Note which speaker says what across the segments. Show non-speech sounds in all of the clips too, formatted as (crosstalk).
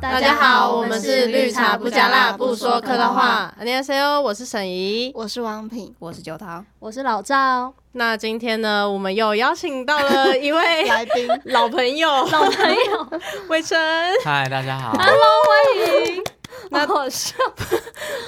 Speaker 1: 大家好，我们是绿茶不加辣，不说客套话。안녕하세요，我是沈怡。
Speaker 2: 我是王品，
Speaker 3: 我是九桃，
Speaker 4: 我是老赵，
Speaker 1: 那今天呢，我们又邀请到 (laughs) 了一位
Speaker 2: 来宾，
Speaker 1: 老朋 (laughs) 友
Speaker 4: 老朋友，
Speaker 2: (laughs)
Speaker 1: 魏晨。
Speaker 5: 嗨，大家好。
Speaker 1: 那
Speaker 4: 那好笑。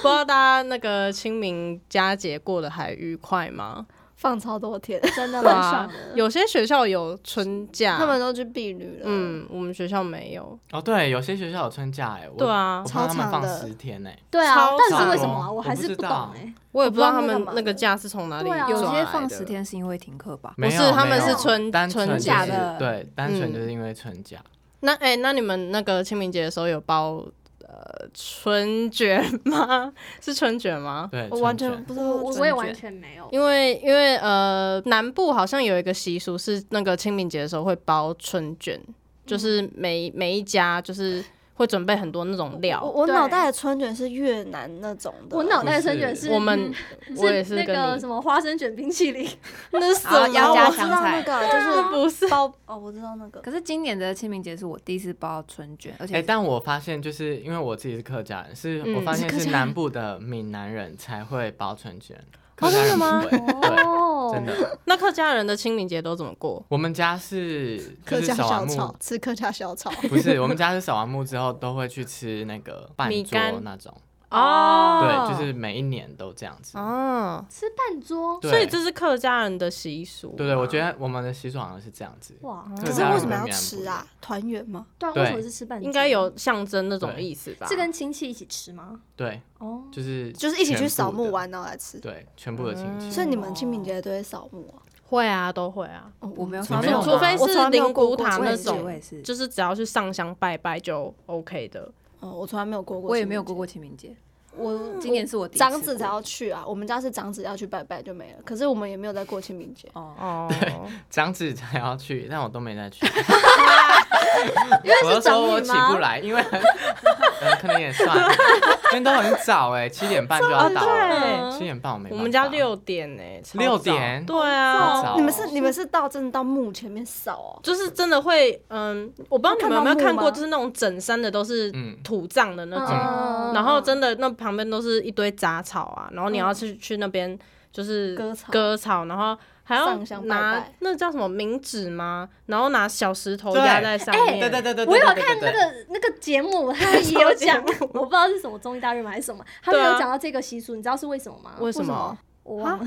Speaker 1: 不知道大家那个清明佳节过得还愉快吗？
Speaker 2: 放超多天，
Speaker 4: 真的
Speaker 1: 对
Speaker 4: 蛮
Speaker 1: 啊
Speaker 4: 爽的。
Speaker 1: 有些学校有春假，
Speaker 2: 他们都去避旅了。嗯，
Speaker 1: 嗯，我们学校没有。
Speaker 5: 哦，对，有些学校有春假哎，我
Speaker 1: 对啊
Speaker 5: 我怕他们
Speaker 2: 超长
Speaker 5: 放
Speaker 2: 的
Speaker 5: 十天欸呢。
Speaker 4: 对啊
Speaker 1: 超，
Speaker 4: 但是为什么
Speaker 5: 爽
Speaker 4: 啊？
Speaker 5: 的
Speaker 4: 我还是不懂
Speaker 5: 我不
Speaker 4: 哎、
Speaker 2: 欸
Speaker 5: 知
Speaker 1: 我也不知道他
Speaker 2: 我不
Speaker 1: 们
Speaker 2: 知道那个嘛
Speaker 1: 那个假是从哪里
Speaker 4: 对啊
Speaker 1: 抓
Speaker 4: 有
Speaker 3: (laughs) 有
Speaker 1: 来的。
Speaker 3: 些放十天是因为停课吧？
Speaker 5: 没有
Speaker 1: 不是他们
Speaker 5: 没有
Speaker 1: 是春
Speaker 5: 单纯
Speaker 1: 春
Speaker 3: 假
Speaker 5: 就是
Speaker 3: 的
Speaker 5: 对，单纯
Speaker 1: 嗯
Speaker 5: 就是因为春假。
Speaker 1: 那哎、那你们那个清明节的时候有包呃春卷吗？ (laughs) 是春卷吗？
Speaker 5: 对，
Speaker 2: 我完全
Speaker 5: 春
Speaker 2: 不知道
Speaker 4: 我
Speaker 2: 准
Speaker 4: 我
Speaker 2: 确。
Speaker 4: 我也完全没有。
Speaker 1: 因为因为呃，南部好像有一个习俗是那个清明节的时候会包春卷，
Speaker 3: 嗯
Speaker 1: 就是每每一家就是会准备很多那种
Speaker 2: 我
Speaker 1: 料。
Speaker 2: 我
Speaker 4: 对
Speaker 2: 脑袋的春卷是越南那种的，
Speaker 4: 我脑袋的春卷是嗯
Speaker 1: 我们
Speaker 3: 嗯
Speaker 1: 我也是
Speaker 4: 那
Speaker 1: 跟
Speaker 4: 个
Speaker 1: 你
Speaker 4: 什么花生卷冰淇淋，
Speaker 1: 那是什么
Speaker 3: 好啊要加
Speaker 2: 我
Speaker 3: 香
Speaker 2: 知道那
Speaker 3: 菜
Speaker 2: 个
Speaker 4: (laughs)
Speaker 2: 就是
Speaker 1: 不是
Speaker 2: 包哦，我知道那个
Speaker 3: 可是今年的清明节是我第一次包春卷，而
Speaker 5: 哎，
Speaker 3: 且
Speaker 5: 但我发现就是因为我自己是客家人，是
Speaker 1: 嗯
Speaker 5: 我发现
Speaker 3: 你是客
Speaker 5: 是
Speaker 3: 家人
Speaker 5: 南部的闽南人才会包春卷，
Speaker 1: 哦
Speaker 5: 客家
Speaker 1: 真的
Speaker 5: 人
Speaker 1: 吗
Speaker 5: 不会。对，
Speaker 4: 哦
Speaker 5: 真的。
Speaker 1: 那客家人的清明节都怎么过？
Speaker 5: 我们家是
Speaker 2: 客
Speaker 5: 就是
Speaker 2: 家
Speaker 5: 扫
Speaker 3: 嗯
Speaker 2: 小
Speaker 5: 完
Speaker 2: 炒
Speaker 5: 墓，，
Speaker 2: 吃客家小炒，
Speaker 5: 不是我们家是扫完墓之后都会去吃那个半
Speaker 1: 米
Speaker 5: 桌
Speaker 1: 干
Speaker 5: 那种，
Speaker 1: 哦
Speaker 5: 对，就是每一年都这样子。
Speaker 1: 哦，
Speaker 4: 吃半桌，
Speaker 5: 对
Speaker 1: 所以这是客家人的习俗。
Speaker 5: 对对，我
Speaker 1: 嗯
Speaker 5: 觉得我们的习俗好像是这样子。
Speaker 4: 哇，
Speaker 5: 可
Speaker 2: 可是
Speaker 5: 当然
Speaker 2: 为什么
Speaker 5: 跟
Speaker 2: 要
Speaker 5: 米兰不一
Speaker 2: 吃
Speaker 5: 样
Speaker 2: 啊？团圆吗？
Speaker 4: 对啊，
Speaker 5: 对
Speaker 4: 为什么是吃半桌？
Speaker 1: 应该有象征那种
Speaker 5: 对
Speaker 1: 意思吧？
Speaker 4: 是跟亲戚一起吃吗？
Speaker 5: 对，
Speaker 4: 哦，
Speaker 5: 就是
Speaker 2: 就是一起去
Speaker 5: 全部
Speaker 2: 扫墓
Speaker 5: 的，
Speaker 2: 玩然后来吃。
Speaker 5: 对，全部的亲戚。
Speaker 2: (laughs) 所以你
Speaker 3: 哦
Speaker 2: 们清明节都会扫墓啊？
Speaker 1: 会啊，都会啊。
Speaker 2: 哦
Speaker 3: 我没有扫
Speaker 5: 扫墓
Speaker 3: 墓，
Speaker 5: 没有吗
Speaker 1: 除非
Speaker 3: 我从
Speaker 1: 是
Speaker 3: 来没有
Speaker 1: 灵
Speaker 3: 过
Speaker 1: 骨
Speaker 3: 过
Speaker 1: 塔
Speaker 3: 我
Speaker 1: 那
Speaker 3: 也是
Speaker 1: 种
Speaker 3: 我也是，
Speaker 1: 就是只要去上香拜拜就 OK 的。
Speaker 2: 哦，我从来没有过过，
Speaker 3: 我也没有过。过清明节，
Speaker 2: 我
Speaker 3: 今年是我第一次
Speaker 2: 长子才
Speaker 3: 过
Speaker 2: 要去啊，我们家是长子要去拜拜就没了。可是我们也没有在过清明节，
Speaker 3: 哦，
Speaker 1: 哦，
Speaker 5: 长子才要去，但我都没再去。
Speaker 4: 因为
Speaker 5: 我
Speaker 4: 是
Speaker 5: 都说我
Speaker 4: 长
Speaker 5: 起
Speaker 4: 女
Speaker 5: 不
Speaker 4: 吗？
Speaker 5: 来，因为嗯可能也算了，因为都很早哎，七点半就要到了，
Speaker 1: 对
Speaker 5: 七点半我没办法。
Speaker 1: 我们家六点呢、欸超
Speaker 5: 六
Speaker 1: 早
Speaker 5: 点
Speaker 1: 对啊
Speaker 5: 好，早哦
Speaker 2: 你们是你们是到真的到墓前面扫哦。
Speaker 1: 就是真的会，嗯，我不知道你们有没有
Speaker 2: 会看到
Speaker 1: 看过，
Speaker 2: 木吗
Speaker 1: 就是那种整山的都是
Speaker 5: 嗯
Speaker 1: 土葬的那种，
Speaker 4: 嗯
Speaker 1: 哦然后真的那旁边都是一堆杂草啊，然后你要去、去那边就是
Speaker 2: 嗯割草
Speaker 1: 割草，然后还要
Speaker 2: 上香拜
Speaker 1: 拿
Speaker 2: 拜
Speaker 1: 那叫什么冥纸吗？然后拿小石头
Speaker 5: 对哎
Speaker 1: 压在上面，
Speaker 5: 对对对对，
Speaker 4: 我有
Speaker 5: 对对
Speaker 4: 看那
Speaker 5: 对对对
Speaker 4: 个那个节目，他也有讲，我不知道是什么综艺大热门还是什么，他们
Speaker 1: 对啊
Speaker 4: 有讲到这个习俗，你知道是为什么吗？
Speaker 1: 为什
Speaker 2: 为什
Speaker 1: 么
Speaker 2: 么？
Speaker 4: 我忘了，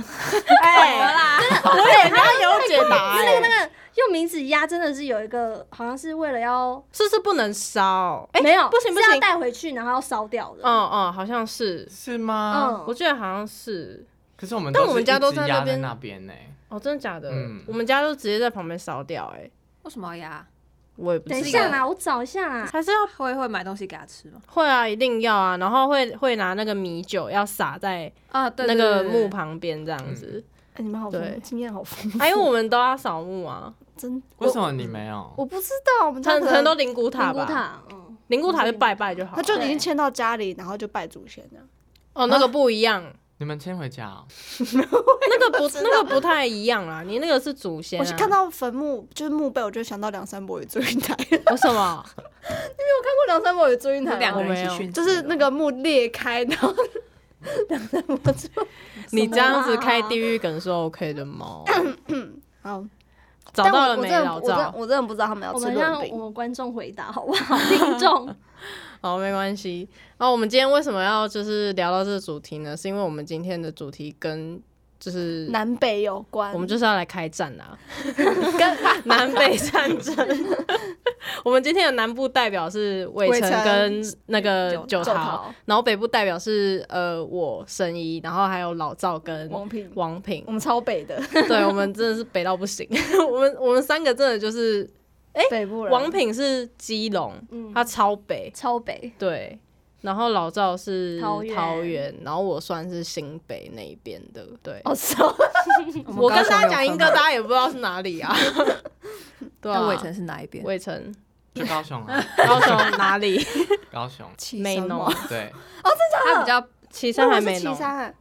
Speaker 1: 哎、
Speaker 2: (laughs)
Speaker 1: 啦，我也要有解
Speaker 4: 因
Speaker 1: 答、
Speaker 4: 为那个
Speaker 1: 哎
Speaker 4: 那个用名字压真的是有一个，好像是为了要
Speaker 1: 是不是不能烧？哎、
Speaker 4: 没有，
Speaker 1: 不行不
Speaker 4: 是要
Speaker 1: 行，
Speaker 4: 带回去然后要烧掉的。
Speaker 1: 嗯嗯，好像是，
Speaker 5: 是吗？
Speaker 2: 哦
Speaker 4: 嗯
Speaker 1: 我记得好像是。
Speaker 5: 可是我们
Speaker 1: 但
Speaker 5: 是
Speaker 1: 我们家
Speaker 5: 一
Speaker 1: 都
Speaker 5: 直
Speaker 1: 在那
Speaker 5: 压
Speaker 1: 边
Speaker 5: 那边欸呢。
Speaker 1: 哦，真的假的？
Speaker 5: 嗯
Speaker 1: 我们家就直接在旁边烧掉、哎，
Speaker 3: 为什么要压？
Speaker 1: 我也不知道。
Speaker 4: 等一下啦，我找一下啦。
Speaker 1: 还是要
Speaker 3: 会会买东西给他吃吗？
Speaker 1: 会啊，一定要啊，然后会会拿那个米酒要撒在
Speaker 3: 啊，对，
Speaker 1: 那个
Speaker 3: 对
Speaker 1: 墓，旁边这样子，
Speaker 2: 哎，你们好
Speaker 1: 对
Speaker 2: 丰，经验好
Speaker 1: (laughs)
Speaker 2: 丰富，
Speaker 1: 哎，因为我们都要扫墓啊，
Speaker 2: 真
Speaker 5: 为什么你没有？
Speaker 2: 我不知道，我们家
Speaker 1: 可
Speaker 2: 可
Speaker 1: 能可能都
Speaker 2: 能
Speaker 1: 灵骨
Speaker 4: 灵
Speaker 1: 塔
Speaker 4: 骨
Speaker 1: 吧，
Speaker 4: 塔，嗯，
Speaker 1: 灵骨塔就拜拜就好
Speaker 2: 他
Speaker 1: 了。
Speaker 2: 就已经迁到家里，然后就拜祖先了。
Speaker 1: 哦，那个不一样，
Speaker 5: 你们先回家哦。
Speaker 1: 那个不那个不太一样啦，你那个是祖先啊。
Speaker 2: 我是看到坟墓，就是墓碑，我就想到梁山伯与祝英台。你没有看
Speaker 1: 有什么？
Speaker 2: 过 (laughs) 梁山伯与祝英
Speaker 3: 就
Speaker 2: 台吗？
Speaker 3: 两个
Speaker 1: 我没
Speaker 3: 人一
Speaker 1: 有
Speaker 3: 起去，
Speaker 2: 就是那个墓裂开，然后梁山伯祝
Speaker 1: 你这样子开地狱梗是 OK 的吗？
Speaker 2: 好，
Speaker 1: 找
Speaker 2: 但
Speaker 1: 到
Speaker 2: 我
Speaker 1: 了
Speaker 2: 我
Speaker 1: 没，
Speaker 2: 真的
Speaker 1: 老
Speaker 2: 我真的
Speaker 1: 赵？
Speaker 2: 我真的不知道他们要
Speaker 4: 我
Speaker 2: 吃
Speaker 4: 们
Speaker 2: 润
Speaker 4: 让
Speaker 2: 饼
Speaker 4: 我。们观众回答好不好？听众，
Speaker 1: 好，没关系。然后我们今天为什么要就是聊到这个主题呢？是因为我们今天的主题跟就是
Speaker 2: 南北有关，
Speaker 1: 我们就是要来开战
Speaker 2: (laughs)
Speaker 1: 啦，跟南北战争。我们今天的南部代表是伟
Speaker 2: 伟
Speaker 1: 成
Speaker 2: 成
Speaker 1: 跟那个九
Speaker 3: 九
Speaker 2: 走
Speaker 1: 桃，
Speaker 2: 逃
Speaker 1: 然后北部代表是呃我神医，然后还有老赵跟
Speaker 2: 王品，
Speaker 1: 嗯王平
Speaker 2: 我。们超北的
Speaker 1: 对我们真的是北到不行， (laughs) 我们我们三个真的就是
Speaker 2: (laughs) 北部人。
Speaker 1: 王品是基隆，
Speaker 4: 嗯，
Speaker 1: 他超北，
Speaker 4: 超北，
Speaker 1: 对。然后老赵是
Speaker 4: 桃园
Speaker 1: 桃园，然后我算是新北那一边的，对。
Speaker 2: 哦， (laughs) 操！
Speaker 3: 们
Speaker 1: 我跟
Speaker 3: 高
Speaker 1: 大家
Speaker 3: 雄
Speaker 1: 讲一个，
Speaker 3: 有分吗
Speaker 1: 大家也不知道是哪里啊。对啊，
Speaker 3: 那伟成是哪一边？
Speaker 1: 魏晨，
Speaker 5: 去高雄啊，
Speaker 1: 高雄哪里？
Speaker 5: 高雄。
Speaker 1: 美浓
Speaker 2: 农，
Speaker 5: 对，
Speaker 3: 他比较
Speaker 1: 旗山
Speaker 2: 那
Speaker 1: 还
Speaker 2: 哦我是
Speaker 1: 没
Speaker 2: 岐
Speaker 1: 浓。
Speaker 2: 山，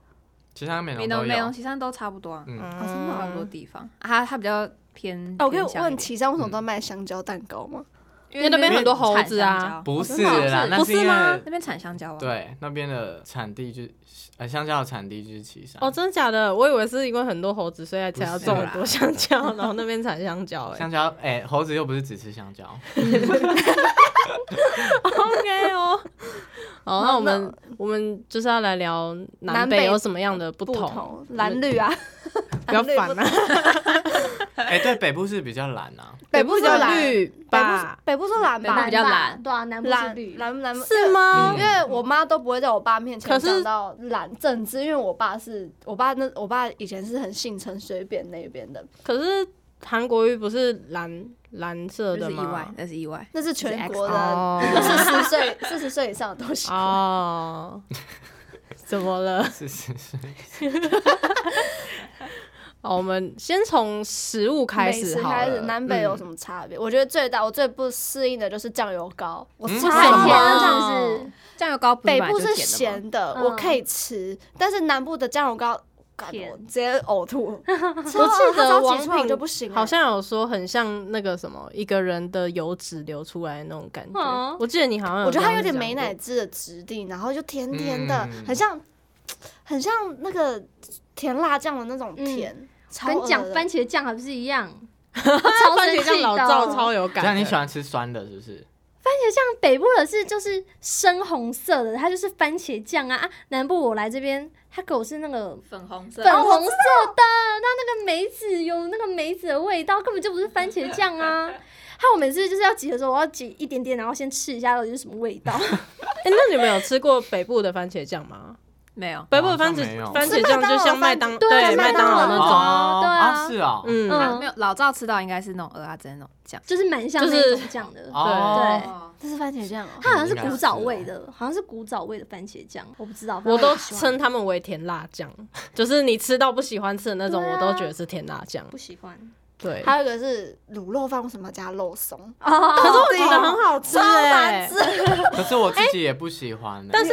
Speaker 5: 其他美
Speaker 3: 美
Speaker 5: 浓
Speaker 3: 浓
Speaker 5: 都
Speaker 3: 美浓
Speaker 5: 有。
Speaker 3: 其实都差不多啊，
Speaker 5: 嗯，
Speaker 2: 哦真的
Speaker 3: 差不多
Speaker 1: 嗯，
Speaker 3: 地方。啊他他比较偏，
Speaker 2: 哎，我可以
Speaker 3: 偏向一
Speaker 2: 问
Speaker 3: 点
Speaker 2: 岐山为什么都卖香蕉蛋糕吗？
Speaker 1: 因为那边很多猴
Speaker 3: 产
Speaker 1: 子
Speaker 3: 香
Speaker 1: 啊
Speaker 3: 蕉
Speaker 5: 不是
Speaker 2: 真的
Speaker 5: 啦，
Speaker 2: 是
Speaker 5: 那
Speaker 3: 不
Speaker 5: 因
Speaker 3: 哦是吗
Speaker 5: 为？
Speaker 3: 那边产香蕉啊？，
Speaker 5: 对那边的产地就是呃香蕉的产地就是岐山
Speaker 1: 哦，，真的假的？我以为是因为很多猴子，所以才要
Speaker 5: 不是
Speaker 1: 种很
Speaker 3: 啦
Speaker 1: 多香蕉，然后那边产香蕉、欸。
Speaker 5: 香蕉哎猴子又不是只吃香蕉，
Speaker 1: OK 哦，好，那我们
Speaker 2: 那
Speaker 1: 我们就是要来聊南
Speaker 2: 南
Speaker 1: 北
Speaker 2: 北
Speaker 1: 有什么样的不
Speaker 2: 不
Speaker 1: 同，
Speaker 2: 蓝绿啊，
Speaker 1: 不要反啊，
Speaker 5: 哎对北部是比较懒啊，
Speaker 2: 北
Speaker 1: 部
Speaker 2: 部
Speaker 1: 比
Speaker 2: 就
Speaker 1: 较
Speaker 2: 蓝，
Speaker 1: 绿
Speaker 2: 北
Speaker 1: 吧
Speaker 2: 部？北部是蓝
Speaker 3: 北
Speaker 2: 吧，
Speaker 3: 部比较蓝
Speaker 4: 对啊，南部是
Speaker 2: 蓝
Speaker 4: 绿，
Speaker 2: 蓝蓝
Speaker 1: 是吗？
Speaker 2: 因为我妈都不会在我爸面
Speaker 1: 可
Speaker 2: 前
Speaker 1: 是
Speaker 2: 讲到懒政治，因为我爸是我爸那我爸以前是很性成随便那边的，
Speaker 1: 可是韩国瑜不是蓝蓝色
Speaker 3: 那
Speaker 1: 的
Speaker 3: 是意外
Speaker 1: 吗，？
Speaker 3: 那是意外。
Speaker 2: 那是全国的
Speaker 1: 哦
Speaker 2: (laughs) 四十岁四十岁以上的都喜欢。
Speaker 1: 哦，怎么了？
Speaker 5: 是是是，
Speaker 1: 哦，我们先从食物开
Speaker 2: 美
Speaker 1: 始
Speaker 2: 食
Speaker 1: 好
Speaker 2: 开始，
Speaker 1: 了。
Speaker 2: 南北有
Speaker 1: 嗯
Speaker 2: 什么差别？我觉得最大我最不适应的就是酱油膏，我
Speaker 5: 嗯
Speaker 2: 超
Speaker 4: 太
Speaker 1: 什
Speaker 4: 甜
Speaker 1: 么
Speaker 4: 了，
Speaker 2: 讨
Speaker 4: 这
Speaker 2: 厌
Speaker 4: 样子
Speaker 3: 酱油膏不
Speaker 2: 北
Speaker 3: 本来
Speaker 2: 部
Speaker 3: 就是甜的吗，
Speaker 2: 咸的，
Speaker 4: 嗯
Speaker 2: 我可以吃，但是南部的酱油膏，干
Speaker 4: 甜
Speaker 2: 我直接
Speaker 1: (laughs)
Speaker 2: 呕吐。我
Speaker 1: 记得王品
Speaker 2: 就不行了，
Speaker 1: 好像有说很像那个什么一个人的油脂流出来的那种感觉
Speaker 4: 嗯，
Speaker 1: 我记得你好像
Speaker 2: 我
Speaker 1: 这
Speaker 2: 觉得它
Speaker 1: 样
Speaker 2: 有点
Speaker 1: 讲
Speaker 2: 美
Speaker 1: 过，
Speaker 2: 乃滋的质地，然后就甜甜的，
Speaker 5: 嗯
Speaker 2: 很像很像那个甜辣酱的那种甜。超
Speaker 4: 嗯跟
Speaker 2: 恶
Speaker 4: 讲
Speaker 2: 的
Speaker 4: 番茄酱还不是一样？超
Speaker 1: 番
Speaker 4: 生
Speaker 1: 茄酱
Speaker 4: 气
Speaker 1: 老
Speaker 4: 的哦
Speaker 1: 赵超有感
Speaker 5: 这
Speaker 1: 的。
Speaker 5: 样你喜欢吃酸的，是不是？
Speaker 4: 北部的是就是深红色的，它就是番茄酱啊啊！南部我来这边，它给我是那个
Speaker 3: 粉红色哦
Speaker 4: 粉红色的，那那个梅子有那个梅子的味道，根本就不是番茄酱啊！还有我每次就是要挤的时候，我要挤一点点，然后先吃一下到底是什么味道。
Speaker 1: 哎、那你们有吃过北部的番茄酱吗？
Speaker 3: 没有，
Speaker 1: 北部的
Speaker 5: 好
Speaker 1: 番
Speaker 5: 像没
Speaker 1: 茄
Speaker 5: 有
Speaker 1: 番茄酱就像麦当
Speaker 4: 对
Speaker 1: 对
Speaker 4: 像
Speaker 1: 麦
Speaker 4: 麦
Speaker 1: 当
Speaker 4: 当
Speaker 1: 劳
Speaker 4: 劳
Speaker 1: 那
Speaker 4: 那
Speaker 1: 种，
Speaker 5: 哦
Speaker 4: 对啊
Speaker 5: 啊，是哦，
Speaker 1: 嗯，
Speaker 4: 嗯
Speaker 3: 没有老赵吃到应该是那种鹅啊真的那种酱。
Speaker 4: 就是蛮像
Speaker 1: 就是
Speaker 4: 那种酱的，
Speaker 5: 哦
Speaker 4: 对，
Speaker 2: 这是番茄酱哦，
Speaker 4: 它好像是古早味的，好像是古早味的番茄酱，我不知道，
Speaker 1: 我都
Speaker 4: 反正
Speaker 1: 称他们为甜辣酱， (laughs) 就是你吃到不喜欢吃的那种，
Speaker 4: 对啊
Speaker 1: 我都觉得是甜辣酱。
Speaker 4: 我不喜欢，不
Speaker 1: 对，
Speaker 2: 还有一个是卤肉饭，为什么要加肉松？
Speaker 4: 喜欢哦，
Speaker 1: 可是我觉得很好吃
Speaker 2: 超
Speaker 1: 哎、
Speaker 2: (laughs) 难吃，
Speaker 5: 可是我自己也不喜欢欸，
Speaker 1: 但是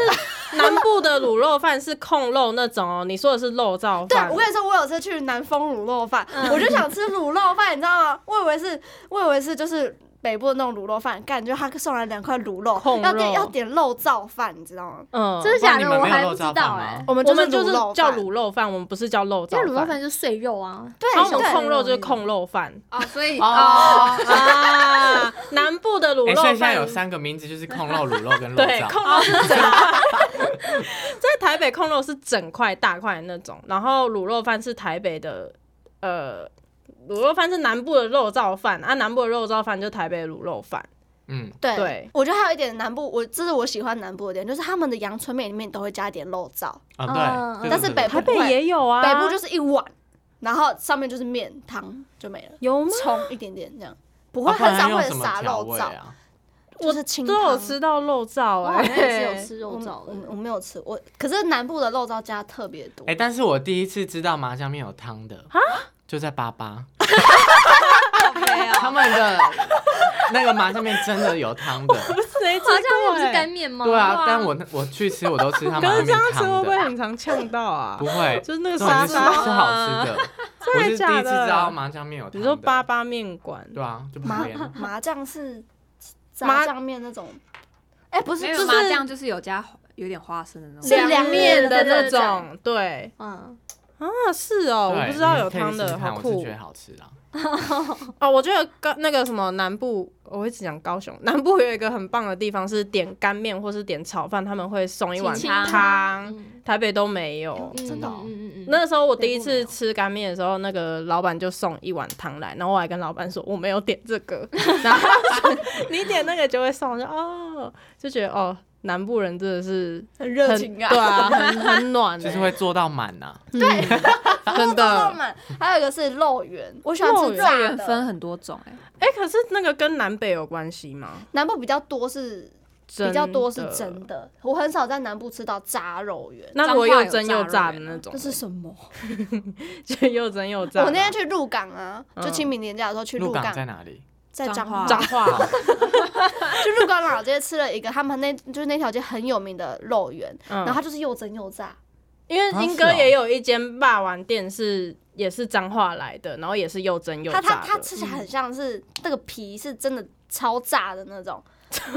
Speaker 1: 南部的卤肉饭是控肉那种哦，你说的是肉燥
Speaker 2: 对啊
Speaker 1: 饭，
Speaker 2: 我跟你说，我有次去南丰卤肉饭，
Speaker 1: 嗯
Speaker 2: 我就想吃卤肉饭，你知道吗？我以为是，我以为是就是北部的那种卤肉饭，感觉他送来两块卤
Speaker 1: 控
Speaker 2: 肉，要点
Speaker 1: 肉
Speaker 2: 要点肉燥饭，你知道吗？
Speaker 1: 嗯，
Speaker 4: 真的假
Speaker 5: 你
Speaker 4: 的？
Speaker 5: 们
Speaker 4: 我
Speaker 5: 没有
Speaker 4: 还
Speaker 5: 肉
Speaker 4: 不知
Speaker 5: 燥
Speaker 4: 道
Speaker 5: 饭吗
Speaker 4: 哎。
Speaker 2: 我们
Speaker 1: 我
Speaker 2: 就是
Speaker 1: 们就是
Speaker 2: 卤肉
Speaker 1: 叫
Speaker 2: 饭
Speaker 1: 卤肉饭，我们不是叫肉
Speaker 4: 因
Speaker 1: 燥
Speaker 4: 为卤肉
Speaker 1: 饭
Speaker 4: 饭。就是碎肉啊，
Speaker 1: 然后
Speaker 2: 对
Speaker 1: 我们
Speaker 2: 对，
Speaker 1: 控肉就是控肉饭
Speaker 3: 哦，所 (laughs) 以
Speaker 2: (laughs)
Speaker 5: 哦，
Speaker 1: 啊，南部的卤
Speaker 5: 哎，
Speaker 1: 肉
Speaker 5: 所以
Speaker 1: 饭
Speaker 5: 现在有三个名字，就是控肉、卤肉跟
Speaker 1: (laughs)
Speaker 5: 肉
Speaker 1: 对，
Speaker 5: 燥。
Speaker 1: 控肉是整， (laughs) 在台北控肉是整块大块的那种，然后卤肉饭是台北的，呃，卤肉饭是南部的肉燥饭啊，南部的肉燥饭就台北的卤肉饭，
Speaker 5: 嗯，
Speaker 2: 对，
Speaker 1: 对
Speaker 2: 我觉得还有一点南部，我这是我喜欢南部的点，就是他们的阳春面里面都会加一点肉燥，
Speaker 5: 啊
Speaker 4: 嗯
Speaker 5: 对，对
Speaker 2: 但是
Speaker 5: 对
Speaker 2: 北
Speaker 5: 对
Speaker 1: 台
Speaker 2: 部
Speaker 1: 北也有啊，
Speaker 2: 北部就是一碗，然后上面就是面汤就没了，
Speaker 1: 有吗？
Speaker 2: 葱一点点这样，不
Speaker 5: 对
Speaker 2: 会
Speaker 5: 啊不然
Speaker 2: 很少
Speaker 5: 用
Speaker 2: 会
Speaker 5: 什么
Speaker 2: 撒
Speaker 5: 调
Speaker 2: 肉
Speaker 5: 味
Speaker 2: 燥，
Speaker 5: 啊？
Speaker 2: 就是清
Speaker 1: 都有
Speaker 2: 汤。
Speaker 1: 吃到肉燥
Speaker 4: 我好
Speaker 1: 哎、
Speaker 4: 像也是
Speaker 1: (laughs)
Speaker 4: 有吃肉
Speaker 2: 我没
Speaker 4: 燥
Speaker 2: 我没
Speaker 4: 的。
Speaker 2: 我没有吃，我可是南部的肉燥加特别多，
Speaker 5: 哎，但是我第一次知道麻酱面有汤的，
Speaker 1: 啊
Speaker 5: 就在巴巴，
Speaker 3: 没有
Speaker 5: 他们的那个麻酱面真的有汤的，
Speaker 1: 谁吃
Speaker 4: 麻酱面
Speaker 1: 过、
Speaker 4: 不是干
Speaker 1: 欸？
Speaker 4: 面吗？
Speaker 5: 对啊，但我我去吃我都吃他麻
Speaker 1: 可
Speaker 5: 酱
Speaker 1: 是这
Speaker 5: 面
Speaker 1: 样吃会
Speaker 5: 汤
Speaker 1: 不会
Speaker 5: 的，
Speaker 1: 很常呛到啊
Speaker 5: 不？会，
Speaker 1: 就是那个
Speaker 5: 重点
Speaker 1: 沙
Speaker 5: 是是
Speaker 1: 沙啊
Speaker 5: 好吃的，我是
Speaker 1: 真
Speaker 5: 第
Speaker 1: 的
Speaker 5: 一
Speaker 1: 假
Speaker 5: 次知道
Speaker 1: 的？
Speaker 5: 麻酱面有汤的。
Speaker 1: 你说八哦八面馆，
Speaker 5: 对啊，就
Speaker 2: 麻
Speaker 5: 旁边。
Speaker 2: 麻酱是
Speaker 1: 麻
Speaker 2: 炸酱面那种，哎、不是
Speaker 3: 没
Speaker 2: 就
Speaker 3: 有
Speaker 2: 是
Speaker 3: 麻酱 (laughs) 就是有加有点花生的那种。
Speaker 5: 啊
Speaker 2: 是凉
Speaker 1: 面的
Speaker 4: 对
Speaker 1: 那
Speaker 4: 对对
Speaker 1: 种，对
Speaker 4: 嗯，
Speaker 1: 啊，是哦，
Speaker 5: 对
Speaker 1: 我不知道
Speaker 5: 你
Speaker 1: 有
Speaker 5: 可以
Speaker 1: 汤
Speaker 5: 试
Speaker 1: 的，
Speaker 5: 试看
Speaker 1: 好
Speaker 5: 我是
Speaker 1: 酷
Speaker 5: 觉得好吃啦。
Speaker 1: 哦！我觉得高那个什么南部，我一直讲高雄，南部有一个很棒的地方是点干面或是点炒饭，他们会送一碗
Speaker 3: 清
Speaker 1: 汤，
Speaker 3: 汤
Speaker 4: 嗯
Speaker 1: 台北都没有。
Speaker 4: 嗯
Speaker 2: 真的哦
Speaker 4: 嗯嗯嗯嗯，
Speaker 1: 那时候我第一
Speaker 3: 北部没
Speaker 1: 次
Speaker 3: 有
Speaker 1: 吃干面的时候，那个老板就送一碗汤来，然后我还跟老板说我没有点这个，然后他说你点那个就会送，我就哦，就觉得哦，南部人真的是
Speaker 2: 很
Speaker 1: 很
Speaker 2: 热情啊，
Speaker 1: 对啊，很很 (laughs) 暖、欸，
Speaker 5: 就是会做到满呐、
Speaker 1: 真
Speaker 2: 肉
Speaker 1: 的。
Speaker 2: 满，还有一个是肉圆，我喜欢
Speaker 1: 肉
Speaker 2: 吃
Speaker 1: 圆
Speaker 2: 炸
Speaker 3: 肉圆
Speaker 2: 的
Speaker 3: 分很多种哎、
Speaker 1: 哎、可是那个跟南北有关系吗？
Speaker 2: 南部比较多是
Speaker 1: 真
Speaker 2: 比较多是
Speaker 1: 的
Speaker 2: 真的，我很少在南部吃到炸肉圆。
Speaker 1: 那如
Speaker 3: 彰
Speaker 1: 果
Speaker 3: 化
Speaker 1: 又
Speaker 3: 有
Speaker 1: 蒸
Speaker 3: 炸
Speaker 1: 又
Speaker 3: 肉
Speaker 1: 炸的
Speaker 3: 圆
Speaker 1: 那
Speaker 3: 啊
Speaker 1: 种嘞，
Speaker 2: 这是什么？
Speaker 1: 就又蒸又炸的啊。
Speaker 2: 我那天去鹿港啊，就清明年假的时候去
Speaker 5: 鹿
Speaker 2: 鹿
Speaker 5: 港
Speaker 2: 港
Speaker 5: 在，哪里？
Speaker 2: 在
Speaker 3: 彰
Speaker 2: 彰
Speaker 3: 化
Speaker 2: 化，
Speaker 1: 脏话哦，
Speaker 2: 去鹿港老街吃了一个他们那就是那条街很有名的肉圆，然后
Speaker 1: 嗯，
Speaker 2: 它就是又蒸又炸，
Speaker 1: 因为
Speaker 5: 啊
Speaker 1: 英
Speaker 5: 是
Speaker 1: 哥
Speaker 5: 哦
Speaker 1: 也有一间霸王店是也是彰化来的，然后也是又蒸又
Speaker 2: 它
Speaker 1: 炸
Speaker 2: 它它
Speaker 1: 的
Speaker 2: 吃起来很像是那个皮是真的超炸的
Speaker 1: (laughs)
Speaker 2: 那种，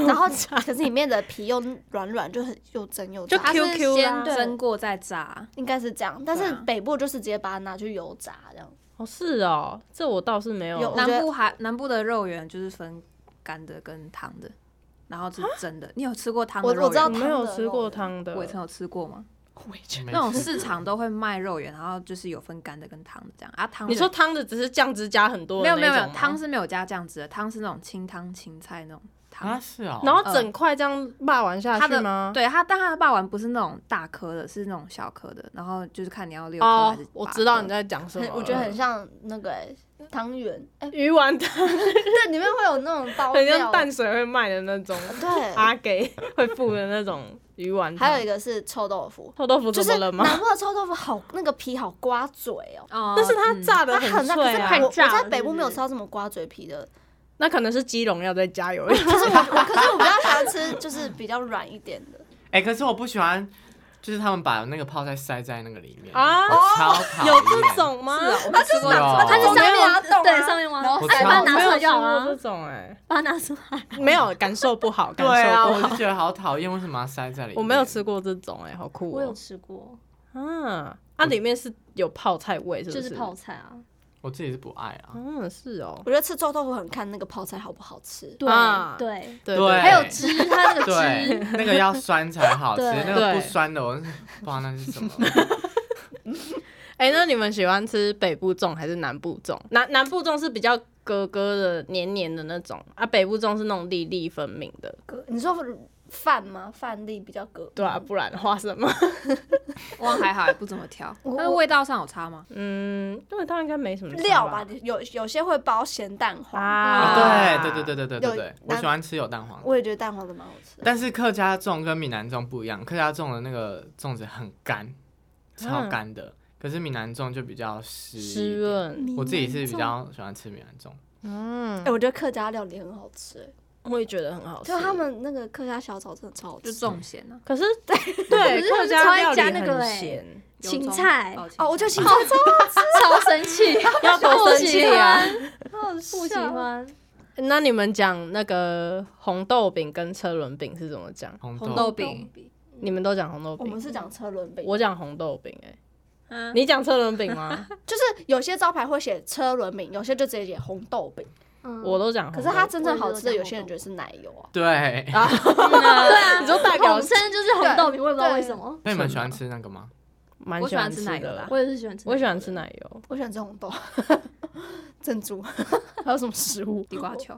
Speaker 2: 然后可是里面的皮又软软，就很又蒸又
Speaker 1: 就
Speaker 2: 炸，
Speaker 3: 它是
Speaker 1: QQ 啦
Speaker 3: 先蒸过再炸，
Speaker 2: 应该是这样。但
Speaker 3: 对
Speaker 2: 是
Speaker 3: 啊
Speaker 2: 北部就是直接把它拿去油炸这样。
Speaker 1: 哦是哦，这我倒是没有。
Speaker 2: 有我觉得
Speaker 3: 南部还南部的肉圆就是分干的跟汤的，然后是蒸的。你有吃过汤的
Speaker 2: 我
Speaker 3: 肉圆？
Speaker 2: 我知道
Speaker 1: 我没有吃过汤的
Speaker 3: 我，也曾有吃过吗？
Speaker 5: 没
Speaker 3: 那种
Speaker 5: 吃
Speaker 3: 市场都会卖肉圆，然后就是有分干的跟汤的这样啊。汤的
Speaker 1: 你说汤的只是酱汁加很多
Speaker 3: 没
Speaker 1: 的
Speaker 3: 有
Speaker 1: 那
Speaker 3: 没
Speaker 1: 种
Speaker 3: 有
Speaker 1: 吗，
Speaker 3: 没有，汤是没有加酱汁的，汤是那种清汤青菜那种汤。
Speaker 5: 啊是哦，
Speaker 1: 然后整块这样霸完下
Speaker 3: 它
Speaker 1: 去
Speaker 3: 的
Speaker 1: 吗？
Speaker 3: 对它，但它的霸丸不是那种大颗的，是那种小颗的，然后就是看你要六颗还
Speaker 1: 哦
Speaker 3: 是八颗。，
Speaker 1: 我知道你在讲什么
Speaker 2: 很
Speaker 3: 啊
Speaker 1: 了，
Speaker 2: 哎我觉得很像那个欸汤圆，哎，
Speaker 1: (laughs) 鱼丸汤，
Speaker 2: 对，里面会有那种包
Speaker 1: 很
Speaker 2: 料
Speaker 1: 像，淡水会卖的那种，
Speaker 2: 对。
Speaker 1: 阿给会附的那种鱼丸汤。
Speaker 2: (laughs) 还有一个是臭豆腐，
Speaker 1: 臭豆腐
Speaker 2: 就
Speaker 1: 怎
Speaker 2: 是
Speaker 1: 么了吗？
Speaker 2: 南部的臭豆腐好，那个皮好刮嘴哦，
Speaker 3: 哦，
Speaker 1: 但是它
Speaker 3: 嗯
Speaker 1: 炸的
Speaker 2: 它很
Speaker 1: 脆
Speaker 2: 那，
Speaker 1: 啊
Speaker 2: 可是我，我
Speaker 3: 炸了
Speaker 2: 在北部没有
Speaker 3: 是不是
Speaker 2: 吃到这么刮嘴皮的，
Speaker 1: 那可能是基隆要再加油
Speaker 4: (laughs)
Speaker 1: 一点。
Speaker 2: 可是我我可是我比较喜欢吃就是比较软一点的，
Speaker 5: 哎、可是我不喜欢，就是他们把那个泡菜塞在那个里面
Speaker 1: 啊
Speaker 5: 我超讨厌
Speaker 1: 有这种吗？
Speaker 3: 是啊，我没吃过那种
Speaker 5: 有
Speaker 4: 它是上面挖
Speaker 2: 洞啊
Speaker 4: 对，上面挖
Speaker 2: 然后
Speaker 4: 洞，
Speaker 5: 塞
Speaker 4: 哎，把它拿
Speaker 1: 没
Speaker 4: 出
Speaker 1: 有
Speaker 4: 来就好
Speaker 1: 吃过
Speaker 4: 了
Speaker 1: 这，种哎，
Speaker 4: 把它拿出来。
Speaker 1: 没有感受不好，感
Speaker 5: 对啊，
Speaker 1: 受
Speaker 5: 我
Speaker 1: 不
Speaker 5: 就
Speaker 1: 好。
Speaker 5: 觉得好讨厌，为什么要塞在里面？
Speaker 1: 我没有吃过这种哎，好酷
Speaker 4: 我有
Speaker 1: 哦！
Speaker 4: 吃过，
Speaker 1: 啊，它里面是有泡菜味，是不
Speaker 4: 就是泡菜啊，
Speaker 5: 我自己是不爱啊。
Speaker 1: 嗯，是哦，
Speaker 2: 我觉得吃臭豆腐很看那个泡菜好不好吃。
Speaker 4: 对
Speaker 1: 啊
Speaker 4: 对，
Speaker 1: 对
Speaker 5: 对
Speaker 4: 还有汁，它那个
Speaker 5: 对
Speaker 4: 汁，，
Speaker 5: 那个要酸才好吃，
Speaker 4: 对
Speaker 5: 那个
Speaker 1: 对
Speaker 5: 不酸的我不知道那是
Speaker 1: (laughs)
Speaker 5: 什么。
Speaker 1: 哎、那你们喜欢吃北部粽还是南部粽？南南部粽是比较咯咯的、黏黏的那种啊，北部粽是那种粒粒分明的，
Speaker 2: 格你说饭吗？饭粒比较格。
Speaker 4: 嗯
Speaker 1: 对啊，不然的话
Speaker 4: (laughs)
Speaker 1: 什么？
Speaker 3: 我还好，也不怎么挑。
Speaker 2: 我
Speaker 3: 但是味道上有差吗？
Speaker 1: 嗯，因为它应该没什么差
Speaker 2: 料吧，
Speaker 1: 吧？
Speaker 2: 你有有些会包咸蛋黄，
Speaker 1: 啊
Speaker 5: 哦，对对对对对对
Speaker 2: 有
Speaker 5: 对，我
Speaker 2: 南
Speaker 5: 喜欢吃有蛋黄的。
Speaker 2: 我也觉得蛋黄的蛮好吃的。
Speaker 5: 但是客家粽跟闽南粽不一样，客家粽的那个粽子很干，超
Speaker 1: 嗯
Speaker 5: 干的，可是闽南粽就比较湿一
Speaker 1: 湿
Speaker 5: 点。
Speaker 1: 润，
Speaker 5: (laughs) 我自己是比较喜欢吃闽南粽，
Speaker 1: 嗯
Speaker 2: 哎、，我觉得客家料理很好吃、哎
Speaker 1: 我也觉得很好吃。
Speaker 2: 就啊他们那个客家小炒真的超好
Speaker 3: 就
Speaker 2: 吃。
Speaker 1: 嗯
Speaker 3: 重咸啊呢、
Speaker 1: 可是
Speaker 4: 可
Speaker 1: 对
Speaker 4: 是他
Speaker 1: 客
Speaker 4: 们
Speaker 1: 家
Speaker 4: 超爱
Speaker 1: 料理
Speaker 4: 加那个
Speaker 1: 很
Speaker 4: 欸
Speaker 1: 咸，
Speaker 3: 油
Speaker 4: 芹
Speaker 3: 葱
Speaker 4: 菜 (laughs)
Speaker 2: 哦，我就
Speaker 3: 芹
Speaker 2: 喜欢吃，
Speaker 4: 超生气，
Speaker 1: 要多
Speaker 4: 不
Speaker 1: 生气
Speaker 4: 喜
Speaker 1: 啊！
Speaker 4: 欢，
Speaker 2: 不
Speaker 4: 不喜欢。
Speaker 1: 那你们讲那个红豆饼跟车轮饼是怎么讲？
Speaker 5: 红
Speaker 3: 红
Speaker 5: 豆
Speaker 3: 豆饼，
Speaker 1: 你们都讲红豆
Speaker 2: 我们
Speaker 1: 饼，
Speaker 2: 是讲车轮饼，
Speaker 1: 我讲红豆饼、哎、
Speaker 3: 嗯
Speaker 1: 你讲车轮饼吗？
Speaker 2: 就是有些招牌会写车轮饼，有些就直接写红豆饼。
Speaker 4: 嗯
Speaker 1: 我都讲
Speaker 2: 可
Speaker 1: 哦红豆饼，
Speaker 2: 是它真正好吃的，
Speaker 4: 我也
Speaker 2: 有
Speaker 4: 有
Speaker 2: 些人觉得是奶油啊。
Speaker 5: 对，
Speaker 1: 啊，你说大
Speaker 2: (laughs)
Speaker 1: 表
Speaker 4: 统称就是红豆饼，我也不知道为什么。
Speaker 5: 那你们喜欢吃那个吗？
Speaker 1: 蛮
Speaker 3: 我喜欢
Speaker 1: 吃
Speaker 3: 吃奶油
Speaker 1: 的
Speaker 3: 的啊
Speaker 4: 我也是喜欢吃，
Speaker 1: 我喜欢吃。奶油
Speaker 2: 我喜欢吃红豆， (laughs) 珍珠， (laughs) 还有什么食物？
Speaker 3: 地瓜
Speaker 1: (laughs)
Speaker 3: 球，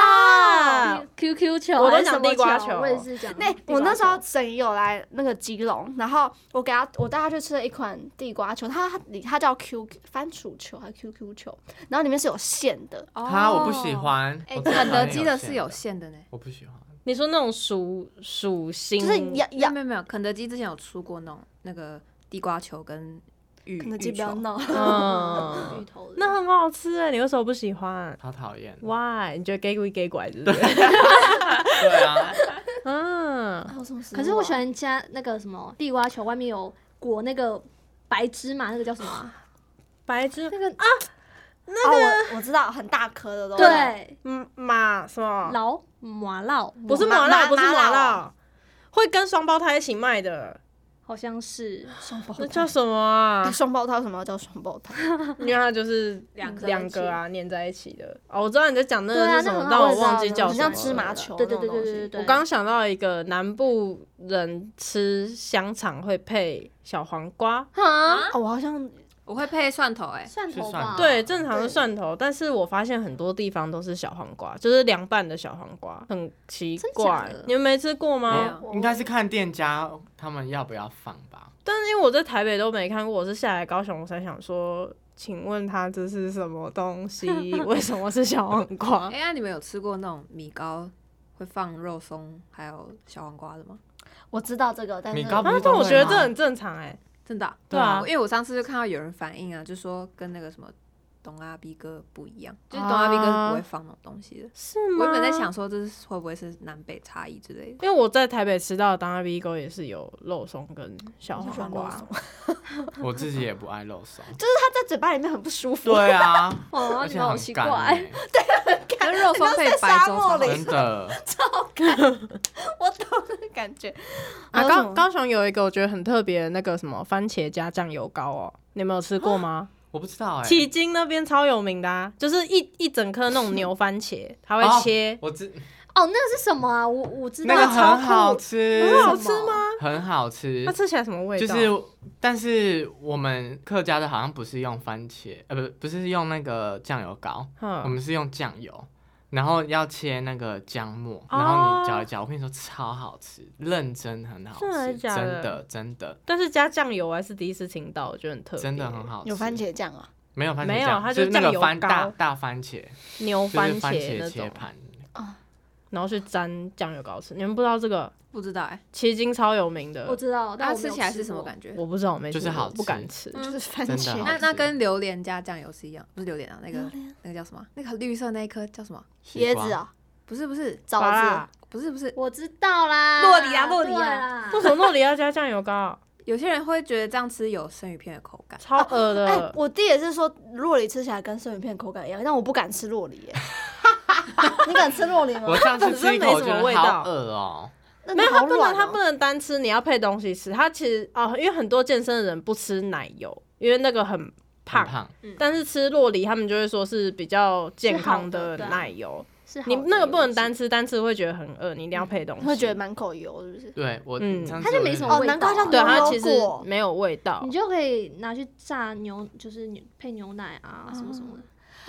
Speaker 1: 啊
Speaker 4: QQ 球，
Speaker 1: 我都
Speaker 4: 还是
Speaker 1: 讲
Speaker 4: 什么
Speaker 1: 地瓜球
Speaker 4: 我也是讲地瓜
Speaker 2: 那
Speaker 4: 球。
Speaker 2: 我那时候沈有来那个基隆，然后我给他我带他去吃了一款地瓜球，它它里它叫 Q 番薯球还是 QQ 球，然后里面是有馅的，
Speaker 5: 它我不喜。欢，
Speaker 3: 哦哎、
Speaker 5: 我
Speaker 3: 肯德基
Speaker 5: 的
Speaker 3: 的是有，馅的呢。
Speaker 5: 我不喜欢。
Speaker 1: 你说那种属属性，
Speaker 2: 就是咬
Speaker 3: 没有
Speaker 2: 咬。
Speaker 3: 没有没有，肯德基之前有出过那种那个地瓜球跟芋
Speaker 2: 肯德基
Speaker 3: 芋
Speaker 2: 不要
Speaker 3: 球
Speaker 2: 闹，
Speaker 4: (laughs)
Speaker 1: 嗯
Speaker 4: 芋，头的，
Speaker 1: 那很好吃哎，你为什么不喜欢
Speaker 5: 好讨厌。
Speaker 1: ？Why？你觉得 gay 鬼 gay 拐是不是？
Speaker 5: 对啊，
Speaker 1: 嗯，
Speaker 2: 还有什么食物啊
Speaker 4: 可是我喜欢加那个什么地瓜球，外面有裹那个白芝麻，那个叫什么啊？
Speaker 1: 白芝
Speaker 4: 那个
Speaker 2: 哦，我我知道很大颗的东西，，
Speaker 4: 对，
Speaker 1: 嗯马什么？
Speaker 4: 老麻烙，
Speaker 1: 不是
Speaker 2: 麻
Speaker 1: 麻辣，
Speaker 2: 麻
Speaker 1: 不是麻
Speaker 2: 麻
Speaker 1: 辣，会跟双胞胎一起卖的，
Speaker 4: 好像是
Speaker 2: 双胞
Speaker 1: 那
Speaker 2: 胎
Speaker 1: 叫什么啊
Speaker 2: (laughs) 哎？双胞胎为什么要叫双胞胎？
Speaker 1: 因为它就是
Speaker 3: 两个
Speaker 1: 两个啊，粘在一起的。哦，我知道你在讲那
Speaker 4: 对
Speaker 1: 个
Speaker 4: 啊
Speaker 1: 是什
Speaker 4: 那
Speaker 1: 么，
Speaker 4: 很
Speaker 1: 但
Speaker 4: 好
Speaker 1: 我
Speaker 4: 吃
Speaker 1: 忘
Speaker 4: 啊
Speaker 1: 记
Speaker 4: 那
Speaker 1: 叫
Speaker 4: 很
Speaker 1: 什
Speaker 2: 很
Speaker 1: 么
Speaker 2: 像
Speaker 1: 了
Speaker 2: 芝麻球
Speaker 4: 对对
Speaker 2: 那种
Speaker 4: 对
Speaker 2: 东
Speaker 4: 对
Speaker 2: 西，
Speaker 4: 对对对。
Speaker 1: 我刚刚想到一个，南部人吃香肠会配小黄瓜，
Speaker 4: 啊，
Speaker 2: 哦，我好像
Speaker 3: 我会配蒜头哎、
Speaker 4: 蒜头
Speaker 5: 是蒜
Speaker 4: 吧？
Speaker 5: 头
Speaker 1: 对，正常的蒜头，但是我发现很多地方都是小黄瓜，就是凉拌的小黄瓜，很奇
Speaker 4: 真假
Speaker 1: 怪
Speaker 4: 的。
Speaker 1: 你们没吃过
Speaker 5: 没
Speaker 1: 吗？
Speaker 5: 有，应该是看店家他们要不要放吧。
Speaker 1: 但是因为我在台北都没看过，我是下来高雄我才想说，请问它这是什么东
Speaker 2: (laughs)
Speaker 1: 西？为什么是小黄瓜
Speaker 3: 哎、？那你们有吃过那种米糕会放肉松还有小黄瓜的吗？
Speaker 2: 我知道这个，但是
Speaker 5: 米糕不
Speaker 1: 啊
Speaker 5: 是，
Speaker 1: 但
Speaker 5: 都
Speaker 1: 我
Speaker 5: 会
Speaker 1: 觉得这
Speaker 5: 吗
Speaker 1: 很正常哎、
Speaker 3: 真的啊、
Speaker 1: 对啊
Speaker 3: 因为我上次就看到有人反映啊，就说跟那个什么东阿 B 哥不一样，就是东阿 B 哥是不会放那种东西的。
Speaker 1: 是
Speaker 3: 我
Speaker 1: 吗？
Speaker 3: 原本在想，说这是会不会是南北差异之类的，
Speaker 1: 因为我在台北吃到的当阿 B 沟也是有肉松跟小
Speaker 2: 我不喜
Speaker 1: 黄
Speaker 2: 欢肉
Speaker 1: 瓜，
Speaker 2: 松 (laughs)
Speaker 5: 我自己也不爱肉松。
Speaker 2: 它在嘴巴里面很不舒服。
Speaker 5: 对啊，
Speaker 4: 哦，
Speaker 5: 而
Speaker 4: 你
Speaker 5: 且
Speaker 4: 们好
Speaker 5: 很
Speaker 4: 奇
Speaker 5: 干
Speaker 4: 怪，
Speaker 5: 欸，
Speaker 3: 跟肉松配白粥超好
Speaker 2: 你
Speaker 3: 吃
Speaker 2: 都在沙
Speaker 5: 真
Speaker 2: 漠
Speaker 5: 的。
Speaker 2: 我懂那个感觉。
Speaker 1: 啊，
Speaker 2: 还有什
Speaker 1: 高
Speaker 2: 么
Speaker 1: 高雄有一个我觉得很特别的那个什么番茄加酱油糕哦，你们有吃过
Speaker 5: (gasps)
Speaker 1: 吗？
Speaker 5: 我不知道
Speaker 1: (laughs)
Speaker 5: 哎、
Speaker 1: 迄今那边超有名的、啊，就是一一整颗那种牛番茄，它
Speaker 5: 哦
Speaker 1: 会切，
Speaker 5: 我知
Speaker 4: 哦，那个是什么啊？我我知道，
Speaker 5: 那个
Speaker 4: 超
Speaker 5: 很
Speaker 4: 酷
Speaker 5: 好吃，
Speaker 1: 很好吃吗？
Speaker 5: 很好吃
Speaker 1: 它。吃起来什么味
Speaker 5: 就
Speaker 1: 道？
Speaker 5: 是，但是我们客家的好像不是用番茄，呃，不，不是用那个酱油膏，我
Speaker 1: 嗯，
Speaker 5: 们是用酱油，然后要切那个姜末，
Speaker 1: 哦
Speaker 5: 然后你搅一搅，我跟你说超好吃，认真很好
Speaker 1: 真的
Speaker 5: 吃，
Speaker 1: 假
Speaker 5: 真
Speaker 1: 的
Speaker 5: 的真的
Speaker 1: 但是加酱油我还是第一次听到，我觉得很特别，
Speaker 5: 真的很好吃。
Speaker 2: 有番，茄酱啊？
Speaker 5: 没有番
Speaker 1: 没
Speaker 5: 茄
Speaker 1: 有
Speaker 5: 酱，
Speaker 1: 它就
Speaker 5: 就
Speaker 1: 是
Speaker 5: 那
Speaker 1: 酱
Speaker 5: 个
Speaker 1: 油
Speaker 5: 番大
Speaker 1: 膏
Speaker 5: 大番茄，
Speaker 1: 牛
Speaker 5: 就是番
Speaker 1: 茄
Speaker 5: 茄
Speaker 1: 那
Speaker 5: 切
Speaker 1: 种，
Speaker 5: 盘。
Speaker 1: 然后去沾酱油膏吃。你们不知道这个
Speaker 3: 不知道哎、
Speaker 1: 迄今超有名的
Speaker 4: 我，知道，哦但
Speaker 3: 它
Speaker 4: 我没
Speaker 3: 吃
Speaker 4: 有
Speaker 3: 起来
Speaker 4: 吃
Speaker 3: 是什么
Speaker 4: 过
Speaker 3: 感觉？
Speaker 1: 我不知道，我没
Speaker 5: 就是
Speaker 1: 吃过
Speaker 5: 好吃
Speaker 1: 不敢吃。
Speaker 4: 嗯
Speaker 2: 就是嗯番
Speaker 5: 真的好
Speaker 2: 茄
Speaker 5: 吃
Speaker 3: 那那跟榴莲加酱油是一样，不是榴莲啊，那个那个叫什么？那个绿色那一颗叫什么？
Speaker 5: 西
Speaker 2: 椰
Speaker 5: 瓜
Speaker 2: 子啊，
Speaker 3: 不是不是
Speaker 2: 枣
Speaker 1: 好
Speaker 2: 子
Speaker 1: 啦。
Speaker 3: 不是不是，
Speaker 4: 我知道啦，
Speaker 3: 洛里啊洛里啊
Speaker 4: 啊
Speaker 1: 为什么那里要加酱油膏？啊
Speaker 3: 有些人会觉得这样吃有生鱼片的口感。
Speaker 1: 超恶
Speaker 4: 啊
Speaker 2: 哎、
Speaker 1: 的！
Speaker 2: 我弟也是说洛梨吃起来跟生鱼片口感一样，但我不敢吃洛梨 (laughs) 耶。你敢吃洛梨吗
Speaker 5: 我？上
Speaker 1: (laughs)
Speaker 5: 次
Speaker 1: 本
Speaker 5: 吃
Speaker 1: 身
Speaker 5: 一
Speaker 1: 没
Speaker 5: 口
Speaker 1: 什
Speaker 5: 觉
Speaker 1: 么味
Speaker 5: 得好
Speaker 1: 道
Speaker 5: 饿哦、
Speaker 2: 那
Speaker 1: 没有，
Speaker 2: 好
Speaker 1: 它不
Speaker 2: 软
Speaker 1: 能，它
Speaker 2: 哦
Speaker 1: 不能单吃，你要配东西吃。它其实啊、因为很多健身的人不吃奶油，因为那个很
Speaker 5: 很
Speaker 1: 胖。
Speaker 5: 胖，
Speaker 1: 但是吃洛梨，他们就会说是比较健康
Speaker 4: 是好的对啊
Speaker 1: 奶油。
Speaker 4: 是好
Speaker 1: 你
Speaker 4: 的嗯
Speaker 1: 那个不能
Speaker 4: 有
Speaker 1: 单吃，单吃会觉得很饿，你一定要配东西。
Speaker 2: 会觉得满口油，是不是？
Speaker 5: 对我，
Speaker 1: 嗯
Speaker 5: 上
Speaker 4: 它
Speaker 5: 次
Speaker 4: 就
Speaker 5: 我
Speaker 4: 没
Speaker 5: 就
Speaker 4: 什么
Speaker 2: 哦，
Speaker 4: 味
Speaker 2: 难怪
Speaker 4: 道
Speaker 2: 像
Speaker 4: 啊
Speaker 1: 对它
Speaker 2: 牛
Speaker 1: 其
Speaker 2: 油
Speaker 1: 实
Speaker 2: 果，
Speaker 1: 没有味道
Speaker 4: 你。就可以拿去榨牛，就是牛配牛奶啊，什么什么的，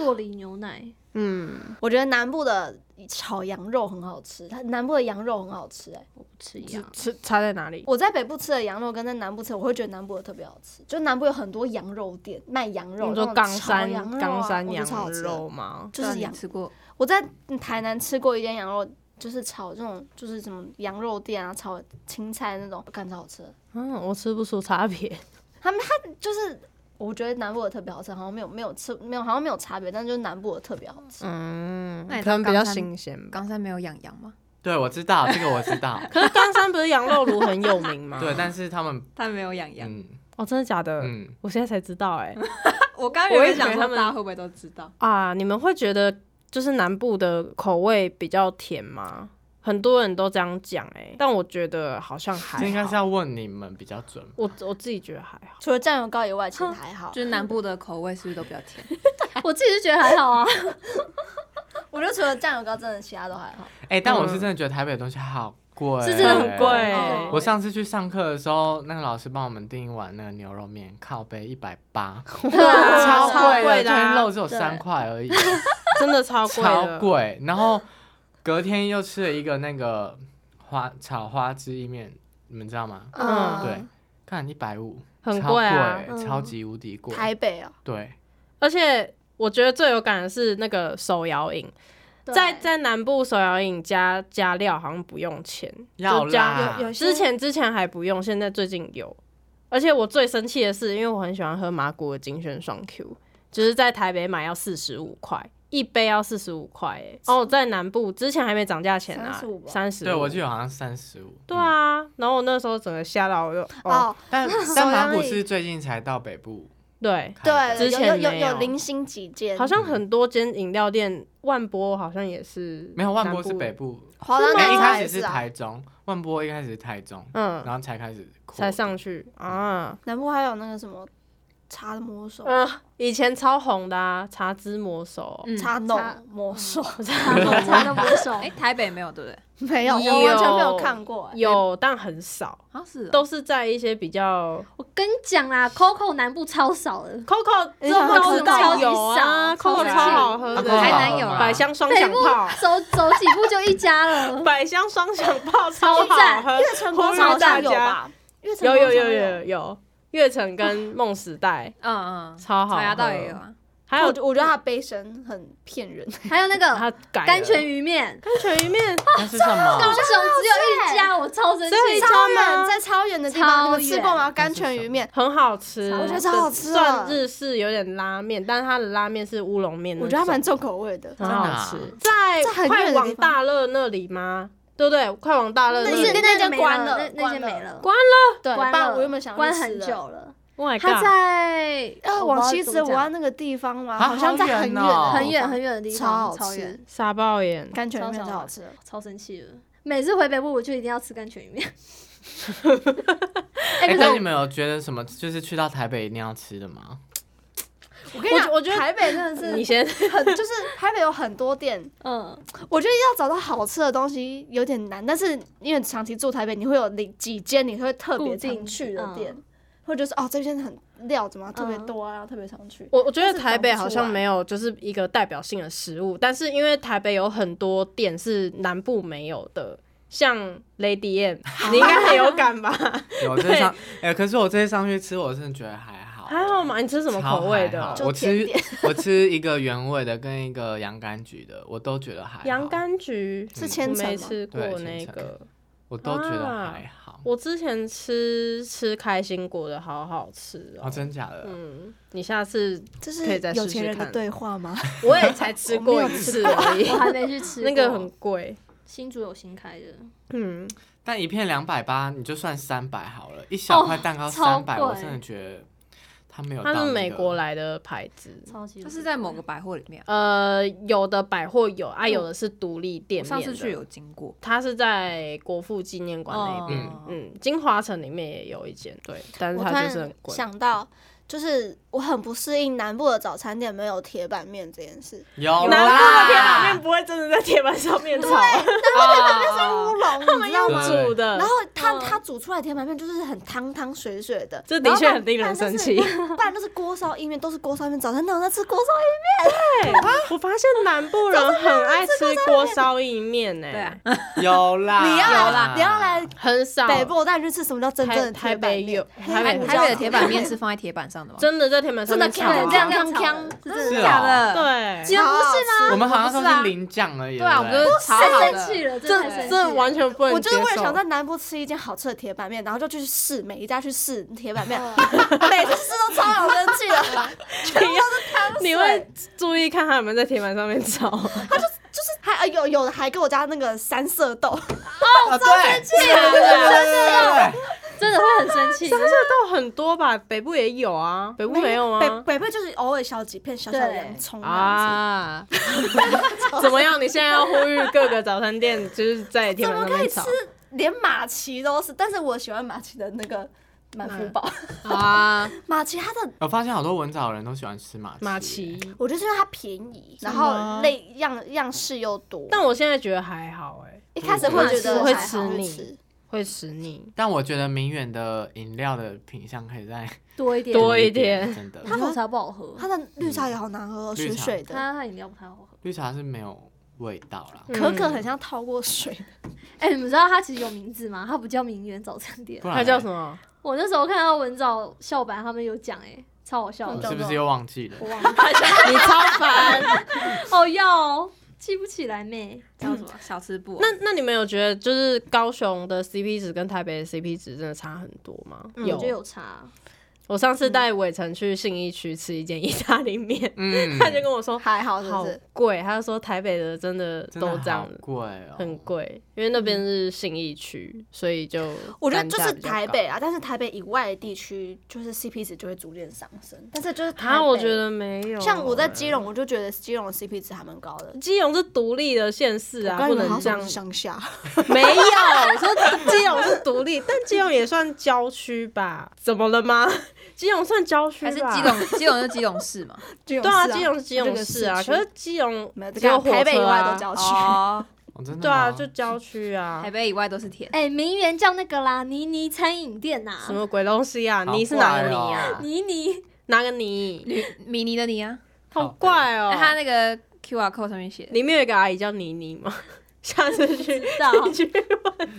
Speaker 4: 洛梨牛奶。
Speaker 1: 嗯，
Speaker 2: 我觉得南部的炒羊肉很好吃，它南部的羊肉很好吃、哎，
Speaker 4: 我不吃
Speaker 1: (laughs)
Speaker 4: 羊，
Speaker 1: 吃差在哪里？
Speaker 2: 我在北部吃的羊肉跟在南部吃的，我会觉得南部的特别好吃。就南部有很多羊肉店卖羊肉，
Speaker 1: 你
Speaker 2: 那
Speaker 1: 说
Speaker 2: 种
Speaker 1: 冈
Speaker 2: 炒
Speaker 1: 山
Speaker 2: 羊肉啊
Speaker 1: 冈山
Speaker 2: 我觉得超好
Speaker 1: 羊
Speaker 2: 吃的
Speaker 1: 肉吗？
Speaker 2: 就
Speaker 3: 不
Speaker 2: 是
Speaker 3: 知道
Speaker 2: 羊啊
Speaker 3: 你。吃过
Speaker 2: 我在台南吃过一间羊肉，就是炒这种就是什么羊肉店啊，炒青菜那种，感觉好吃的。
Speaker 1: 嗯，我吃不出差别。
Speaker 2: 就是我觉得南部的特别好吃，好像没有没有吃没有好像没有差别，但就是南部的特别好吃。
Speaker 1: (laughs) 嗯，
Speaker 3: 那你
Speaker 1: 可能
Speaker 3: 知道
Speaker 1: 比较
Speaker 3: 冈山
Speaker 1: 新鲜吧。
Speaker 3: 冈山没有养羊吗？
Speaker 5: 对我知道这个我知道，
Speaker 1: (laughs) 可是冈山不是羊肉炉很有名吗？
Speaker 5: (laughs) 对，但是他们
Speaker 3: 他没有养羊。
Speaker 5: 嗯
Speaker 1: 哦，真的假的？
Speaker 5: 嗯，
Speaker 1: 我现在才知道哎、
Speaker 3: 我刚
Speaker 1: 我
Speaker 3: 刚
Speaker 1: 以
Speaker 3: 有
Speaker 1: 为
Speaker 3: 想说
Speaker 1: 他们
Speaker 3: 大家会不会都知道？
Speaker 1: 啊，你们会觉得就是南部的口味比较甜吗？很多人都这样讲哎、但我觉得好像还好
Speaker 5: 这应该是要问你们比较准。
Speaker 1: 我我自己觉得还好。
Speaker 2: 除了酱油膏以外，其实还好。
Speaker 3: 就是南部的口味是不是都比较甜？
Speaker 4: 我自己是觉得还好啊。
Speaker 2: (laughs) 我觉得除了酱油膏，真的其他都还好。
Speaker 5: 哎、但我是真的觉得台北的东西好贵，
Speaker 1: 嗯是真的很贵
Speaker 2: 哦
Speaker 5: 我上次去上课的时候，那个老师帮我们订一碗那个牛肉面，靠背一百八，
Speaker 1: 对啊，(laughs)
Speaker 5: 超
Speaker 1: 超
Speaker 5: 贵
Speaker 1: 贵的
Speaker 5: 的，这
Speaker 1: 啊、
Speaker 5: 边肉只有三块而已，
Speaker 1: 真的超贵
Speaker 5: 超
Speaker 1: 的。
Speaker 5: 贵。然后隔天又吃了一个那个花炒花枝意面，你们知道吗？
Speaker 1: 嗯
Speaker 5: 对，看一百五，
Speaker 1: 很
Speaker 5: 超贵
Speaker 1: 贵啊
Speaker 2: 嗯
Speaker 5: 超级无敌贵。
Speaker 2: 台北啊，
Speaker 5: 对，
Speaker 1: 而且我觉得最有感的是那个手摇饮，
Speaker 4: 对
Speaker 1: 在在南部手摇饮加加料好像不用钱，
Speaker 5: 要
Speaker 1: 就加
Speaker 5: 啦，
Speaker 2: 有有些
Speaker 1: 之前之前还不用，现在最近有。而且我最生气的是，因为我很喜欢喝麻古的金萱双 Q，就是在台北买要四十五块，一杯要四十五块，哎，哦，在南部之前还没涨价前啊
Speaker 2: 35，吧
Speaker 1: 三十，
Speaker 5: 对我记得好像三十五。嗯
Speaker 1: 对啊，然后我那时候整个吓到我就，哦，
Speaker 2: 哦，
Speaker 1: (laughs)
Speaker 5: 但
Speaker 2: 手
Speaker 5: 但
Speaker 2: 摇
Speaker 5: 麻古
Speaker 2: 饮
Speaker 5: 是最近才到北部
Speaker 1: 对，
Speaker 5: 开的，
Speaker 2: 对，
Speaker 1: 之
Speaker 2: 有有
Speaker 1: 前
Speaker 2: 有
Speaker 1: 没
Speaker 2: 有
Speaker 1: 有
Speaker 2: 零星几间，
Speaker 1: 好
Speaker 5: 嗯
Speaker 1: 像很多间饮料店，万波好像也是，
Speaker 5: 没有万波是北，部，
Speaker 2: 华南
Speaker 5: 没有一
Speaker 2: 奶茶
Speaker 5: 开
Speaker 2: 也
Speaker 5: 始是
Speaker 2: 啊，
Speaker 5: 台中，万波一开始是台中，
Speaker 1: 嗯，
Speaker 5: 然后嗯才开始扩
Speaker 1: 才上去啊，
Speaker 2: 南部还有那个什么茶的魔手，
Speaker 1: 嗯，以前超红的啊，茶之魔手，
Speaker 3: 嗯
Speaker 2: 茶农魔
Speaker 1: 嗯
Speaker 2: 手
Speaker 4: 差的不少
Speaker 3: 哎、。台北没有对不对？
Speaker 2: (laughs) 没有，我
Speaker 1: 有
Speaker 2: 完全没有看过。哎
Speaker 1: 有但很少。
Speaker 3: 好像是哦、
Speaker 1: 都是在一些比较
Speaker 4: 我跟你讲啦，Coco 南部超少的，
Speaker 1: Coco
Speaker 2: 哎
Speaker 1: 这么
Speaker 2: 好
Speaker 1: 知
Speaker 2: 吃
Speaker 1: 道
Speaker 4: 超级
Speaker 1: 有啊
Speaker 4: 少超
Speaker 1: ，Coco
Speaker 4: 级
Speaker 1: 超好
Speaker 4: 少
Speaker 1: 喝
Speaker 5: 啊
Speaker 1: 的，
Speaker 5: 够好
Speaker 3: 台南
Speaker 5: 喝
Speaker 3: 有
Speaker 5: 吗
Speaker 3: 啊
Speaker 1: 百香双
Speaker 4: 北
Speaker 1: 响
Speaker 4: 部
Speaker 1: 炮，。
Speaker 4: 走走几步就一家了
Speaker 1: (laughs) 百香双响炮超
Speaker 4: 超
Speaker 1: 好
Speaker 4: 赞
Speaker 1: 喝，
Speaker 2: 月城
Speaker 1: 呼
Speaker 2: 广
Speaker 1: 吁
Speaker 2: 场好
Speaker 1: 大
Speaker 2: 像有
Speaker 1: 家，
Speaker 2: 吧？月城
Speaker 1: 有
Speaker 2: 广场
Speaker 1: 有有有有，月城跟梦时代
Speaker 3: 嗯嗯，
Speaker 1: 超好
Speaker 3: 草芽道
Speaker 1: 喝
Speaker 3: 也有啊。
Speaker 1: 还有
Speaker 2: 我我觉得它的杯身很骗人，
Speaker 4: 还有那个
Speaker 1: 它改
Speaker 4: 甘
Speaker 1: 了
Speaker 4: 泉鱼面，
Speaker 1: 甘泉鱼面，
Speaker 5: 那
Speaker 1: (laughs)
Speaker 5: 是什么
Speaker 4: 高？雄只有一家，我超生气。
Speaker 1: 所以
Speaker 4: 超
Speaker 2: 超
Speaker 1: 吗
Speaker 2: 远，在啊超远的地方，你们
Speaker 4: 超
Speaker 2: 吃
Speaker 4: 远
Speaker 2: 过吗？啊甘
Speaker 5: 那是
Speaker 2: 泉
Speaker 5: 什
Speaker 2: 鱼
Speaker 5: 么
Speaker 2: 面，
Speaker 1: 很好吃，
Speaker 2: 我觉得超好吃的
Speaker 1: 算日式有点拉面，但是它的拉面是乌龙面那种，
Speaker 2: 我觉得它蛮重口味的。啊
Speaker 1: 很好吃，
Speaker 2: 在很
Speaker 1: 在快
Speaker 2: 远的地
Speaker 1: 往
Speaker 2: 方
Speaker 1: 大乐那里吗？对不对？快往大乐
Speaker 4: 那
Speaker 1: 那
Speaker 4: 是
Speaker 1: 里
Speaker 2: 那
Speaker 4: 那
Speaker 2: 间
Speaker 4: 间没
Speaker 2: 关
Speaker 4: 了
Speaker 2: 了
Speaker 4: 那那间
Speaker 2: 关
Speaker 4: 没
Speaker 2: 了
Speaker 4: 了，
Speaker 2: 对，
Speaker 4: 关
Speaker 2: 不然
Speaker 4: 了，
Speaker 2: 我原本想去
Speaker 4: 关
Speaker 2: 吃哎
Speaker 4: 很
Speaker 2: 了
Speaker 4: 久了。
Speaker 1: ，Oh my
Speaker 4: 他
Speaker 1: god！
Speaker 4: 在
Speaker 2: 要呃往西子湾那个地方吗？
Speaker 5: 啊
Speaker 2: 好像在
Speaker 5: 好
Speaker 2: 很
Speaker 5: 远
Speaker 2: 远
Speaker 5: 哦
Speaker 4: 很远
Speaker 2: 很
Speaker 4: 很远的地
Speaker 2: 超
Speaker 4: 方，
Speaker 2: 好
Speaker 4: 超
Speaker 2: 吃
Speaker 4: 远，，
Speaker 1: 傻爆眼，
Speaker 2: 甘泉面
Speaker 4: 超
Speaker 2: 超
Speaker 4: 好
Speaker 2: 好吃。
Speaker 4: 超生气了。 (laughs) 每次回北部，我就一定要吃干泉鱼面。哎
Speaker 5: 哎，
Speaker 4: 可
Speaker 5: 那
Speaker 4: 是
Speaker 5: 你们有觉得什么？就是去到台北一定要吃的吗？
Speaker 2: 我跟你讲，
Speaker 1: 我觉得
Speaker 2: 台北真的
Speaker 1: 你
Speaker 2: 是
Speaker 1: 先，
Speaker 2: 很，就是台北有很多店，
Speaker 4: (laughs) (laughs) 嗯，
Speaker 2: 我觉得要找到好吃的东西有点难。但是因为长期住台北，你会有你几间你会特别常去的店，或者是哦这间很料怎么特别多啊，然后特别常去。
Speaker 1: 我我觉
Speaker 2: 但
Speaker 1: 得
Speaker 2: 是找啊
Speaker 1: 台北
Speaker 2: 不出
Speaker 1: 好像
Speaker 2: 来
Speaker 1: 没有就是一个代表性的食物，但是因为台北有很多店是南部没有的，像 Lady
Speaker 2: (laughs)
Speaker 1: M，你应该很有感吧？
Speaker 5: 有这上哎，可是我这次上去吃，我真的觉得还好，
Speaker 1: 还好吗？你吃什么口味
Speaker 5: 超还
Speaker 1: 的
Speaker 5: 好？
Speaker 2: 就
Speaker 5: 我
Speaker 2: 甜
Speaker 5: 吃 (laughs) 我吃一个原味的跟一个洋甘菊的，我都觉得还好
Speaker 1: 洋，柑橘
Speaker 2: 是
Speaker 1: 我
Speaker 2: 千层
Speaker 1: 没
Speaker 2: 吗？
Speaker 1: 吃过
Speaker 5: 对
Speaker 1: 那
Speaker 5: 千层
Speaker 1: 个，
Speaker 5: 我都觉得还好。
Speaker 1: 啊我之前吃吃开心果的好好吃哦
Speaker 5: 哦，。真假的？
Speaker 1: 嗯，你下次
Speaker 2: 这
Speaker 1: 可
Speaker 2: 是
Speaker 1: 以再试
Speaker 2: 有钱
Speaker 1: 试
Speaker 2: 人的
Speaker 1: 看
Speaker 2: 对话吗？
Speaker 1: 我也才吃
Speaker 2: 我没
Speaker 1: 过
Speaker 2: 有
Speaker 1: 一
Speaker 2: 吃
Speaker 1: 次而已，
Speaker 4: 我还没去吃过。
Speaker 1: 那个很贵。
Speaker 4: 新竹有新开的，
Speaker 1: 嗯，
Speaker 5: 但一片两百八，你就算三百好
Speaker 1: 哦
Speaker 5: 了，一小块蛋糕
Speaker 4: 超
Speaker 5: 三百，
Speaker 4: 贵
Speaker 5: 我真的觉得它没有到
Speaker 1: 它
Speaker 5: 那个。
Speaker 1: 是美国来的牌子，
Speaker 4: 超级。
Speaker 3: 它是在某个百货里面，啊
Speaker 1: 呃，有的百货有啊，有的是独立店
Speaker 3: 我
Speaker 1: 面
Speaker 3: 上次去
Speaker 1: 的。
Speaker 3: 有经过。
Speaker 1: 它是在国父纪念馆那边，
Speaker 3: 哦 (laughs)
Speaker 1: 嗯，金华城里面也有一间，对，但是
Speaker 2: 我突
Speaker 1: 它就是
Speaker 2: 然
Speaker 1: 很贵。
Speaker 2: 想到，就是我很不适应南部的早餐店没有铁板面这件事。
Speaker 5: 有
Speaker 1: 南部的铁板面
Speaker 5: 啦，
Speaker 1: 不会真的在铁板上面炒，
Speaker 5: 哦
Speaker 2: 乌
Speaker 1: (laughs)
Speaker 2: 龙，他们要
Speaker 5: 对对
Speaker 1: 煮的
Speaker 2: 然。后它
Speaker 4: 嗯
Speaker 2: 它煮出来的铁板面就是很汤汤水水的，
Speaker 1: 这的确很令人
Speaker 2: 然后
Speaker 1: 生
Speaker 2: 不然
Speaker 1: 气。
Speaker 2: 不然就是锅烧意面，都是锅烧意面。早餐哪有在吃锅烧意
Speaker 1: 我发现南部人很爱吃锅烧意面呢、
Speaker 3: 对啊，
Speaker 5: (laughs) 有啦，
Speaker 2: 面？你要
Speaker 5: 有
Speaker 1: 啊
Speaker 2: 来，你要来
Speaker 1: 很少。
Speaker 2: 北部，我带你去吃什么叫真正
Speaker 1: 台
Speaker 2: 的
Speaker 1: 台
Speaker 2: 铁板
Speaker 1: 北有
Speaker 2: 面？
Speaker 1: 台
Speaker 3: 哎
Speaker 1: 北
Speaker 3: 台北的铁板面是放在铁板上的吗？
Speaker 1: 真的在铁板上
Speaker 2: 真的
Speaker 1: 面炒啊，
Speaker 2: 锵
Speaker 4: 这样
Speaker 2: 锵锵
Speaker 4: 炒
Speaker 2: 锵
Speaker 4: 的，
Speaker 2: 真的
Speaker 5: 是
Speaker 3: 的
Speaker 5: 哦
Speaker 3: 假的？，
Speaker 1: 对，
Speaker 4: 结果不是吗？
Speaker 5: 我们好像
Speaker 3: 我
Speaker 5: 都
Speaker 3: 不是啊
Speaker 5: 是零酱而已。
Speaker 3: 对啊，我
Speaker 5: 不
Speaker 3: 们就是炒好
Speaker 4: 太生气
Speaker 3: 的。
Speaker 4: 了，真的太
Speaker 1: 这
Speaker 4: 生气了
Speaker 1: 这完全不能
Speaker 2: 我
Speaker 1: 接
Speaker 2: 就
Speaker 1: 受。
Speaker 2: 是为了想在南部吃一间好吃的铁板面，然后就去试每一家去试铁板面， (laughs) 每次试都超有生气的。
Speaker 1: 你会注意看他有没有在铁板上面
Speaker 2: (laughs)
Speaker 1: 炒。
Speaker 2: 就是还呃有有的还给我加那个三色豆，
Speaker 5: 哦，对，对对对对对
Speaker 4: (laughs) 真的会很生气。
Speaker 1: 三色豆很多吧，北部也有啊，北部没有
Speaker 2: 北
Speaker 1: 吗？
Speaker 2: 北部就是偶尔小几片小小的洋葱啊， (laughs)
Speaker 1: 啊，怎么样？你现在要呼吁各个早餐店，就是在铁
Speaker 2: (laughs) 怎
Speaker 1: 板
Speaker 2: 么
Speaker 1: 上
Speaker 2: 可以
Speaker 1: 面
Speaker 2: 吃
Speaker 1: 炒？
Speaker 2: 连马奇都是？但是我喜欢马奇的那个满福宝，
Speaker 1: 啊，
Speaker 2: 嗯 (laughs) 马奇它的
Speaker 5: 我发现好多文藻人都喜欢吃马
Speaker 1: 马奇。
Speaker 2: 我就是因为它便宜，然
Speaker 1: 吗
Speaker 2: 后类样样式又多，
Speaker 1: 但我现在觉得还好，哎，
Speaker 2: 一开始会觉
Speaker 4: 我
Speaker 2: 得
Speaker 1: 会
Speaker 2: 还好
Speaker 1: 吃腻
Speaker 2: 吃
Speaker 1: 会吃腻。
Speaker 5: 但我觉得明远的饮料的品相可以再
Speaker 4: 多一点，
Speaker 1: 多一
Speaker 5: 一
Speaker 1: 点
Speaker 5: 真的。
Speaker 4: 它红茶不好喝，
Speaker 2: 它的绿茶
Speaker 1: 嗯
Speaker 2: 也好难喝哦，
Speaker 5: 绿
Speaker 2: 水
Speaker 5: 茶
Speaker 2: 水的，
Speaker 4: 它它饮料不太好喝。
Speaker 5: 绿茶是没有味道啦，
Speaker 2: 嗯可可
Speaker 1: 嗯
Speaker 2: 很像泡过水，
Speaker 4: 哎，你们知道它其实有名字吗？它不叫名媛早餐店
Speaker 5: 不。然
Speaker 1: 它叫
Speaker 5: 嘞
Speaker 1: 什么？
Speaker 4: 我那时候看到文藻校版他们有讲，哎，超好笑
Speaker 2: 嗯
Speaker 5: 我
Speaker 4: 的，
Speaker 5: 是不是又忘记了？
Speaker 4: 我忘了。
Speaker 1: (laughs) 你超烦。
Speaker 4: 哦要记不起来妹，
Speaker 3: 叫什么小吃部哦？
Speaker 1: 那那你们有觉得就是高雄的 CP 值跟台北的 CP 值真的差很多吗？
Speaker 4: 我
Speaker 2: 嗯
Speaker 4: 嗯觉得有差。
Speaker 1: 我上次带伟成去信义区吃一间意大利面，(laughs)
Speaker 5: 嗯，
Speaker 1: 他就跟我说
Speaker 2: 还好是
Speaker 1: 好
Speaker 2: 不是？
Speaker 1: 贵，他就说台北的真的
Speaker 5: 真的
Speaker 1: 都这样
Speaker 5: 好，贵哦，
Speaker 1: 很贵，因为那边是信义区，所以就
Speaker 2: 嗯我觉得
Speaker 1: 单
Speaker 2: 就
Speaker 1: 价
Speaker 2: 是
Speaker 1: 比较
Speaker 2: 台
Speaker 1: 高。
Speaker 2: 北啊，但是台北以外的地区，就是 CP 值就会逐渐上升。但是就是台北，
Speaker 1: 啊，我觉得没有欸。
Speaker 2: 像我在基隆，我就觉得基隆的 CP 值还蛮高的。
Speaker 1: 基隆是独立的县市啊，不能这样。 (laughs)
Speaker 2: 乡下，
Speaker 1: 没
Speaker 2: (laughs)
Speaker 1: 有，我说基隆是独立，但基隆也算郊区吧？怎么了吗？基隆算郊区
Speaker 3: 还是
Speaker 1: 吧？
Speaker 3: 基隆？基隆就基隆市 (laughs) 嘛。
Speaker 2: 对
Speaker 1: 对啊，基隆是基隆市啊，可是基隆
Speaker 2: 没有
Speaker 1: 只有火车啊
Speaker 2: 台北以外都郊区。 (laughs)
Speaker 3: 哦，
Speaker 1: (laughs)
Speaker 5: 哦，真的
Speaker 1: 对啊，
Speaker 5: 吗
Speaker 1: 就郊区啊
Speaker 3: 台。北以外都是田。
Speaker 4: 哎，名媛叫那个啦，妮妮餐饮店呐，
Speaker 1: 什么鬼东西啊？
Speaker 5: 好
Speaker 1: 你是哪个
Speaker 5: 怪
Speaker 1: 你
Speaker 5: 哦
Speaker 1: 啊？
Speaker 4: 妮妮，
Speaker 1: 哪个 (laughs) 你？
Speaker 3: 米妮的你啊，哎
Speaker 1: 好怪哦！
Speaker 3: 他那个 QR code 上面写的，
Speaker 1: (laughs) 里面有一个阿姨叫妮妮吗？下次去
Speaker 4: 知道
Speaker 1: 去问，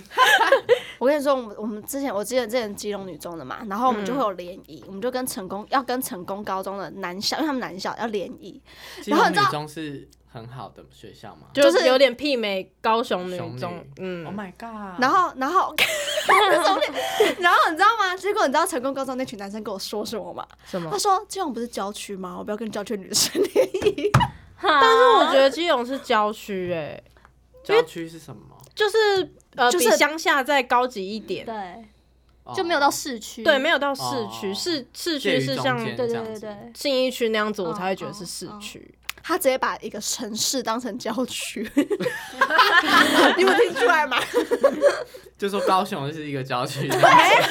Speaker 2: 我跟你说，我们我们之前我记得之前基隆女中的嘛，然后我们
Speaker 1: 嗯
Speaker 2: 就会有联谊，我们就跟成功要跟成功高中的男校，因为他们男校要联谊，
Speaker 5: 基
Speaker 2: 然后
Speaker 5: 隆
Speaker 2: 你
Speaker 5: 女
Speaker 2: 知道
Speaker 5: 中是很好的学校嘛
Speaker 1: (laughs) 就是有点媲美高雄女
Speaker 5: 雄
Speaker 1: 中
Speaker 5: 女，
Speaker 1: 嗯
Speaker 5: ？Oh，my god！
Speaker 2: 然后然后 (laughs) 然后你知道吗？结果你知道成功高中那群男生跟我说什么吗？
Speaker 1: 什么
Speaker 2: 他？说：“基隆不是郊区吗？我不要跟郊区女生联谊。 (laughs)
Speaker 1: 但
Speaker 4: 但
Speaker 1: 是我觉得基隆是郊区，哎，
Speaker 5: 郊区是什么？
Speaker 1: 就是呃，
Speaker 2: 就
Speaker 1: 比
Speaker 2: 是
Speaker 1: 乡下再高级一点，
Speaker 4: 对
Speaker 5: 哦
Speaker 4: 就没有到市区，
Speaker 1: 对，没有到市区，
Speaker 5: 哦
Speaker 1: 市市
Speaker 5: 介
Speaker 1: 区
Speaker 5: 于
Speaker 1: 是
Speaker 5: 中
Speaker 1: 像
Speaker 5: 间
Speaker 4: 对
Speaker 5: 这
Speaker 4: 对
Speaker 5: 样
Speaker 4: 对
Speaker 5: 子
Speaker 4: 对，
Speaker 1: 信义区那样子，我才会觉
Speaker 4: 哦
Speaker 1: 得
Speaker 4: 哦
Speaker 1: 是市
Speaker 4: 哦
Speaker 1: 区。”
Speaker 2: 他直接把一个城市当成郊区，你有听出来吗？
Speaker 5: 就说高雄是一个郊区，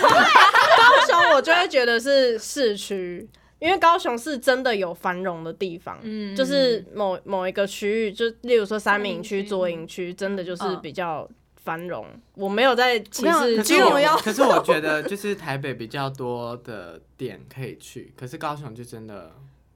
Speaker 1: 高雄我就会觉得是市区，因为高雄是真的有繁荣的地方，
Speaker 3: 嗯
Speaker 1: 就是某某一个区域，就例如说三明
Speaker 4: 三
Speaker 1: 区、
Speaker 4: 明区
Speaker 1: 左营区，真的就是
Speaker 3: 嗯
Speaker 1: 比较繁荣。我没有在歧
Speaker 2: 我跟你
Speaker 1: 视
Speaker 5: 可是
Speaker 2: 讲
Speaker 1: 基
Speaker 2: 基
Speaker 1: 隆
Speaker 5: 我
Speaker 2: 隆要
Speaker 5: 可是我觉得就是台北比较多的点可以去，可是高雄就真的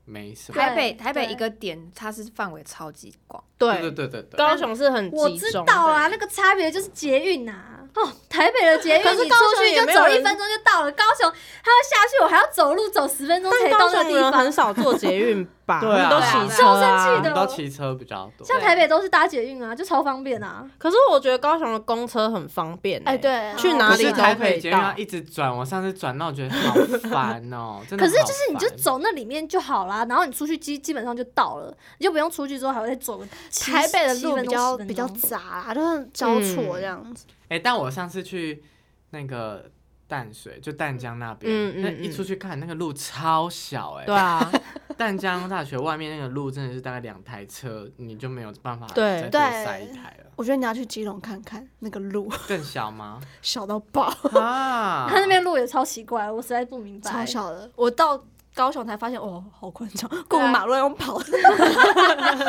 Speaker 5: 没什么。
Speaker 3: 台北台北
Speaker 4: 对
Speaker 3: 一个点，它是范围超级广，
Speaker 5: 对
Speaker 1: 对
Speaker 5: 对对对对，
Speaker 1: 高雄是很
Speaker 4: 我
Speaker 1: 集
Speaker 4: 知
Speaker 1: 中的。
Speaker 4: 道啊啦，那个差别就是捷运呐、哦，台北的捷运，
Speaker 1: 可是
Speaker 4: 你
Speaker 1: 高
Speaker 4: 出
Speaker 1: 雄
Speaker 4: 去
Speaker 1: 也
Speaker 4: 就
Speaker 1: 没有
Speaker 4: 走
Speaker 1: 人
Speaker 4: 一分钟就到了。高雄还要下去，我还要走路走十分钟才到
Speaker 1: 但高
Speaker 4: 那个
Speaker 1: 雄
Speaker 4: 地
Speaker 1: 人
Speaker 4: 方
Speaker 1: 很。少坐捷运吧？
Speaker 5: 对啊
Speaker 1: 他们都骑车
Speaker 4: 超
Speaker 5: 我
Speaker 4: 生气
Speaker 1: 啊
Speaker 5: 们
Speaker 4: 的。
Speaker 5: 都骑车比较多。
Speaker 4: 像台北都是搭捷运啊，就超方便啊。
Speaker 1: 可是我觉得高雄的公车很方便欸。
Speaker 2: 哎，对，
Speaker 1: 去哪
Speaker 5: 可
Speaker 1: 里
Speaker 5: 是
Speaker 1: 都
Speaker 5: 台
Speaker 1: 可
Speaker 5: 北
Speaker 1: 以
Speaker 5: 捷运
Speaker 1: 到
Speaker 5: 要。一直转，我上次转到我觉得好烦哦、真的。
Speaker 4: 可是就是你就，走那里面就好啦，然后你出去基基本上就到了，你就不用出去之后还会再走个七
Speaker 2: 台北的路
Speaker 4: 7
Speaker 2: 比较
Speaker 4: 分钟
Speaker 2: 比较杂啦，就是交错这样子。
Speaker 5: 哎、但我上次去那个淡水，就淡江那边，
Speaker 1: 嗯嗯
Speaker 5: 那一
Speaker 1: 嗯
Speaker 5: 出去看那个路超小哎、
Speaker 1: 对啊，
Speaker 5: 淡江大学外面那个路真的是大概两台车，你就没有办法
Speaker 1: 对
Speaker 5: 再多
Speaker 2: 对
Speaker 5: 塞一台了。
Speaker 2: 我觉得你要去基隆看看，那个路
Speaker 5: 更小吗？
Speaker 2: 小到爆，
Speaker 5: (laughs) 啊，
Speaker 4: 他那边路也超奇怪，我实在不明白。
Speaker 2: 超小的。我到高雄才发现，哦，好宽敞，过马路要用跑的。
Speaker 3: (laughs)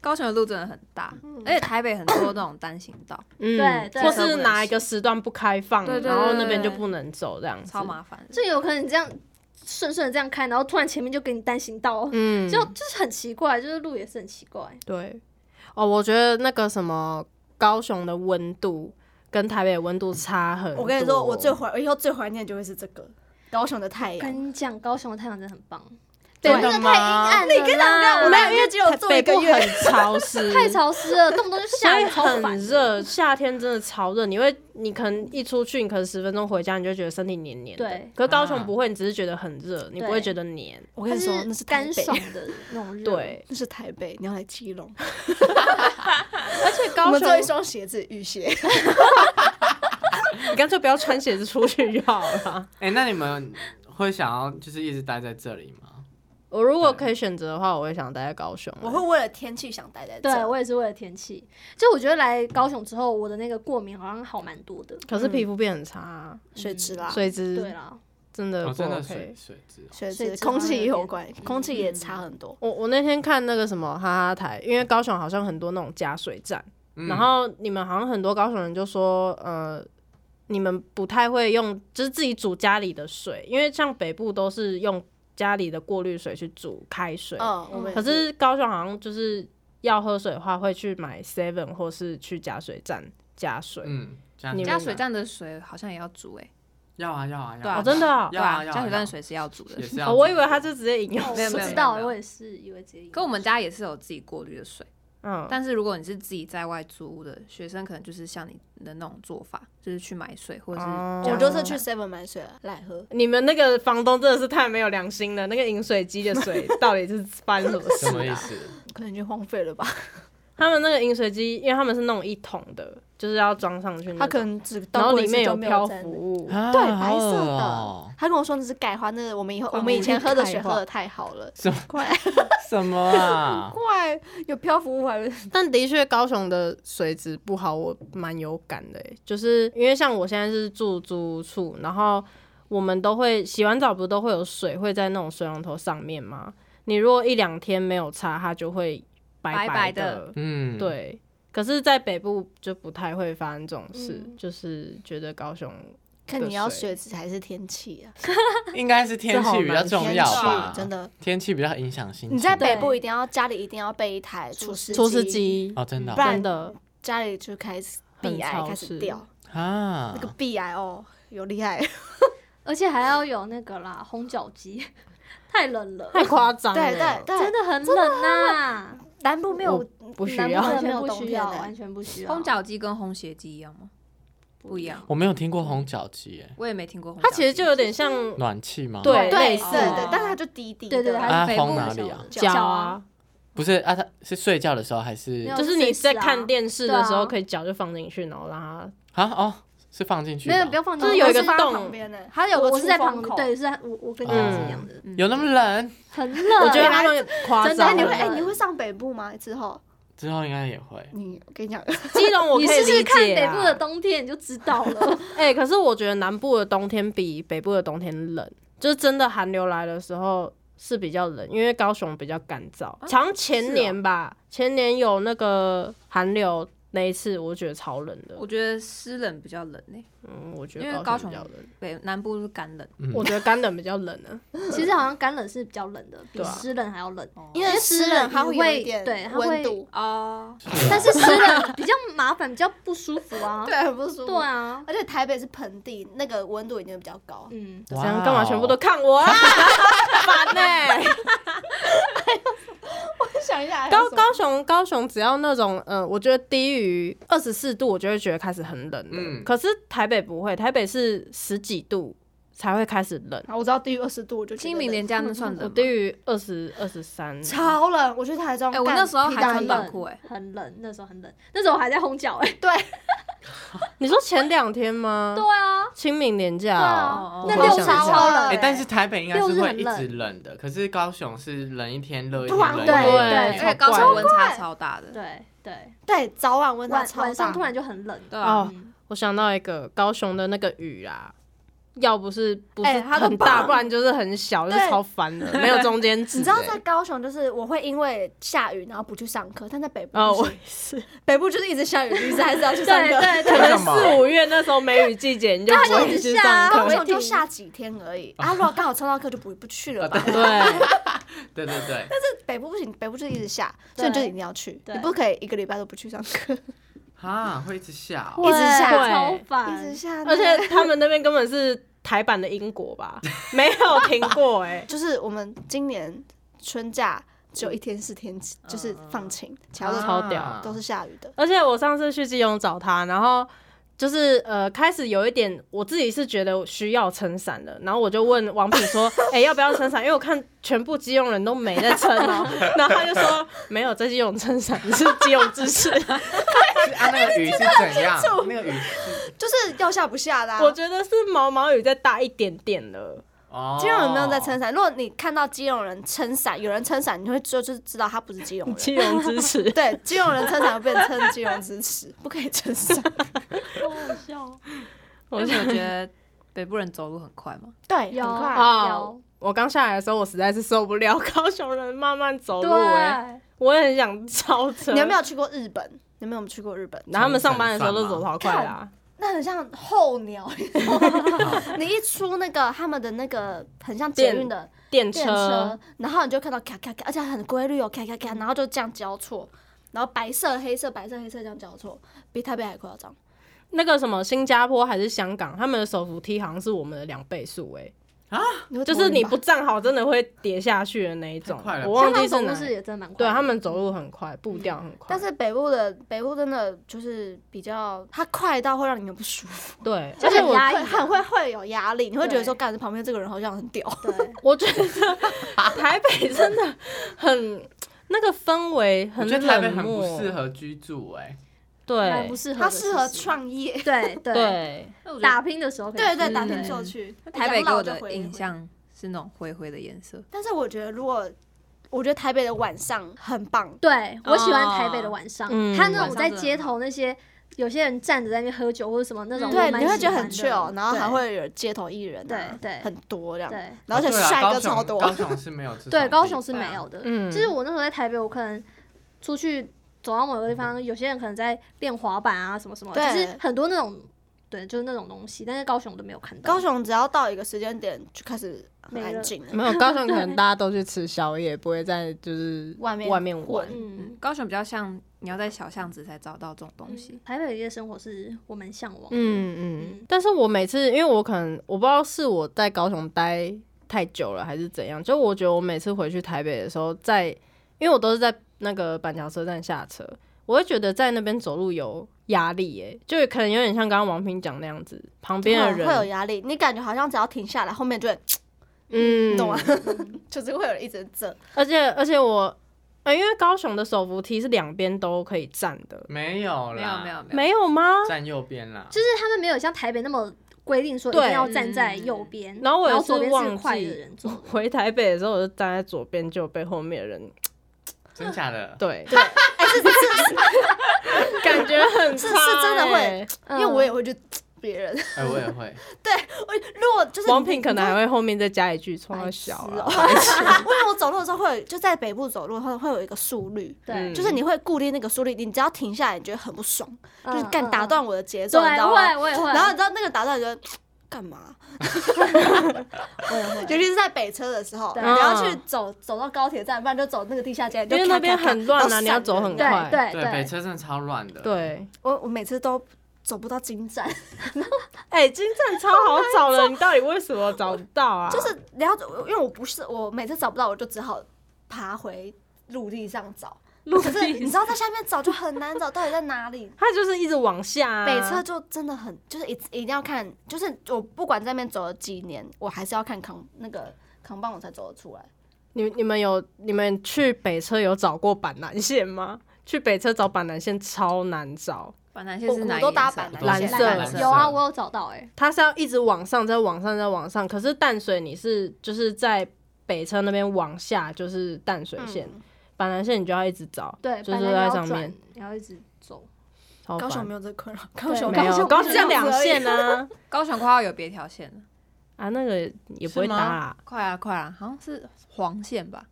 Speaker 3: 高雄的路真的很大，
Speaker 5: 嗯
Speaker 3: 而且台北很多那种单行道，
Speaker 1: 嗯，
Speaker 4: 对对
Speaker 1: 或是哪一个时段不开放，
Speaker 3: 对对对
Speaker 1: 然后那边就不能走这样子。
Speaker 3: 超麻烦的。
Speaker 4: 就有可能你这样顺顺的这样开，然后突然前面就给你单行道，
Speaker 1: 嗯，哎
Speaker 4: 就就是很奇怪，就是路也是很奇怪。
Speaker 1: 对，哦，我觉得那个什么高雄的温度跟台北的温度差很多。
Speaker 2: 我跟你说，我最怀我以后最怀念就会是这个高雄的太阳。
Speaker 4: 跟你讲，高雄的太阳真的很棒，
Speaker 5: 真
Speaker 4: 真
Speaker 5: 的
Speaker 4: 的
Speaker 5: 吗
Speaker 4: 太阴暗了啦。你跟
Speaker 2: 我没有，因为只有做一
Speaker 1: 北
Speaker 2: 个
Speaker 1: 部
Speaker 2: 月
Speaker 1: 很，潮
Speaker 2: (laughs)
Speaker 1: 湿，
Speaker 4: 太潮湿了，动不动就
Speaker 1: 所
Speaker 4: 下
Speaker 1: 以
Speaker 4: 雨，超烦
Speaker 1: 很。热，夏天真的超热。你会，你可能一出去，你可能十分钟回家，你就觉得身体黏黏的。
Speaker 4: 对
Speaker 1: 可是高雄
Speaker 5: 啊
Speaker 1: 不会，你只是觉得很热，你不会觉得黏。
Speaker 2: 我跟你说，那
Speaker 4: 它
Speaker 2: 是
Speaker 4: 是
Speaker 2: 台
Speaker 4: 干
Speaker 2: 北，
Speaker 4: 爽的那种热。，
Speaker 1: 对，
Speaker 2: 那是台北，你要来基隆。
Speaker 1: 而且
Speaker 2: 我
Speaker 1: 高
Speaker 2: 们
Speaker 1: 雄
Speaker 2: 做一双鞋子，雨鞋。
Speaker 1: (laughs) 你干脆不要穿鞋子出去就好了。啊
Speaker 5: 哎、那你们会想要就是一直待在这里吗？
Speaker 1: (laughs) 我如
Speaker 5: 啊
Speaker 1: 果可以选择的话，我会想待在高雄。啊
Speaker 2: (laughs) 我会为了天气想待在这。
Speaker 4: 对我也是为了天气。就我觉得来高雄之后，我的那个过敏好像好蛮多的。
Speaker 1: 可是皮肤变很差啊，
Speaker 2: 水质嗯啦，
Speaker 1: 水
Speaker 4: 对
Speaker 1: 质
Speaker 4: 啦，
Speaker 1: 真的
Speaker 5: 哦，
Speaker 1: 不
Speaker 5: 真的
Speaker 1: OK
Speaker 5: 水。水质哦、
Speaker 2: 水
Speaker 4: 水
Speaker 2: 质、
Speaker 4: 质
Speaker 2: 空
Speaker 4: 好像
Speaker 2: 气
Speaker 4: 有
Speaker 2: 也有
Speaker 4: 点
Speaker 2: 关，嗯空气也差很多。
Speaker 1: 我我那天看那个什么哈哈台，因为高雄好像很多那种加水站，
Speaker 5: 嗯
Speaker 1: 然后你们好像很多高雄人就说，呃，你们不太会用，就是自己煮家里的水，因为像北部都是用家里的过滤水去煮开水，
Speaker 2: 嗯，我们也
Speaker 1: 可是高雄好像就是要喝水的话，会去买 Seven 或是去加水站加水。
Speaker 5: 嗯，这样
Speaker 1: 你
Speaker 5: 子
Speaker 3: 加
Speaker 1: 们
Speaker 3: 水站的水好像也要煮哎，
Speaker 5: 要啊要啊要
Speaker 3: 对啊
Speaker 1: 哦，真的哦、
Speaker 5: 要
Speaker 3: 对
Speaker 5: 啊
Speaker 3: 啊，
Speaker 5: 要啊
Speaker 3: 加水站的水是要煮的
Speaker 5: 也。是要啊
Speaker 1: 哦，我以为他就直接饮用
Speaker 4: 我
Speaker 3: 没有
Speaker 4: 不
Speaker 1: 水
Speaker 3: 没有
Speaker 4: 知道，
Speaker 5: 没有
Speaker 4: 我也是以为直接。
Speaker 3: 可我们家也是有自己过滤的水，
Speaker 1: 嗯，
Speaker 3: 但是如果你是自己在外租屋的学生，可能就是像你的那种做法，就是去买水或者是
Speaker 1: 哦
Speaker 3: 加
Speaker 2: 我
Speaker 3: 水
Speaker 2: 就是
Speaker 3: 站
Speaker 2: 去 Seven 买水了来喝。
Speaker 1: 你们那个房东真的是太没有良心了，那个饮水机的水到底是翻什么事、
Speaker 5: 什么意
Speaker 1: 啊？
Speaker 5: 思？
Speaker 2: 可能已经荒废了吧？
Speaker 1: 他们那个饮水机，因为他们是那种一桶的，就是要装上去那种，
Speaker 2: 他可能只
Speaker 1: 然
Speaker 2: 到
Speaker 1: 后
Speaker 2: 过
Speaker 1: 里
Speaker 2: 一次
Speaker 1: 面
Speaker 2: 就没
Speaker 1: 漂
Speaker 2: 在那
Speaker 1: 浮物，
Speaker 5: 啊
Speaker 2: 对，白色
Speaker 5: 好恶
Speaker 2: 的
Speaker 5: 哦。
Speaker 2: 他跟我说那是钙化，那我们以后
Speaker 1: 矿
Speaker 2: 我们以
Speaker 1: 物
Speaker 2: 前
Speaker 1: 质
Speaker 2: 喝的
Speaker 1: 钙
Speaker 2: 水喝
Speaker 1: 化
Speaker 2: 的太好了，
Speaker 5: 什么
Speaker 2: 怪
Speaker 5: 什么啊？
Speaker 2: 怪有漂浮物还是
Speaker 1: 但的确，高雄的水质不好，我蛮有感的、欸。就是因为像我现在是住租屋处，然后我们都会洗完澡，不都会有水会在那种水龙头上面吗？你如果一两天没有擦，它就会白
Speaker 3: 白白
Speaker 1: 的
Speaker 3: 的。
Speaker 5: 嗯，，
Speaker 1: 对，可是，在北部就不太会发生这种事，
Speaker 4: 嗯
Speaker 1: 就是觉得高雄
Speaker 2: (laughs) 看你要
Speaker 1: 水
Speaker 2: 水质还是天气啊？
Speaker 5: 应该是天气比较重要
Speaker 1: 这好难
Speaker 5: 吧
Speaker 2: 天？气真，的，
Speaker 5: 天气比较影响心情。
Speaker 2: 你在
Speaker 4: 对
Speaker 2: 北部一定要家里一定要备一台除湿
Speaker 1: 除湿机
Speaker 5: 哦，真的哦
Speaker 2: 不然
Speaker 1: 真的
Speaker 2: 家里就开始
Speaker 1: 很
Speaker 2: 壁癌
Speaker 1: 潮
Speaker 2: 开
Speaker 1: 湿
Speaker 2: 始掉，
Speaker 5: 啊
Speaker 2: 那个 B I O 有厉害，
Speaker 4: 而且还要有那个啦，烘脚机，太冷了，
Speaker 1: 太夸张了。
Speaker 2: (laughs) 对对
Speaker 4: 真
Speaker 2: 对，
Speaker 4: 的很冷呐、
Speaker 2: 南部没有
Speaker 1: 不需
Speaker 2: 南部
Speaker 1: 要
Speaker 2: 真
Speaker 4: 完
Speaker 2: 的没
Speaker 4: 全
Speaker 2: 有
Speaker 4: 不
Speaker 2: 冬
Speaker 4: 需
Speaker 2: 天
Speaker 4: 要，
Speaker 2: 欸
Speaker 4: 完全不需要。
Speaker 3: 烘哎脚机跟烘鞋机一样吗？不一样，
Speaker 5: 我没有听过烘脚机耶，
Speaker 3: 我也没听过烘脚
Speaker 1: 它
Speaker 3: 机。
Speaker 1: 其实就有点像
Speaker 5: 暖气吗？
Speaker 1: 对类
Speaker 2: 对对
Speaker 1: 似
Speaker 2: 对
Speaker 4: 哦，
Speaker 2: 但它就低低的，
Speaker 4: 对对对，
Speaker 5: 啊
Speaker 4: 还是
Speaker 5: 烘哪里啊
Speaker 1: 脚
Speaker 4: 脚
Speaker 1: 啊
Speaker 4: 啊，
Speaker 5: 不是啊，它是睡觉的时候还是
Speaker 4: 没有
Speaker 1: 就是你在看电视的时
Speaker 4: 对
Speaker 1: 候
Speaker 4: 啊
Speaker 1: 可以脚就放进去，然后让它
Speaker 5: 啊哦，是放进去的
Speaker 4: 没
Speaker 5: 哦
Speaker 4: 有，不要放进
Speaker 1: 就是
Speaker 4: 去
Speaker 1: 有一个
Speaker 4: 我
Speaker 2: 放在
Speaker 1: 洞
Speaker 2: 旁边呢，
Speaker 4: 还有
Speaker 2: 有个
Speaker 4: 我是在
Speaker 2: 出风
Speaker 4: 旁
Speaker 2: 口
Speaker 4: 对，是在我我跟你
Speaker 5: 嗯
Speaker 4: 是一样的，
Speaker 3: 嗯
Speaker 5: 有那么冷？
Speaker 4: 很冷。
Speaker 1: 我觉得他们夸
Speaker 4: 真的
Speaker 1: 张
Speaker 2: 哎，你
Speaker 4: 那
Speaker 2: 会
Speaker 1: 了。
Speaker 2: 哎你会上北部吗？之后
Speaker 5: 之后应该也会。
Speaker 2: 你我跟你讲，
Speaker 1: 基隆我可
Speaker 4: 你
Speaker 1: 以
Speaker 4: 试试
Speaker 1: 理
Speaker 4: 看
Speaker 1: 解
Speaker 4: 北
Speaker 1: 啊
Speaker 4: 部的冬天，你就知道了。
Speaker 1: 哎、可是我觉得南部的冬天比北部的冬天冷，就是真的寒流来的时候是比较冷，因为高雄比较干燥。好像前年吧，前年有那个寒流那一次，我觉得超冷的
Speaker 3: 我。觉得湿冷比较冷呢、
Speaker 1: 嗯，我觉
Speaker 3: 因
Speaker 1: 得
Speaker 3: 为
Speaker 1: 高
Speaker 3: 高
Speaker 1: 雄
Speaker 3: 雄
Speaker 1: 比较冷，
Speaker 3: 北南部是干冷，
Speaker 5: 嗯
Speaker 1: 我觉得干冷比较冷啊呢、
Speaker 4: 其实好像干冷是比较冷的，比
Speaker 1: 对啊
Speaker 4: 湿冷还要冷，
Speaker 2: 因为湿冷它会有一点
Speaker 4: 对它会
Speaker 2: 温度，
Speaker 3: 哦，
Speaker 4: 但是湿冷比较麻烦，比较不舒服啊。
Speaker 2: 对，很不舒服。
Speaker 4: 对啊，
Speaker 2: 而且台北是盆地，那个温度一定比较高。
Speaker 4: 嗯，
Speaker 1: 这
Speaker 5: 哇
Speaker 1: 样干嘛
Speaker 5: 哦
Speaker 1: 全部都看我啊？ (laughs) 烦欸呢、
Speaker 2: 我想一下，
Speaker 1: 高
Speaker 2: (laughs)
Speaker 1: 高雄高雄只要那种嗯、呃我觉得低于二十四度，我就会觉得开始很冷了。
Speaker 5: 嗯
Speaker 1: 可是台北不会，台北是十几度才会开始冷。
Speaker 2: 好，啊我知道低于二十度我就觉得
Speaker 3: 清明连
Speaker 2: 冷
Speaker 3: 假那算冷
Speaker 1: 嗯我
Speaker 3: 吗
Speaker 1: 低于二十二十三，
Speaker 2: 超冷，我去台中
Speaker 3: 哎
Speaker 2: 干，
Speaker 3: 我那时候
Speaker 2: 皮
Speaker 3: 还
Speaker 2: 大
Speaker 3: 穿
Speaker 2: 衣
Speaker 3: 短裤哎
Speaker 4: 很冷，那时候很冷，那时候我还在烘脚哎。
Speaker 2: 对，
Speaker 1: 你说前两天吗？
Speaker 4: 对啊，
Speaker 1: 清明年假
Speaker 4: 对
Speaker 1: 哦、
Speaker 4: 啊
Speaker 3: 哦，
Speaker 4: 那
Speaker 5: 我
Speaker 4: 六
Speaker 5: 想
Speaker 4: 超
Speaker 5: 一下
Speaker 4: 冷
Speaker 5: 哎、
Speaker 4: 欸，
Speaker 2: 对
Speaker 5: 但是台北应该
Speaker 4: 六
Speaker 5: 是
Speaker 4: 日
Speaker 5: 会
Speaker 4: 很
Speaker 5: 一直
Speaker 4: 冷
Speaker 5: 冷的，可是高雄是冷一天热一天，
Speaker 2: 突然
Speaker 5: 冷一
Speaker 4: 对
Speaker 5: 天
Speaker 4: 对
Speaker 5: 冷一
Speaker 4: 对
Speaker 5: 天
Speaker 3: 而且高雄温差超大的，
Speaker 4: 对对，
Speaker 2: 对，早晚温差
Speaker 4: 晚
Speaker 2: 超大。
Speaker 4: 晚上突然就很冷。
Speaker 3: 对
Speaker 1: 哦
Speaker 3: 啊，
Speaker 4: (laughs) 嗯
Speaker 1: 我想到一个高雄的那个雨啊，要不是不是
Speaker 2: 哎它都
Speaker 1: 很大，
Speaker 2: 棒
Speaker 1: 不然就是很小，就
Speaker 2: 对
Speaker 1: 是超烦的，没有中间值、
Speaker 2: (laughs) 你知道在
Speaker 1: 哎
Speaker 2: 高雄，就是我会因为下雨然后不去上课，但在北部
Speaker 1: 哦，
Speaker 2: 不
Speaker 1: 我
Speaker 2: 行
Speaker 1: 也是，
Speaker 2: 北部就是一直下雨，一直还是要去上
Speaker 4: 对
Speaker 2: 课。
Speaker 4: 对
Speaker 5: 为
Speaker 1: 可
Speaker 4: 对，
Speaker 5: 什
Speaker 1: 能
Speaker 5: 么
Speaker 1: 四五月那时候梅雨季节，你就不会去上
Speaker 2: 高
Speaker 1: 课。
Speaker 2: 雄就下啊几天而已啊，如果刚好冲到课就不不去 (laughs) 了吧。
Speaker 1: 对，
Speaker 5: 对对对，
Speaker 2: 北部不行，北部就一直下，所以你就一定要去，
Speaker 4: 对
Speaker 2: 你不可以一个礼拜都不去上课，
Speaker 5: 啊，会一直下哦、
Speaker 2: 一直下
Speaker 1: 会
Speaker 4: 超烦，
Speaker 2: 一直下。
Speaker 1: 而且他们那边根本是台版的英国吧，没有停过哎、 (laughs)
Speaker 2: 就是我们今年春假只有一天是天气，就是放晴，其他
Speaker 1: 超屌
Speaker 5: 啊
Speaker 2: 都是下雨的。
Speaker 1: 而且我上次去基隆找他，然后就是呃，开始有一点我自己是觉得需要撑伞的，然后我就问王品说：“哎、要不要撑伞？”因为我看全部基隆人都没在撑
Speaker 2: (laughs)
Speaker 1: 哦、然后他就说：“没有，在基隆撑伞是基隆之耻。
Speaker 5: 是啊，那个雨是怎样？那个雨是
Speaker 2: 就是要下不下的、
Speaker 1: (laughs)
Speaker 2: 啊”。
Speaker 1: 我觉得是毛毛雨再大一点点了。
Speaker 5: 哦，
Speaker 2: 基隆人没有在撑伞，如果你看到基隆人撑伞，有人撑伞，你会就就是知道他不是基隆人。，
Speaker 1: 基隆之耻
Speaker 2: (laughs) 对，基隆人撑伞会变成基隆之耻，不可以
Speaker 1: (laughs)
Speaker 2: 撑伞。
Speaker 4: 好好笑。
Speaker 1: 我
Speaker 3: 而且
Speaker 1: 想
Speaker 3: 我觉得北部人走路很快嘛，
Speaker 2: 对，
Speaker 4: 有
Speaker 2: 很快。
Speaker 1: 啊
Speaker 4: 有，
Speaker 1: 我刚下来的时候，我实在是受不了高雄人慢慢走路、哎，
Speaker 4: 对，啊
Speaker 1: 我也很想超车。
Speaker 2: 你有没？有去过日本？你有没有去过日本？
Speaker 1: 然后他们上班的时啊候都走超快啦、
Speaker 2: 那很像候
Speaker 1: (laughs)
Speaker 2: 鸟，你一出那个他们的那个很像捷运的
Speaker 1: 电
Speaker 2: 电车，然后你就看到咔咔咔，而且很规律哦，咔咔咔，然后就这样交错，然后白色黑色白色黑色这样交错，比台北还夸张。
Speaker 1: 那个什么新加坡还是香港，他们的手扶梯好像是我们的两倍速哎、
Speaker 2: 会
Speaker 1: 就
Speaker 2: 头
Speaker 1: 是
Speaker 2: 晕
Speaker 1: 你
Speaker 2: 吧
Speaker 1: 不站好真的会跌下去的那一种
Speaker 5: 太快。了
Speaker 1: 我
Speaker 4: 香
Speaker 1: 忘
Speaker 4: 港
Speaker 1: 记
Speaker 4: 走
Speaker 1: 哪
Speaker 4: 路
Speaker 1: 里
Speaker 4: 是也真的蛮快
Speaker 1: 对
Speaker 4: 的，
Speaker 1: 他们走路很快，步调很快。
Speaker 2: 但是北部的北部真的就是比较，它快到会让你很不舒服，
Speaker 1: 对，
Speaker 4: 就
Speaker 1: 而
Speaker 4: 是
Speaker 1: 且
Speaker 4: 很
Speaker 1: 我
Speaker 4: 压抑
Speaker 2: 会
Speaker 4: 啊
Speaker 2: 很会会有压力，你会觉得说，
Speaker 4: 对
Speaker 2: 干旁边这个人好像很屌。 (laughs)
Speaker 4: 对。
Speaker 1: 我觉得台北真的很那个氛围
Speaker 5: 我
Speaker 1: 很
Speaker 5: 觉得台北
Speaker 1: 冷
Speaker 5: 很
Speaker 1: 漠，
Speaker 5: 不适合居住哎、
Speaker 4: 蛮
Speaker 1: 对
Speaker 4: 不适合的，
Speaker 2: 它适合
Speaker 4: 其实，
Speaker 2: 创业，
Speaker 4: 对对，
Speaker 1: 对，
Speaker 4: 打拼的时候可以
Speaker 2: 对
Speaker 4: 去，
Speaker 2: 对，
Speaker 1: 嗯
Speaker 2: 打拼就去。
Speaker 3: (laughs) 台北给
Speaker 2: 养老
Speaker 3: 我
Speaker 2: 就
Speaker 3: 的
Speaker 2: 回
Speaker 3: 印，象是那种灰灰的颜色，
Speaker 2: 但是我觉得如果我觉得台北的晚上很棒，
Speaker 4: 对我喜欢台北
Speaker 2: 哦
Speaker 4: 的晚上，
Speaker 1: 嗯
Speaker 4: 他那种在街头那些有些人站着在那边喝酒或者什么那种，
Speaker 2: 对，
Speaker 4: 我蛮
Speaker 2: 你会觉得很
Speaker 4: 喜欢
Speaker 2: chill，
Speaker 4: 的
Speaker 2: 然后还会有街头艺人啊，
Speaker 4: 对对
Speaker 2: 很多这样，
Speaker 4: 对
Speaker 2: 然后而且
Speaker 5: 哦对啊
Speaker 2: 帅
Speaker 5: 高
Speaker 2: 哥
Speaker 5: 雄
Speaker 2: 超多。
Speaker 5: 高雄是没有这种
Speaker 4: 对高雄
Speaker 5: 地啊
Speaker 4: 是没有的，
Speaker 1: 嗯
Speaker 4: 就是我那时候在台北，我可能出去走到某个地方，有些人可能在练滑板啊什么什么，就
Speaker 2: 对
Speaker 4: 是很多那种对，就是那种东西，但是高雄我都没有看到。
Speaker 2: 高雄只要到一个时间点就开始很安静了，
Speaker 1: 没有高雄可能大家都去吃宵夜，不会在就是
Speaker 2: 外面
Speaker 1: 外面玩
Speaker 2: 混。
Speaker 4: 嗯，
Speaker 3: 高雄比较像你要在小巷子才找到这种东西。
Speaker 4: 台北夜生活是我蛮向往的。
Speaker 1: 嗯嗯，但是我每次因为我可能我不知道是我在高雄待太久了还是怎样，就我觉得我每次回去台北的时候在，因为我都是在那个板桥车站下车，我会觉得在那边走路有压力、耶，就可能有点像刚刚王平讲那样子，旁边的
Speaker 2: 会会有
Speaker 1: 人，
Speaker 2: 压力，你感觉好像只要停下来，后面就会，
Speaker 1: 嗯，
Speaker 2: 你懂吗？ (laughs) 就是会有人一直这，
Speaker 1: 而且而且我，呃，因为高雄的手扶梯是两边都可以站的，
Speaker 5: 没有
Speaker 3: 没
Speaker 5: 啦，
Speaker 3: 有没有没有，
Speaker 1: 没有吗？
Speaker 5: 站右边啦，
Speaker 4: 就是他们没有像台北那么规定说一
Speaker 1: 对
Speaker 4: 定要
Speaker 2: 嗯
Speaker 4: 站在右边，
Speaker 1: 然后我也
Speaker 4: 左边
Speaker 1: 忘
Speaker 4: 是快的
Speaker 1: 记
Speaker 4: 人坐的。
Speaker 1: 回台北的时候，我就站在左边，就被后面的人
Speaker 5: 真假的？
Speaker 1: (laughs) 对，
Speaker 2: 对，哎、是是是，
Speaker 1: 感觉很
Speaker 2: 是
Speaker 1: 差
Speaker 2: 是真的会
Speaker 1: 欸
Speaker 2: 因
Speaker 4: 嗯
Speaker 2: 为我也会去别人，
Speaker 5: 哎，我也会，
Speaker 2: 我如果就是
Speaker 1: 王品可能还
Speaker 2: 会。
Speaker 1: 会后面再加一句“冲他
Speaker 2: 白痴
Speaker 1: 小啊
Speaker 2: 哦、
Speaker 1: 了”，
Speaker 2: 因 (laughs) 为我走路的时候会有，就在北部走路会会有一个速率，
Speaker 1: 嗯
Speaker 4: 对，
Speaker 2: 就是你会固定那个速率，你只要停下来，你觉得很不爽，
Speaker 4: 嗯
Speaker 2: 就是干打。断我的节
Speaker 4: 嗯嗯
Speaker 2: 奏，你知
Speaker 4: 对，
Speaker 2: 道
Speaker 4: 我也
Speaker 2: 吗？
Speaker 4: 我也会。
Speaker 2: 然后你知道那个打断，你觉得干嘛？
Speaker 4: 我也会
Speaker 2: 尤其是在北车的时候，
Speaker 4: 对
Speaker 2: 你要去走走到高铁站，不然就走那个地下街，
Speaker 1: 因为
Speaker 2: 就
Speaker 1: 那
Speaker 2: 咔
Speaker 1: 边
Speaker 2: 咔咔
Speaker 1: 很乱啊
Speaker 2: 然后
Speaker 1: 你要
Speaker 2: 闪
Speaker 1: 走
Speaker 2: 人
Speaker 1: 很
Speaker 2: 这样
Speaker 1: 快
Speaker 4: 对 (laughs) 对
Speaker 5: 对，北车真的超乱的，，
Speaker 1: 对，
Speaker 2: 我我每次都走不到金站，
Speaker 1: 哎，金站超好找的，你到底为什么找不到啊？
Speaker 2: 就是 (laughs) 你要走，因为我不是我每次找不到，我就只好爬回陆地上找。可是你知道在下面找就很难找，到底在哪里？
Speaker 1: 他就是一直往下啊，
Speaker 2: 北车就真的很，就是一一定要看，就是我不管在那边走了几年，我还是要看扛那个扛棒，我才走得出来。
Speaker 1: 你你们有你们去北车有找过板南线吗？去北车找板南线超难找，
Speaker 3: 板南线是哪
Speaker 2: 我
Speaker 3: 一
Speaker 2: 都
Speaker 3: 个
Speaker 2: 搭
Speaker 3: 颜色
Speaker 2: 板南
Speaker 5: 蓝
Speaker 1: 线
Speaker 5: 色
Speaker 1: 蓝
Speaker 5: 蓝
Speaker 1: 色
Speaker 5: 色，
Speaker 4: 有啊，我有找到哎、
Speaker 1: 它是要一直往上，再往上，再往上。可是淡水你是就是在北车那边往下，就是淡水线，
Speaker 2: 嗯
Speaker 1: 板南线你就要一直找，
Speaker 4: 对，
Speaker 1: 就是
Speaker 4: 本来
Speaker 1: 在
Speaker 4: 要
Speaker 1: 上
Speaker 4: 转
Speaker 1: 面，，
Speaker 4: 你要一直走。
Speaker 1: 超
Speaker 2: 高雄
Speaker 1: 烦
Speaker 2: 没有这个困扰，高雄
Speaker 1: 没有，高雄
Speaker 2: 这样
Speaker 1: 两
Speaker 2: 子而已
Speaker 1: 线
Speaker 2: (laughs)
Speaker 1: 啊。
Speaker 3: 高雄快要有别条线了，
Speaker 1: 啊，那个也不会
Speaker 5: 是
Speaker 1: 搭
Speaker 5: 吗
Speaker 1: 啦。
Speaker 3: 快啊快啊，好像是黄线吧？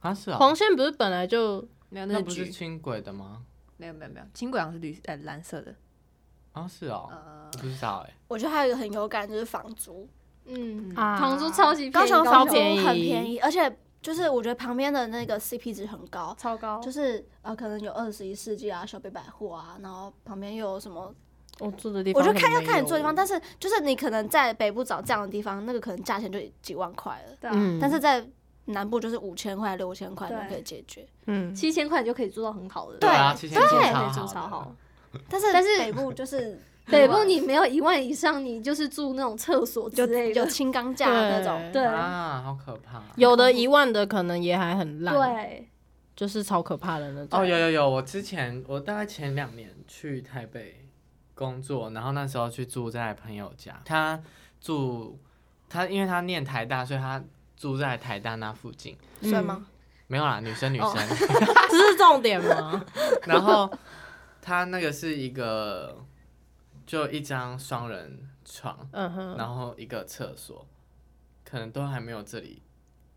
Speaker 5: 啊是啊，
Speaker 1: 黄线不是本来就
Speaker 3: 没有，
Speaker 5: 那
Speaker 3: 是
Speaker 5: 不是
Speaker 3: 橘，
Speaker 5: 轻轨的吗？
Speaker 3: 没有没有没有，轻轨好像是绿呃蓝色的，
Speaker 5: 啊是哦，
Speaker 3: 呃
Speaker 5: 我，不知道哎，
Speaker 2: 我觉得还有一个很有感就是房租，
Speaker 4: 嗯，
Speaker 1: 啊
Speaker 4: 房租超级便宜，
Speaker 2: 高雄
Speaker 1: 超
Speaker 2: 房租
Speaker 1: 便宜
Speaker 2: 很便宜，而且就是我觉得旁边的那个 CP 值很高，
Speaker 4: 超高，
Speaker 2: 就是呃可能有二十一世纪啊、小北百货啊，然后旁边又有什么，
Speaker 1: 我哦住的地
Speaker 2: 我
Speaker 1: 方
Speaker 2: 就
Speaker 1: 很
Speaker 2: 看
Speaker 1: 没有，
Speaker 2: 要看你住的地方，但是就是你可能在北部找这样的地方，那个可能价钱就几万块了，
Speaker 4: 对、啊，
Speaker 1: 嗯，
Speaker 2: 但是在南部就是五千块、六千块
Speaker 4: 对
Speaker 2: 就可以解决。
Speaker 1: 嗯，
Speaker 4: 七千块你就可以租到很好的，
Speaker 2: 对
Speaker 5: 啊，七千
Speaker 2: 对
Speaker 5: 超
Speaker 4: 住
Speaker 5: 好
Speaker 4: 超
Speaker 5: 的
Speaker 4: 好。。 (laughs)
Speaker 2: 但是
Speaker 4: 但是
Speaker 2: 北 (laughs) 部就是
Speaker 4: 北部你没有一万以上，你就是住那种厕所之
Speaker 2: 有
Speaker 4: 类
Speaker 2: 有
Speaker 4: 的，
Speaker 2: (laughs) 轻钢架的那种，
Speaker 4: 对
Speaker 5: 啊，好可怕。
Speaker 1: 有的一万的可能也还很烂，，
Speaker 2: 啊
Speaker 4: 对，
Speaker 1: 就是超可怕的那种。
Speaker 5: 哦，有有有，我之前我大概前两年去台北工作，然后那时候去住在朋友家，他住他因为他念台大，所以他住在台大那附近，
Speaker 2: 算吗？
Speaker 5: 没有啦，女生女生。
Speaker 1: 这是重点
Speaker 5: (laughs)
Speaker 1: 吗？
Speaker 5: 然后他那个是一个就一张双人床，
Speaker 1: 嗯哼，
Speaker 5: 然后一个厕所，可能都还没有这里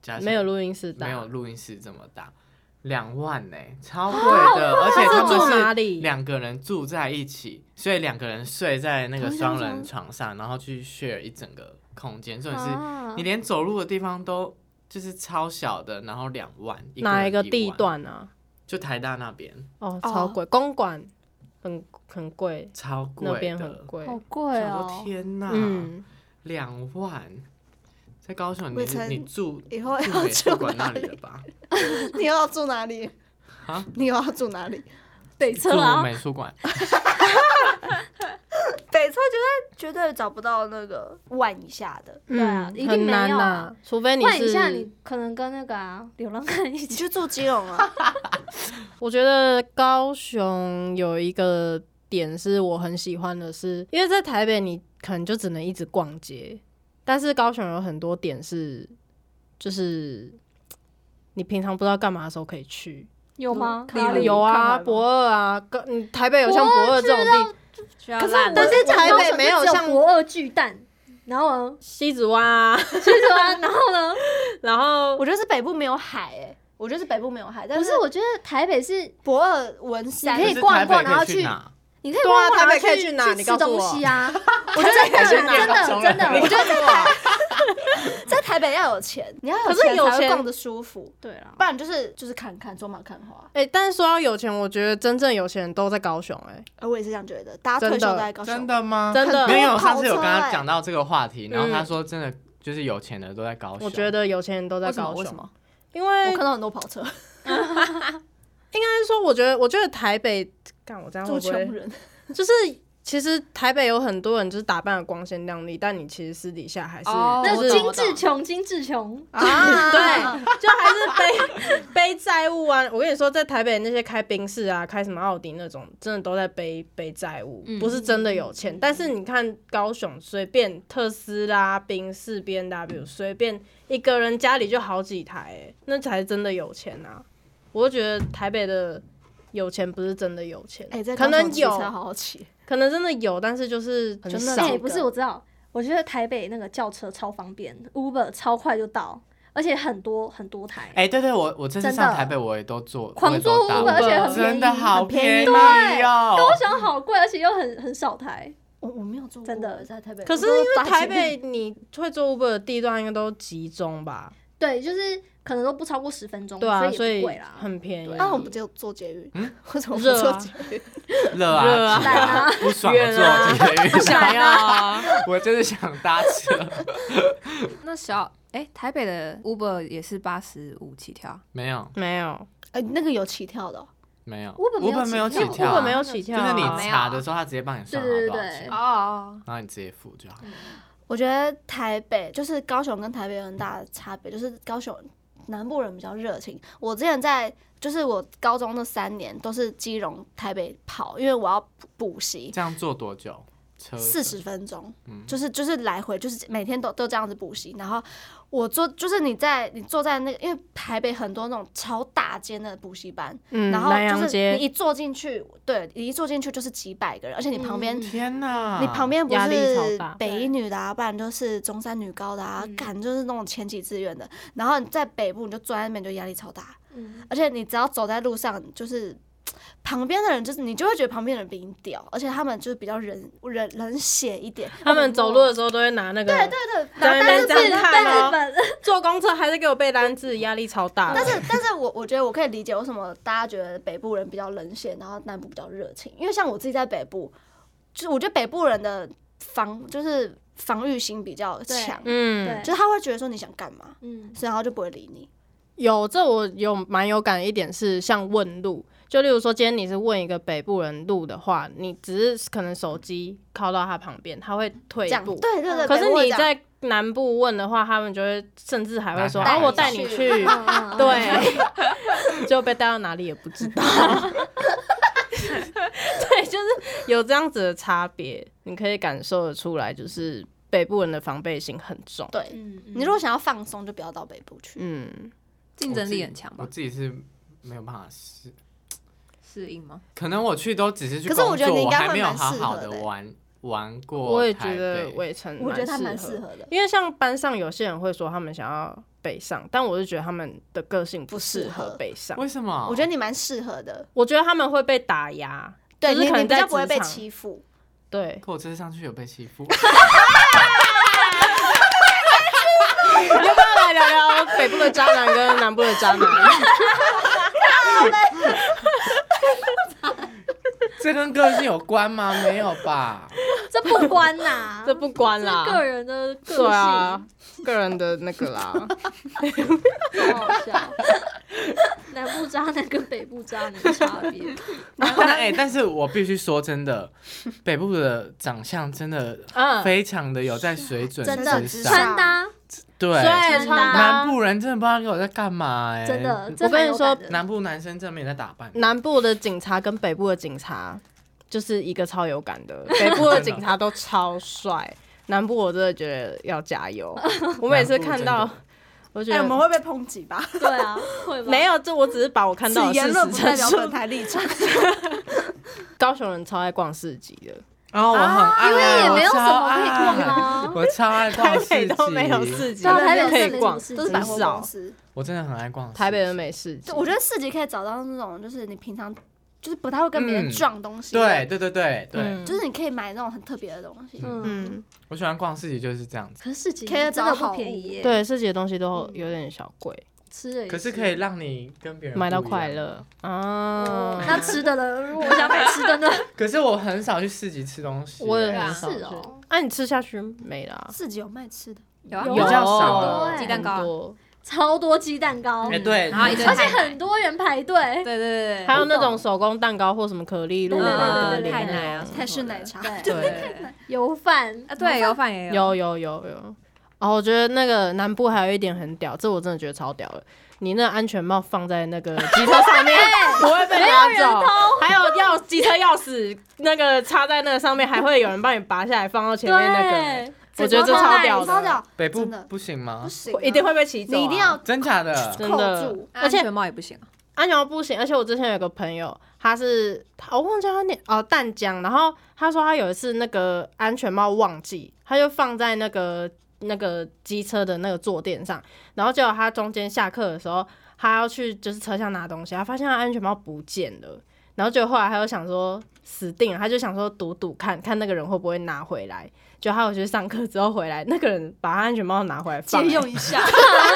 Speaker 5: 加起来
Speaker 1: 没有录音室大，
Speaker 5: 没有录音室这么大，两万
Speaker 1: (laughs)
Speaker 5: 呢、超贵的，而且他
Speaker 1: 这
Speaker 5: 们
Speaker 1: 哦住
Speaker 5: 是
Speaker 1: 哪里？
Speaker 5: 两个人住在一起，所以两个人睡在那个
Speaker 2: 同一张
Speaker 5: 双人床上，然后去 share 一整个空间，重点是
Speaker 4: 啊
Speaker 5: 你连走路的地方都就是超小的，然后两万，
Speaker 1: 哪一
Speaker 5: 个
Speaker 1: 个
Speaker 5: 人
Speaker 1: 地
Speaker 5: 1万？
Speaker 1: 段啊？
Speaker 5: 就台大那边
Speaker 1: 哦，超贵，公馆很很贵，
Speaker 5: 超
Speaker 1: 那
Speaker 5: 贵
Speaker 1: 边很
Speaker 5: 的，
Speaker 1: 贵，
Speaker 4: 好贵
Speaker 5: 想
Speaker 4: 哦
Speaker 5: 说，天哪，
Speaker 1: 嗯，
Speaker 5: 两、万，在高雄
Speaker 2: 伟
Speaker 5: 你
Speaker 2: 成
Speaker 5: 你住
Speaker 2: 以后
Speaker 5: 住
Speaker 2: 哦要
Speaker 5: 美术
Speaker 2: 住
Speaker 5: 馆
Speaker 2: 哪
Speaker 5: 那里
Speaker 2: 里
Speaker 5: 了？吧？
Speaker 2: 你又要住哪里
Speaker 5: 啊？
Speaker 2: 你又要住哪里？
Speaker 4: 北
Speaker 5: 住
Speaker 4: 车啊，
Speaker 5: 美术馆，
Speaker 2: 北车绝对绝对找不到那个万以下的，
Speaker 4: 对啊
Speaker 1: 嗯
Speaker 4: 一定
Speaker 1: 很
Speaker 4: 没
Speaker 1: 难
Speaker 4: 有啊
Speaker 1: 呐，除非你
Speaker 4: 换
Speaker 1: 是
Speaker 4: 一下你可能跟那个啊流浪汉一
Speaker 2: 你
Speaker 4: 起，
Speaker 2: 去住基隆 (laughs) 啊？
Speaker 1: 我觉得高雄有一个点是我很喜欢的是，因为在台北你可能就只能一直逛街，但是高雄有很多点是，就是你平常不知道干嘛的时候可以去，
Speaker 4: 有吗？
Speaker 2: 可以
Speaker 1: 例
Speaker 4: 哪
Speaker 1: 如
Speaker 4: 里
Speaker 1: 有
Speaker 2: 看
Speaker 1: 啊，
Speaker 2: 完吗
Speaker 1: 博二啊，高嗯台北有像博二这种地，
Speaker 3: 需要
Speaker 1: 可是
Speaker 3: 烂的
Speaker 1: 但是台北没有
Speaker 4: 我想
Speaker 1: 像
Speaker 4: 说只有博二巨蛋，然后呢，
Speaker 1: 西子湾啊，
Speaker 4: 所以说啊，然后
Speaker 1: (laughs)
Speaker 4: 呢，
Speaker 1: 然后
Speaker 2: 我觉得是北部没有海诶、我觉得是北部没有海，但
Speaker 4: 不
Speaker 2: 是
Speaker 4: 是，我啊觉得台北是
Speaker 2: 博尔文山
Speaker 4: 你可以
Speaker 5: 就是
Speaker 4: 逛
Speaker 5: 台北
Speaker 4: 逛然
Speaker 5: 可以
Speaker 4: 后去
Speaker 5: 去哪？
Speaker 4: 你可以
Speaker 1: 对啊
Speaker 4: 逛逛
Speaker 1: 台北可以
Speaker 4: 去
Speaker 1: 去哪你
Speaker 4: 吃
Speaker 1: 告诉 (laughs)
Speaker 4: 东
Speaker 1: 我
Speaker 4: 西啊，
Speaker 2: 我觉得在
Speaker 4: 真
Speaker 2: 台
Speaker 4: 的真的，
Speaker 5: 真的
Speaker 2: 在台北要有钱，你要有
Speaker 1: 可是
Speaker 2: 钱
Speaker 1: 有
Speaker 2: 才会
Speaker 1: 钱
Speaker 2: 逛的舒服，
Speaker 4: 对啦
Speaker 2: 不，然就是就是看看走马看花。
Speaker 1: 哎、但是说到有钱，我觉得真正有钱人都在高雄、哎，
Speaker 2: 呃，我也是这样觉得，大家
Speaker 1: 真
Speaker 2: 退休
Speaker 1: 的
Speaker 2: 都在高雄
Speaker 5: 真，的吗？
Speaker 1: 真的
Speaker 5: 没有，因为我
Speaker 2: 跑
Speaker 5: 上次有
Speaker 2: 车
Speaker 5: 跟他
Speaker 2: 欸
Speaker 5: 讲到这个话题，然后他
Speaker 1: 嗯
Speaker 5: 说真的就是有钱的都在高雄，
Speaker 1: 我觉得有钱人都在
Speaker 3: 为什么？
Speaker 1: 高
Speaker 3: 为
Speaker 1: 雄，
Speaker 3: 什么？
Speaker 1: 因为
Speaker 2: 我看到很多跑车，
Speaker 1: 应该是说，我觉得，我觉得台北，干我这样
Speaker 2: 住
Speaker 1: 会不
Speaker 2: 穷
Speaker 1: 会？
Speaker 2: 人，
Speaker 1: 就是其实台北有很多人就是打扮的光鲜亮丽，但你其实私底下还是、
Speaker 3: 哦
Speaker 1: 就
Speaker 4: 那
Speaker 3: 我
Speaker 1: 是
Speaker 4: 精
Speaker 3: 懂
Speaker 4: 致穷，精致穷，
Speaker 1: 啊，对，就还是背背债务啊。我跟你说，在台北那些开宾士啊、开什么奥迪那种，真的都在背背债务，不是真的有钱。嗯但是你看高雄，随便特斯拉、宾士、B N W，随便一个人家里就好几台、欸，那才真的有钱啊！我就觉得台北的。有钱不是真的有钱，
Speaker 2: (laughs) 哎，在
Speaker 1: 可
Speaker 2: 高
Speaker 1: 能
Speaker 2: 雄骑
Speaker 1: 有，
Speaker 2: 车好好骑，
Speaker 1: 可能真的有，但是就是很
Speaker 2: 真的
Speaker 1: 少
Speaker 2: 找
Speaker 4: 哎、
Speaker 2: 是。
Speaker 4: 不
Speaker 2: 个
Speaker 4: 是，我知道，我觉得台北那个轿车超方便，Uber 超快就到，而且很多很多台。
Speaker 5: 哎、对对，我我这次
Speaker 4: 真的
Speaker 5: 上台北我也都坐，
Speaker 4: 狂
Speaker 5: 我也
Speaker 4: 坐
Speaker 5: 都搭
Speaker 4: Uber，
Speaker 1: 而且很
Speaker 4: 便
Speaker 5: Uber
Speaker 4: 宜
Speaker 5: 真的好
Speaker 2: 很便
Speaker 5: 便
Speaker 2: 宜
Speaker 5: 宜
Speaker 4: 高
Speaker 5: 哦。
Speaker 4: 雄
Speaker 1: 嗯
Speaker 4: 好贵，而且又很很少台。
Speaker 2: 我我没有住过，
Speaker 4: 真的
Speaker 2: 在台北，
Speaker 1: 可是因
Speaker 2: 我都
Speaker 1: 为
Speaker 2: 搭捷
Speaker 1: 台
Speaker 2: 运
Speaker 1: 北你会做 Uber 的地段应该都集中吧？
Speaker 4: 对，就是可能都不超过十分钟，
Speaker 1: 对啊，所
Speaker 4: 所也
Speaker 1: 以
Speaker 4: 不贵啦。
Speaker 1: 很便宜。
Speaker 2: 啊，我们
Speaker 1: (laughs)
Speaker 2: 就坐捷运，
Speaker 5: 嗯
Speaker 2: (laughs) 为什么不
Speaker 1: 热
Speaker 2: 坐
Speaker 1: 啊
Speaker 2: 捷运？
Speaker 5: 热啊，
Speaker 1: 热啊
Speaker 5: 挤不爽坐
Speaker 1: 远啊
Speaker 5: 捷运，
Speaker 1: 不 (laughs) 想要啊，
Speaker 5: 我真的想搭车。
Speaker 3: 那小哎、台北的 Uber 也是八十五起跳，
Speaker 5: 没有
Speaker 1: (laughs) 没有，
Speaker 2: 哎，那个有起跳的哦，
Speaker 5: 没有
Speaker 4: Uber
Speaker 5: 没
Speaker 4: 没
Speaker 5: 有
Speaker 4: 有
Speaker 5: 起
Speaker 4: 起
Speaker 1: 根
Speaker 5: 跳
Speaker 4: 啊
Speaker 1: 本
Speaker 5: 啊，
Speaker 1: 没有起跳
Speaker 5: 就
Speaker 1: 啊，
Speaker 5: 是你
Speaker 3: 没有
Speaker 5: 查的时候，他直接帮你算好
Speaker 4: 对对
Speaker 5: 多少
Speaker 4: 对
Speaker 5: 钱，
Speaker 4: 哦
Speaker 3: 哦，
Speaker 5: 然后你直接付就好。
Speaker 2: 我觉得台北就是高雄跟台北有很大的差别，就是高雄南部人比较热情。我之前在就是我高中那三年都是基隆、台北跑，因为我要补习，
Speaker 5: 这样坐多久？车
Speaker 2: 四十分钟，就是就是来回，就是每天都都这样子补习。然后我坐就是你在你坐在那个，因为台北很多那种超大间的补习班，
Speaker 1: 嗯，
Speaker 2: 然后
Speaker 1: 南
Speaker 2: 就
Speaker 1: 洋
Speaker 2: 是你
Speaker 1: 街
Speaker 2: 一坐进去，对，你一坐进去就是几百个人，而且你旁边
Speaker 4: 嗯
Speaker 5: 天哪！
Speaker 2: 你旁边不
Speaker 1: 压力超
Speaker 2: 是
Speaker 1: 大
Speaker 2: 北一女的、啊，不然就是中山女高的啊，干、就是那种前几志愿的。然后你在北部，你就坐在那边就压力超大，
Speaker 4: 嗯，
Speaker 2: 而且你只要走在路上，就是旁边的人，就是你就会觉得旁边的人比你屌，而且他们就是比较人人人血一点。哦
Speaker 1: 他们走路的时候都会拿那个，对对
Speaker 2: 对对，
Speaker 1: 在那边这
Speaker 4: 啊但是
Speaker 1: 样看
Speaker 4: 但是
Speaker 1: 哦，
Speaker 4: 本
Speaker 1: (laughs) 坐公车还在给我背单字，压力超大的。
Speaker 2: 但是但是我我觉得我可以理解为什么大家觉得北部人比较冷血，然后南部比较热情，因为像我自己在北部，就是我觉得北部人的防就是防御心比较
Speaker 4: 对
Speaker 2: 强。
Speaker 1: 嗯
Speaker 4: 对，
Speaker 2: 就是他会觉得说你想干嘛，
Speaker 1: (laughs)
Speaker 4: 嗯，
Speaker 2: 所以他就不会理你。
Speaker 1: 有这我有蛮有感的一点是，像问路，就例如说今天你是问一个北部人路的话，你只是可能手机靠到他旁边，他会退
Speaker 2: 这
Speaker 1: 一
Speaker 2: 样
Speaker 1: 步
Speaker 2: 对。对对，
Speaker 1: 可
Speaker 2: 北
Speaker 1: 是
Speaker 2: 部会
Speaker 1: 你
Speaker 2: 这样
Speaker 1: 在南部问的话，他们就会甚至还会说：“
Speaker 5: 拿
Speaker 1: 啊，
Speaker 5: 牌
Speaker 1: 我带你去。
Speaker 2: 去
Speaker 4: 嗯”嗯，
Speaker 1: 对， (laughs) 就被带到哪里也不知道。 (laughs) 对，就是有这样子的差别，你可以感受得出来，就是北部人的防备心很重。
Speaker 2: 对，
Speaker 4: 嗯，嗯
Speaker 2: 你如果想要放松，就不要到北部去。
Speaker 1: 嗯，
Speaker 3: 竞争力很强
Speaker 5: 我
Speaker 3: 吧？
Speaker 5: 自己是没有办法适，
Speaker 3: 适应吗？
Speaker 5: 可能我去都只是去工
Speaker 2: 可是
Speaker 5: 作，
Speaker 2: 我觉得你应该
Speaker 5: 我还没有
Speaker 2: 会蛮
Speaker 5: 好
Speaker 2: 适
Speaker 5: 好
Speaker 2: 合
Speaker 5: 的
Speaker 2: 的欸
Speaker 5: 玩玩过。
Speaker 1: 我也觉得伟成，
Speaker 2: 我觉得他蛮适合的，
Speaker 1: 因为像班上有些人会说他们想要北上，但我就觉得他们的个性不适
Speaker 2: 不适
Speaker 1: 合
Speaker 2: 合
Speaker 1: 北上。
Speaker 5: 为什么？
Speaker 2: 我觉得你蛮适合的，
Speaker 1: 我觉得他们会被打压，
Speaker 2: 对
Speaker 1: 就是
Speaker 2: 你
Speaker 1: 可
Speaker 2: 你
Speaker 1: 能
Speaker 2: 比
Speaker 1: 在
Speaker 2: 较不会
Speaker 1: 职
Speaker 2: 被
Speaker 1: 场
Speaker 2: 欺负。
Speaker 5: (laughs)
Speaker 1: 对，
Speaker 5: 可我这次上去有被欺负。 (laughs)
Speaker 1: 你要不要来聊聊北部的渣男跟南部的渣男？，
Speaker 5: 这跟个性有关吗？没有
Speaker 2: (laughs)
Speaker 5: 吧？
Speaker 4: 这不关呐
Speaker 1: 这不关啦，
Speaker 4: 这个人的个性，
Speaker 1: 啊对啊，个人的那个啦。
Speaker 4: 好好笑。 (laughs) 南部渣男跟北部渣男的差别，
Speaker 5: 但哎、但是我必须说真的，北部的长相真的
Speaker 1: 嗯，
Speaker 5: 非常的有在水准
Speaker 2: 真的啊
Speaker 5: 之
Speaker 2: 之
Speaker 5: 上，
Speaker 2: 上
Speaker 4: 穿 (laughs) 搭
Speaker 5: 对。
Speaker 1: 对，穿
Speaker 5: 南
Speaker 1: 搭。
Speaker 5: 部人真的不知道给我在干嘛哎、
Speaker 4: 真的，
Speaker 1: 我跟你说
Speaker 5: 南部男生真的没在打扮，
Speaker 1: 南部的警察跟北部的警察就是一个超有感 (laughs) 的，北部的警察都超帅，南部我真的觉得要加 (laughs) 油。我每次看
Speaker 5: 南
Speaker 1: 到
Speaker 5: 部真，
Speaker 1: 哎我觉得。
Speaker 2: 哎会被抨击
Speaker 4: (laughs)
Speaker 2: 吧？
Speaker 4: 对啊，会吗？
Speaker 1: 没有，这我只是把我看到
Speaker 2: (laughs)
Speaker 1: 的事实陈述。
Speaker 2: 台立场。
Speaker 1: 高雄人超爱逛市集的，
Speaker 5: 然后我很爱，
Speaker 4: 因为也没有什么可以逛
Speaker 5: 我超爱
Speaker 4: 啊。
Speaker 5: 我超 (laughs) 爱逛
Speaker 1: 台
Speaker 5: 市
Speaker 1: 北
Speaker 5: 集，
Speaker 1: 都没有市集
Speaker 4: 对啊台北
Speaker 1: 可
Speaker 4: 真的
Speaker 1: 以
Speaker 4: 没
Speaker 1: 逛
Speaker 4: 什，
Speaker 2: 都是
Speaker 4: 么
Speaker 2: 百
Speaker 1: 很
Speaker 2: 货
Speaker 1: 少
Speaker 2: 公。司。
Speaker 5: 我真的很爱逛市集
Speaker 1: 台北人没市集，
Speaker 2: 对，我觉得市集可以找到那种，就是你平常就是不太会跟别人
Speaker 5: 嗯
Speaker 2: 撞东西。
Speaker 5: 对，对对对对，
Speaker 1: 嗯
Speaker 2: 就是你可以买那种很特别的东西。
Speaker 4: 嗯，
Speaker 1: 嗯，
Speaker 5: 我喜欢逛市集就是这样子，
Speaker 4: 可是市集
Speaker 2: 可以
Speaker 4: 真的
Speaker 2: 找好
Speaker 4: 不便宜耶，，
Speaker 1: 对，自己的东西都有点小贵，
Speaker 4: 吃了也
Speaker 5: 可是可以让你跟别人
Speaker 1: 买到
Speaker 5: 不一样
Speaker 1: 快。乐啊。
Speaker 4: (laughs) 那吃的了，如果我想买吃的呢？
Speaker 5: 可是我很少去市集吃东西，
Speaker 1: 我也啊
Speaker 5: 欸
Speaker 1: 很少
Speaker 4: 是
Speaker 1: 吃
Speaker 4: 哦，
Speaker 1: 那你吃下去没啦？
Speaker 2: 市集有卖吃的，
Speaker 3: 有啊
Speaker 5: 比
Speaker 1: 有
Speaker 5: 较
Speaker 1: 很
Speaker 5: 少
Speaker 1: 多
Speaker 5: 了
Speaker 4: 欸
Speaker 3: 鸡蛋糕啊
Speaker 1: 很，多
Speaker 4: 超多鸡蛋糕，嗯
Speaker 5: 哎
Speaker 4: 而
Speaker 5: 对，
Speaker 3: 然后一堆
Speaker 4: 且很多人排队。
Speaker 3: 对对对，
Speaker 1: 还有那种手工蛋糕或什么可丽露啊、
Speaker 3: 嗯
Speaker 1: 莲
Speaker 3: 太
Speaker 1: 蓉
Speaker 3: 奶啊，
Speaker 2: 泰式奶茶。 (laughs)
Speaker 3: 对
Speaker 1: 对
Speaker 4: 油饭
Speaker 3: 啊，对，油饭也有，
Speaker 1: 有有有有。哦，我觉得那个南部还有一点很屌，这我真的觉得超屌了。你那安全帽放在那个机车上面，不会被拿走。还有钥机车钥匙那个插在那个上面，还会有人帮你拔下来放到前面那
Speaker 4: 对，
Speaker 1: 个，我觉得这超屌
Speaker 2: 超
Speaker 1: 的，
Speaker 2: 屌，
Speaker 5: 北部
Speaker 2: 真的
Speaker 5: 不行吗
Speaker 2: 不？行啊，
Speaker 1: 一定会被骑走啊。
Speaker 2: 你一定要
Speaker 5: 真假的？
Speaker 1: 真
Speaker 2: 扣
Speaker 1: 的
Speaker 2: 住，
Speaker 1: 而且
Speaker 3: 安全帽也不行啊，
Speaker 1: 安全帽不行，而且我之前有个朋友，他是他我忘记他念哦淡江，然后他说他有一次那个安全帽忘记，他就放在那个那个机车的那个坐垫上，然后结果他中间下课的时候，他要去就是车厢拿东西，他发现他安全帽不见了，然后就后来他又想说死定了，他就想说赌赌看看那个人会不会拿回来，就他有去上课之后回来，那个人把他安全帽拿回来放、
Speaker 2: 借用一下。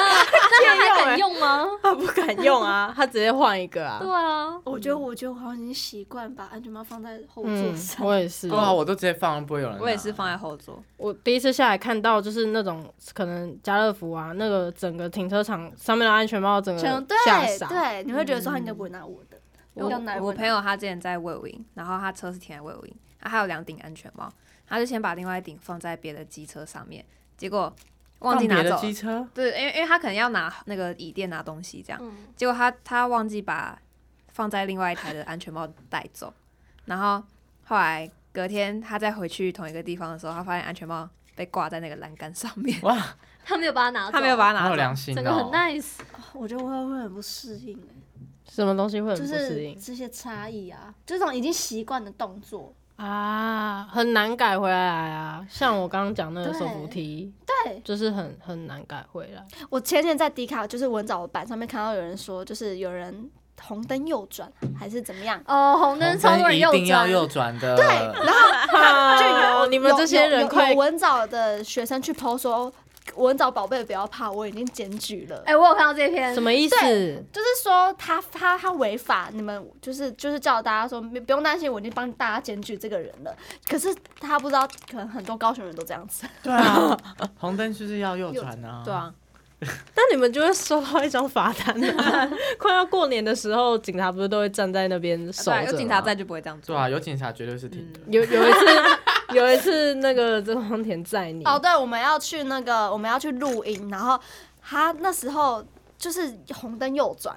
Speaker 4: 那他还
Speaker 1: 借
Speaker 4: 敢用吗？
Speaker 1: 他不敢用啊，他直接换一个啊
Speaker 4: 对。啊，
Speaker 2: 我觉得，我觉得我好像已经习惯把安全帽放在后座
Speaker 1: 嗯， (laughs)
Speaker 2: 上。
Speaker 1: 我也是。
Speaker 5: 对啊，我都直接放，不会有人
Speaker 3: (laughs)
Speaker 5: 拿。
Speaker 3: 我也是放在后座，
Speaker 1: 我第一次下来看到，就是那种可能家乐福啊，那个整个停车场上面的安全帽整个
Speaker 2: 全
Speaker 1: 嗯吓
Speaker 2: 对
Speaker 1: 傻。
Speaker 2: 对，你会觉得说他应该不会拿我的，
Speaker 3: 我
Speaker 2: 要拿
Speaker 3: 我
Speaker 2: 拿
Speaker 3: 朋友他之前在魏武营，然后他车是停在魏武营，他还有两顶安全帽，他就先把另外一顶放在别的机车上面，结果忘记
Speaker 5: 放
Speaker 3: 拿
Speaker 5: 别的
Speaker 3: 走
Speaker 5: 机
Speaker 3: 了。
Speaker 5: 车，
Speaker 3: 对，因为因为他可能要拿那个椅垫拿东西这样，
Speaker 4: 嗯，
Speaker 3: 结果他他忘记把放在另外一台的安全帽带走，然后后来隔天他再回去同一个地方的时候，他发现安全帽被挂在那个栏杆上面，
Speaker 5: 哇，
Speaker 4: 他没有把它拿走，
Speaker 3: 他没有把它
Speaker 5: 好
Speaker 3: 拿
Speaker 5: 有良
Speaker 3: 走。
Speaker 5: 心
Speaker 4: 整个很
Speaker 5: 哦。
Speaker 4: nice，
Speaker 2: 我觉得我会很不适应欸
Speaker 1: 什么东西会很
Speaker 2: 就
Speaker 1: 不适
Speaker 2: 是
Speaker 1: 应、
Speaker 2: 这些差异啊，这种已经习惯的动作，
Speaker 1: 啊？很难改回来啊！像我刚刚讲那个
Speaker 2: 对
Speaker 1: 手扶梯，
Speaker 2: 对
Speaker 1: 就是很很难改回 (laughs) 来。
Speaker 2: 我前天在迪卡就是文藻版上面看到有人说，就是有人红灯右转还是怎么样，
Speaker 4: 哦，红灯超多人
Speaker 5: 一定要
Speaker 4: 转，
Speaker 5: 右转的。对，
Speaker 1: 啊嗯你们
Speaker 2: 有
Speaker 1: 这些
Speaker 2: 有
Speaker 1: 人
Speaker 2: 有
Speaker 1: 快
Speaker 2: 有文藻的学生去 PO 说，文藻宝贝不要怕，我已经检举了。
Speaker 4: 哎，我有看到这篇
Speaker 1: 什，么意思？
Speaker 2: 就是说他他他违法，你们就是就是叫大家说没不用担心，我已经帮大家检举这个人了。可是他不知道，可能很多高雄人都这样子。
Speaker 5: 对啊，红灯就是要右转啊。
Speaker 3: 对，啊，
Speaker 1: 那你们就会收到一张罚单、 (laughs) 啊。快要过年的时候，警察不是都会站在那边守
Speaker 3: 对啊，
Speaker 1: 着？
Speaker 3: 有警察在。就不会这样做。
Speaker 5: 对啊，有警察绝对是停的。
Speaker 1: 有有一次， (laughs) 有一次那个郑光田载你
Speaker 2: 哦，对，我们要去那个，我们要去录音，然后他那时候就是红灯右转，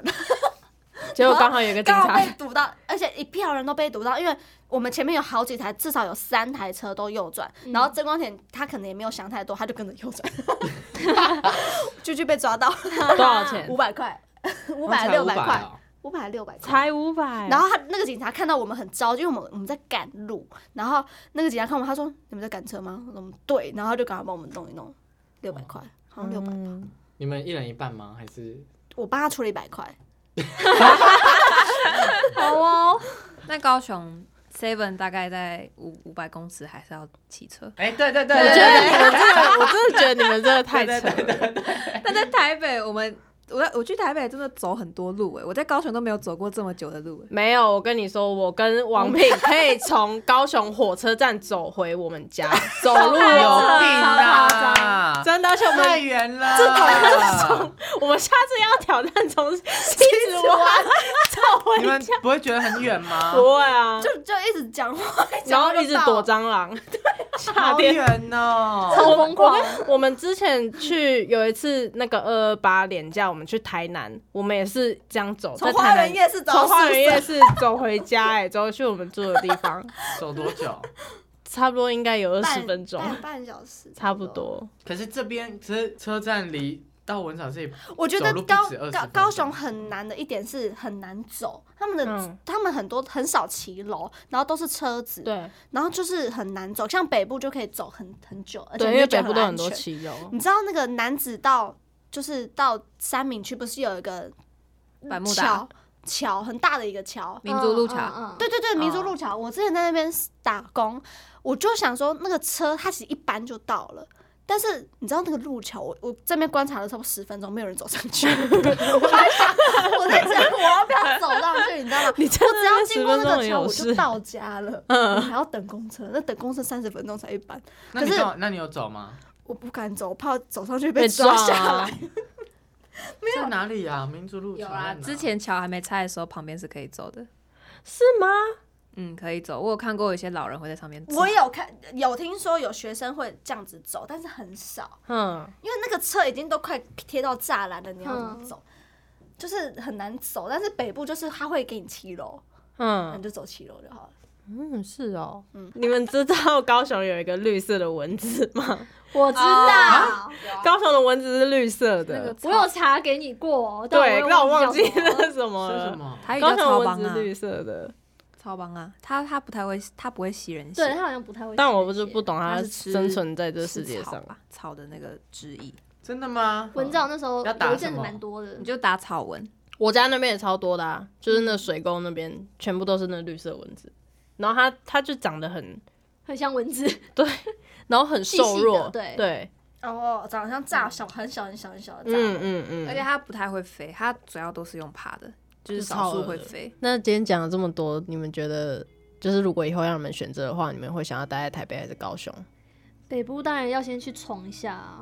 Speaker 1: 结果刚好有一个警
Speaker 2: 刚好
Speaker 1: 察
Speaker 2: 被堵到，而且一票人都被堵到，因为我们前面有好几台，至少有三台车都右转，
Speaker 4: 嗯
Speaker 2: 然后曾光田他可能也没有想太多，他就跟着右转， (laughs) 就去被抓到
Speaker 1: 多少钱？
Speaker 2: 五百块，
Speaker 5: 那
Speaker 2: 五百
Speaker 5: 才
Speaker 2: 六百
Speaker 5: 500
Speaker 2: 块，
Speaker 5: 哦，
Speaker 2: 五百六百啊块。
Speaker 1: 才五百，
Speaker 2: 然后他那个警察看到我们很着急，因为我们我们在赶路，然后那个警察看我们，他说你们在赶车吗？我说对，然后他就赶快帮我们弄一弄，六百块，好像六百、
Speaker 1: 嗯
Speaker 5: 你们一人一半吗？还是。
Speaker 2: 我帮他出了一百块，
Speaker 4: 好哦，
Speaker 3: 那高雄 Seven 大概在五五百公尺，还是要骑车
Speaker 5: 哎，对对对
Speaker 1: 我觉
Speaker 5: 对，
Speaker 1: 得你们这个，我真的觉得你们这个太扯了。
Speaker 3: 但在台北，我们我在我去台北真的走很多路欸诶、我在高雄都没有走过这么久的路、诶。欸
Speaker 1: 没有，我跟你说，我跟王品可以从高雄火车站走回我们家，走路
Speaker 5: 有病
Speaker 1: 哦，
Speaker 4: 超夸
Speaker 5: 啊！
Speaker 1: 真的。而且我
Speaker 5: 太
Speaker 1: 们
Speaker 5: 远了，这种
Speaker 1: 我们下次要挑战从西子湾走
Speaker 5: 你
Speaker 1: 回
Speaker 5: 们
Speaker 1: 家，
Speaker 5: 不会觉得很远吗？
Speaker 1: 不会啊，
Speaker 2: 就就一直讲话，
Speaker 1: 然后
Speaker 2: 讲
Speaker 1: 一直
Speaker 2: 到
Speaker 1: 躲蟑螂， (laughs) 夏
Speaker 5: 好
Speaker 1: 天
Speaker 5: 远
Speaker 1: (laughs)
Speaker 5: 哦！
Speaker 4: 超疯狂，
Speaker 1: 我们之前去有一次那个二二八连假，我们去台南，我们也是这样走，
Speaker 2: 从
Speaker 1: 在台南
Speaker 2: 花园夜市走到
Speaker 1: 从花园
Speaker 2: 宿舍
Speaker 1: 夜市走回家、哎，走去我们住的地方，
Speaker 5: 走多久？
Speaker 1: (laughs) 差不多应该有二十
Speaker 2: 半
Speaker 1: 分钟，
Speaker 2: 半半小时，
Speaker 1: 差不。多。
Speaker 5: 可是这边车车站离到文草这里，
Speaker 2: 我觉得
Speaker 5: 走路不
Speaker 2: 高
Speaker 5: 止20
Speaker 2: 高
Speaker 5: 分
Speaker 2: 高
Speaker 5: 钟
Speaker 2: 雄很难的一点是很难走，他们的、
Speaker 1: 嗯
Speaker 2: 他们很多很少骑楼，然后都是车子，
Speaker 1: 对
Speaker 2: 然后就是很难走。像北部就可以走很很久，而且
Speaker 1: 对，
Speaker 2: 你
Speaker 1: 因为
Speaker 2: 会觉
Speaker 1: 北
Speaker 2: 得
Speaker 1: 部都
Speaker 2: 安
Speaker 1: 很多
Speaker 2: 全
Speaker 1: 骑楼，
Speaker 2: 你知道那个南子道，就是到三明区，不是有一个
Speaker 3: 百慕达
Speaker 2: 桥？桥，很大的一个桥。
Speaker 3: 民族路桥，
Speaker 4: 嗯，对，
Speaker 2: 对对对，民族
Speaker 3: 哦
Speaker 2: 路桥。我之前在那边打工，我就想说那个车它其实一般就到了。但是你知道那个路桥，我我这边观察了差不多十分钟，没有人走上去。我在想，我在想我要不要走上去，你知道吗？
Speaker 1: 你
Speaker 2: (laughs) 我
Speaker 1: 真
Speaker 2: 只要
Speaker 1: 的
Speaker 2: 经
Speaker 1: 十
Speaker 2: 过
Speaker 1: 分钟
Speaker 2: 那个
Speaker 1: 很
Speaker 2: 桥，我
Speaker 1: 有
Speaker 2: 就
Speaker 1: 事。
Speaker 2: 到家了。我还要等公车，那等公车三十分钟才一班，
Speaker 5: 那你
Speaker 2: 可是
Speaker 5: 走，那你有走吗？
Speaker 2: 我不敢走，我怕走上去
Speaker 1: 被
Speaker 2: 抓
Speaker 1: 抓
Speaker 2: 下来。
Speaker 5: 在哪里啊？民族路
Speaker 3: 有
Speaker 5: 桥
Speaker 3: 啦
Speaker 5: 在，哪
Speaker 3: 之前桥还没拆的时候，旁边是可以走的。
Speaker 1: 是吗？
Speaker 3: 嗯，可以走。我有看过有些老人会在上面走。
Speaker 2: 我有看，有听说有学生会这样子走，但是很少，
Speaker 1: 嗯，
Speaker 2: 因为那个车已经都快贴到栅栏了，你要怎么
Speaker 4: 嗯
Speaker 2: 走？就是很难走，但是北部就是他会给你骑楼，那
Speaker 1: 嗯
Speaker 2: 你就走骑楼就好了。
Speaker 1: 嗯，是哦。
Speaker 2: 嗯
Speaker 1: 你们知道高雄有一个绿色的蚊子
Speaker 2: (laughs) 啊
Speaker 1: 吗？
Speaker 4: 我知道，
Speaker 1: 高雄的蚊子是绿色的，
Speaker 3: 那个
Speaker 4: 我有查给你过，但
Speaker 1: 对，但我忘
Speaker 4: 忘
Speaker 1: 记
Speaker 4: 叫什么
Speaker 1: 那是什么
Speaker 5: 是什
Speaker 1: 了。
Speaker 5: 么？
Speaker 3: 台语
Speaker 1: 高雄
Speaker 3: 叫
Speaker 1: 的
Speaker 3: 超
Speaker 1: 蚊
Speaker 3: 帮
Speaker 1: 子
Speaker 3: 啊
Speaker 1: 是，绿色的，
Speaker 3: 超帮啊，他他不太会，他不会吸人血，
Speaker 4: 对他好像不太会写这些，
Speaker 1: 但我不是不懂它
Speaker 3: 它是吃
Speaker 1: 生存在这
Speaker 3: 是
Speaker 1: 世界
Speaker 3: 草
Speaker 1: 上。
Speaker 3: 吧，草的那个汁液，
Speaker 5: 真的吗？
Speaker 4: 文藻那时候
Speaker 5: 要打
Speaker 4: 有一阵
Speaker 5: 什
Speaker 4: 子
Speaker 5: 么
Speaker 4: 蛮多的
Speaker 3: 你，就打草纹，
Speaker 1: 我家那边也超多的、啊，就是那水沟那边全部都是那绿色蚊子，然后它它就长得很，
Speaker 4: 很像蚊子，
Speaker 1: 然后很
Speaker 4: 细细的
Speaker 1: 瘦弱，
Speaker 4: 对
Speaker 1: 对，
Speaker 2: 哦，长得像炸小，很小很小很小的
Speaker 1: 嗯嗯嗯，
Speaker 3: 而且它不太会飞，它主要都是用爬的，就是
Speaker 1: 就
Speaker 3: 少
Speaker 1: 超
Speaker 3: 数
Speaker 1: 恶
Speaker 3: 会
Speaker 1: 的
Speaker 3: 飞。
Speaker 1: 那今天讲了这么多，你们觉得就是如果以后让你们选择的话，你们会想要待在台北还是高雄？
Speaker 4: (laughs) 北部当然要先去闯一下啊，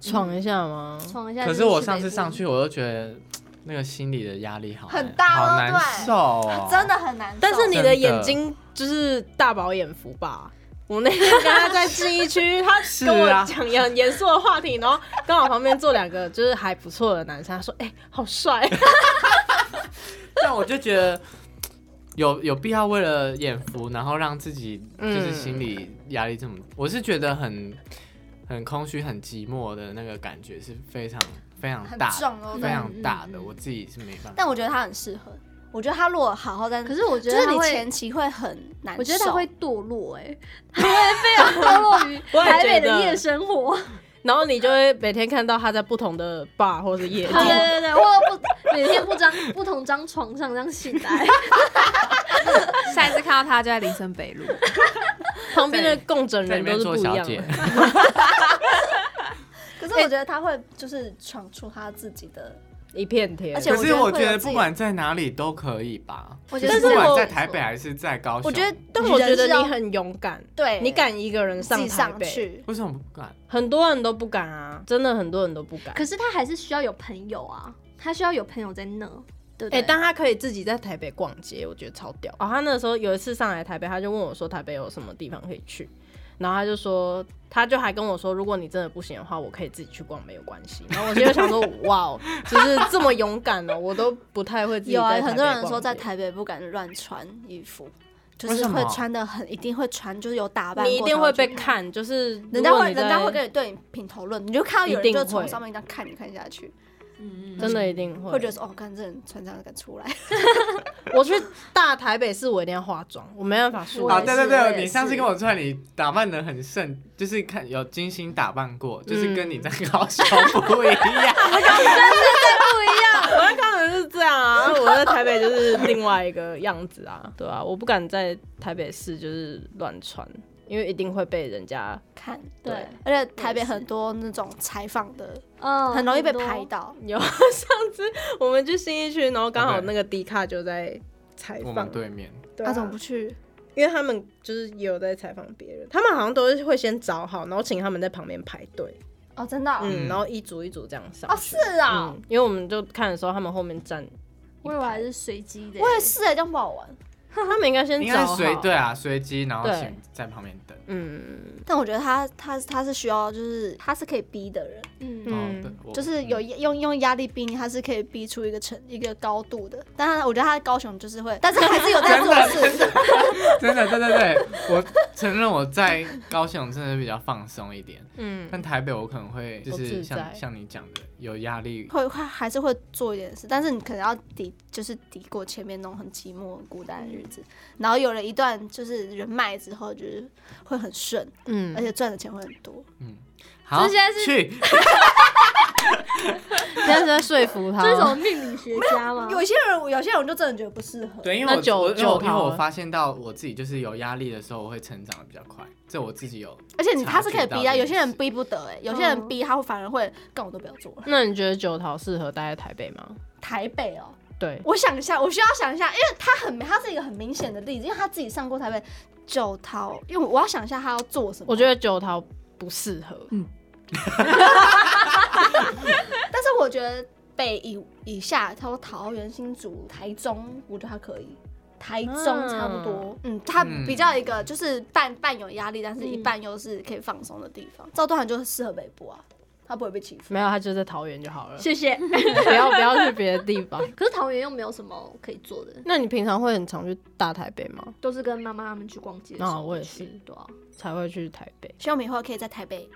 Speaker 1: 闯一下吗？
Speaker 4: 闯一下。
Speaker 5: 可是我上次上，去，我就觉得那个心理的压力好
Speaker 2: 很
Speaker 5: 难
Speaker 2: 大
Speaker 5: 好
Speaker 2: 哦
Speaker 5: 难
Speaker 2: 对
Speaker 5: 受哦，
Speaker 2: 真的很难走。
Speaker 1: 但是你
Speaker 5: 真的
Speaker 1: 的眼睛就是大饱眼福吧？我那天跟他在信义区，他
Speaker 5: (laughs) 是
Speaker 1: 跟我
Speaker 5: 啊
Speaker 1: 讲一很严肃的话题，然后刚好旁边坐两个就是还不错的男生，他说：“哎、好帅。
Speaker 5: (laughs) 但我就觉得有有必要为了眼福，然后让自己就是心理压力这么，我是觉得很很空虚、很寂寞的那个感觉是非常非常
Speaker 2: 很
Speaker 5: 大的、
Speaker 2: 重哦，
Speaker 5: 非
Speaker 2: 对。
Speaker 5: 常大的，我自己是没办法。
Speaker 2: 但我觉得他很适合，我觉得他如果好好在，
Speaker 4: 可是我觉
Speaker 2: 就
Speaker 4: 得
Speaker 2: 是
Speaker 4: 他
Speaker 2: 你
Speaker 4: 会
Speaker 2: 前期会很难受。
Speaker 4: 我觉得他会堕落，哎，他会非 (laughs) 常堕落于
Speaker 1: 我也
Speaker 4: 台北
Speaker 1: 觉
Speaker 4: 的
Speaker 1: 得
Speaker 4: 夜生活。”
Speaker 1: 然后你就会每天看到他在不同的 bar 或是夜
Speaker 4: (laughs)
Speaker 1: (laughs)
Speaker 4: 对对
Speaker 1: 店。
Speaker 4: 对对，我不每天不张不同张床上这样醒来，
Speaker 3: 下一次看到它就在林森北路，
Speaker 1: 旁边的共枕
Speaker 5: 在
Speaker 1: 人
Speaker 5: 里面
Speaker 1: 都是
Speaker 5: 做
Speaker 1: 不一
Speaker 5: 小
Speaker 1: 样 (laughs)
Speaker 5: 姐
Speaker 1: 的。，
Speaker 2: 可是我觉得他会就是闯出他自己的，
Speaker 1: 一片天。
Speaker 2: 而且
Speaker 5: 可是我
Speaker 2: 我觉得会有
Speaker 5: 觉得不
Speaker 2: 自己
Speaker 5: 管在哪里都可以吧。
Speaker 2: 我觉
Speaker 5: 就是
Speaker 2: 得
Speaker 1: 但
Speaker 5: 不
Speaker 1: 是
Speaker 5: 管
Speaker 1: 我
Speaker 5: 在台北还是在高雄，
Speaker 1: 我觉得，但我觉得你很勇敢，
Speaker 2: 对
Speaker 1: 你敢一个人
Speaker 2: 自
Speaker 1: 上
Speaker 2: 己
Speaker 1: 台
Speaker 2: 上
Speaker 1: 北，
Speaker 2: 去，
Speaker 5: 为什么不敢？
Speaker 1: 很多人都不敢啊，真的很多人都不敢。
Speaker 4: 可是他还是需要有朋友啊，他需要有朋友在那，对不
Speaker 1: 哎、
Speaker 4: 对？ (laughs)
Speaker 1: 但他可以自己在台北逛街，我觉得超屌。哦，他那时候有一次上来台北，他就问我说台北有什么地方可以去，然后他就说，他就还跟我说，如果你真的不行的话，我可以自己去逛，没有关系。然后我就想 (laughs) 说，哇哦，就是这么勇敢哦，我都不太会自己
Speaker 2: 有啊
Speaker 1: 在，台
Speaker 2: 很
Speaker 1: 北
Speaker 2: 多人
Speaker 1: 逛
Speaker 2: 说在
Speaker 1: 街
Speaker 2: 台北不敢乱穿衣服，就
Speaker 5: 为
Speaker 2: 是
Speaker 5: 什
Speaker 2: 会
Speaker 5: 么
Speaker 2: 穿的很，一定会穿，就是有打扮，
Speaker 1: 你一定会被。看，就是
Speaker 2: 人家
Speaker 1: 如果
Speaker 2: 会，
Speaker 1: 你
Speaker 2: 人家
Speaker 1: 在
Speaker 2: 会跟你对你品头论，你就看到
Speaker 1: 一
Speaker 2: 有人
Speaker 1: 定
Speaker 2: 就从
Speaker 1: 会
Speaker 2: 上面这样看你看下去，
Speaker 3: 嗯
Speaker 1: 真的一定会
Speaker 2: 会觉得说哦，看这人穿这样哦敢出来，
Speaker 1: 我去大台北市，我一定要化妆，我没办法梳
Speaker 4: 我
Speaker 5: 啊，
Speaker 4: 也
Speaker 1: 理。
Speaker 4: 是
Speaker 5: 对对
Speaker 4: 我也
Speaker 5: 对，
Speaker 4: 是
Speaker 5: 你上次跟我出来，你打扮的很盛，就是看有精心打扮过，就是跟你在高雄不一样。
Speaker 1: 我在高雄是这样 (laughs) 啊，我在台北就是另外一个样子啊，对啊，我不敢在台北市就是乱穿，因为一定会被人家
Speaker 2: 看
Speaker 4: 对
Speaker 2: 而且台北很多那种采访的，
Speaker 1: 哦
Speaker 4: 嗯，
Speaker 2: (laughs) 很容易被
Speaker 4: 多
Speaker 2: 拍。到。
Speaker 1: (laughs) 有。啊上次我们去新一区，然后刚好那个迪卡就在采
Speaker 5: 我
Speaker 1: 访
Speaker 5: 们，对面，
Speaker 1: 对
Speaker 2: 他
Speaker 1: 啊，
Speaker 2: 怎么不去？
Speaker 1: 因为他们就是也有在采访别人，他们好像都是会先找好，然后请他们在旁边排队，
Speaker 2: 哦，真的哦
Speaker 1: 嗯，
Speaker 5: 嗯
Speaker 1: 然后一组一组这样上
Speaker 2: 哦，
Speaker 1: 去
Speaker 2: 是啊
Speaker 1: 嗯，，因为我们就看的时候，他们后面 (laughs) 站
Speaker 4: 啊我以为还是随机的耶，
Speaker 2: 我也是哎，这样不好玩。
Speaker 1: 他们应该先
Speaker 5: 应
Speaker 1: 找
Speaker 5: 该
Speaker 1: 好
Speaker 5: 是随对啊，随机，然后
Speaker 1: 对
Speaker 5: 请在旁边等。
Speaker 1: 嗯，
Speaker 2: 但我觉得他他他是需要，就是他是可以逼的人，
Speaker 4: 嗯，
Speaker 5: 哦
Speaker 1: 嗯
Speaker 5: 对我
Speaker 2: 就是有用用压力逼你，他是可以逼出一个成一个高度的。但他我觉得他在高雄就是会，但是还是有在
Speaker 5: 真
Speaker 2: 做
Speaker 5: 的
Speaker 2: 事。
Speaker 5: 真的真的对对对，我承认我在高雄真的比较放松一点，
Speaker 1: 嗯，
Speaker 5: 但台北我可能会就
Speaker 1: 不自在
Speaker 5: 是像像你讲的有压力。
Speaker 2: 会会还是会做一点事，但是你可能要抵，就是抵过前面那种很寂寞、很孤单的日子，然后有了一段就是人脉之后，就是会很顺，
Speaker 1: 嗯
Speaker 2: 而且赚的钱会很多。
Speaker 5: 好，
Speaker 4: 这现在是
Speaker 5: 去
Speaker 1: 现在是在说服他
Speaker 4: 这是什么命理学家吗？
Speaker 2: 嗯有些人，有些人我就真的觉得不适合。
Speaker 5: 对，因为
Speaker 1: 那
Speaker 5: 我
Speaker 1: 九
Speaker 5: 我因为
Speaker 1: 九
Speaker 5: 我因为
Speaker 1: 条
Speaker 5: 我
Speaker 1: 了
Speaker 5: 发现到我自己就是有压力的时候，我会成长的比较快，这我自己有。
Speaker 2: 而且你他是可以逼啊，
Speaker 5: 察觉到这件事
Speaker 2: 有些人逼不得哎、有些人逼他反而会干我都不要做了。
Speaker 1: 那你觉得九桃适合待在台北吗？
Speaker 2: 台北哦、
Speaker 1: 对，
Speaker 2: 我想一下，我需要想一下，因为他很他是一个很明显的例子，因为他自己上过台北九桃，因为我要想一下他要做什么。
Speaker 1: 我觉，得九桃不适合。
Speaker 2: 但是我觉得北以以下，他说桃园、新竹、台中，我觉得他可以。台中差不多，嗯，他
Speaker 5: 嗯
Speaker 2: 比较一个就是半半有压力，但是一
Speaker 4: 嗯
Speaker 2: 半又是可以放松的地方。赵东涵就是适合北部啊，他不会被欺负。
Speaker 1: 没有，他就在桃园就 (laughs)
Speaker 2: (laughs)
Speaker 1: 好了，
Speaker 4: 谢谢。
Speaker 1: 不要不要去别的地 (laughs) 方。
Speaker 4: (laughs) 可是桃园又没有什么可以做的，
Speaker 1: 那你平常会很常去大台北吗？
Speaker 4: 都是跟妈妈他们去逛街的时候
Speaker 2: 哦
Speaker 1: 啊我也
Speaker 4: 去
Speaker 1: 是
Speaker 4: 对啊。
Speaker 1: 才会去台北
Speaker 2: 希望我们以后可以在台北，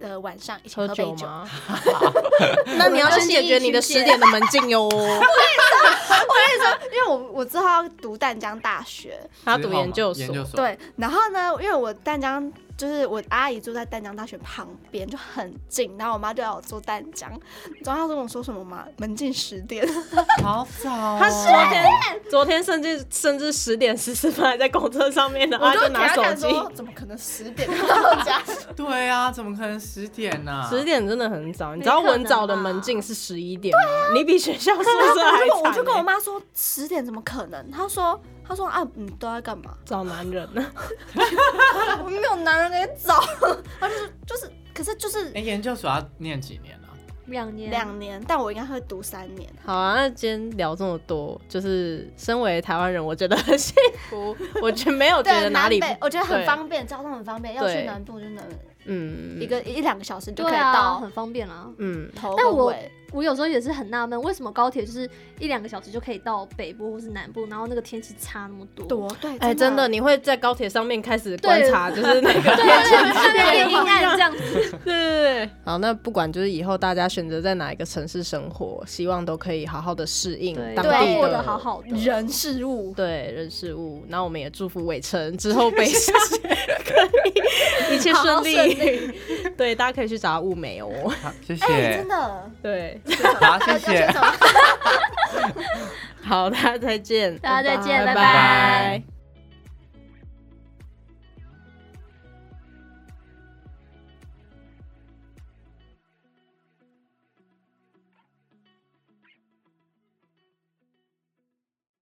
Speaker 2: 呃，晚上一起
Speaker 1: 喝
Speaker 2: 喝杯
Speaker 1: 酒
Speaker 2: 酒。
Speaker 1: 吗？ (laughs) 那你要先解决你的十点的门禁哟，
Speaker 2: 因为我我之后要读淡江大学，
Speaker 1: 他读研究
Speaker 5: 研究
Speaker 1: 所，
Speaker 5: 所，
Speaker 2: 对，然后呢，因为我淡江就是我阿姨住在淡江大学旁边，就很近，然后我妈就要我住淡江，你知道她跟我说什么吗？门禁十点，
Speaker 5: 好早、哦。
Speaker 1: 他昨天昨天甚至甚至十点十四分还在公车上面呢，然后
Speaker 2: 就
Speaker 1: 就拿
Speaker 2: 给她
Speaker 1: 手
Speaker 2: 看
Speaker 1: 机。
Speaker 2: 说，怎么可能十点到家？
Speaker 5: 对啊，怎么可能十点呢、
Speaker 1: 十点真的很早，你知
Speaker 4: 没
Speaker 1: 道
Speaker 4: 可能
Speaker 1: 文藻的
Speaker 4: 吧
Speaker 1: 门禁是十一点吗？你比学校宿舍
Speaker 2: 然后
Speaker 1: 还
Speaker 2: 我就
Speaker 1: 惨、
Speaker 2: 我就跟我
Speaker 1: (laughs)
Speaker 2: 妈说十点怎么可能？她说她说啊，你都在干嘛？
Speaker 1: 找男人呢，
Speaker 2: 我没有男人给你找，她就是就是，可是就是
Speaker 5: 哎、研究所要念几年啊？
Speaker 4: 两年，
Speaker 2: 两年，但我应该会读三年。
Speaker 1: 好啊，那今天聊这么多，就是身为台湾人，我觉得很幸 (laughs) 福，我觉得没有觉
Speaker 2: 对
Speaker 1: 得哪
Speaker 2: 南
Speaker 1: 里，
Speaker 2: 北，我觉得很
Speaker 1: 对
Speaker 2: 方便，交通很方便，要去
Speaker 1: 对
Speaker 2: 南部就能
Speaker 1: 嗯，
Speaker 2: 一个一两个小时就可
Speaker 4: 对
Speaker 2: 以
Speaker 4: 啊，
Speaker 2: 到
Speaker 4: 很方便啦。
Speaker 1: 嗯，
Speaker 2: 头
Speaker 4: 但
Speaker 2: 跟
Speaker 4: 我
Speaker 2: 尾。
Speaker 4: 我有时候也是很纳闷，为什么高铁就是一两个小时就可以到北部或是南部，然后那个天气差那么多？
Speaker 2: 多对，
Speaker 1: 哎、真的，你会在高铁上面开始
Speaker 4: 对
Speaker 1: 观察，就是那个
Speaker 4: 对对对，它那边阴暗这样子。
Speaker 1: 对对对。好，那不管就是以后大家选择在哪一个城市生活，希望都可以好好的适应
Speaker 4: 对，
Speaker 1: 当
Speaker 4: 都
Speaker 1: 地
Speaker 2: 对
Speaker 4: 过
Speaker 1: 的
Speaker 4: 得好好的。
Speaker 2: 人事物，
Speaker 1: 对人事物。那我们也祝福伟成之后北上可以一切顺利。对，大家可以去找他物美哦。
Speaker 5: 好，谢
Speaker 2: 哎、
Speaker 5: 谢
Speaker 2: 真。的，
Speaker 1: 对，
Speaker 5: 好，谢
Speaker 2: 要
Speaker 5: 谢
Speaker 2: 先。走
Speaker 1: (laughs) 好，大家再见，
Speaker 4: 大家再见拜
Speaker 1: 拜
Speaker 4: 拜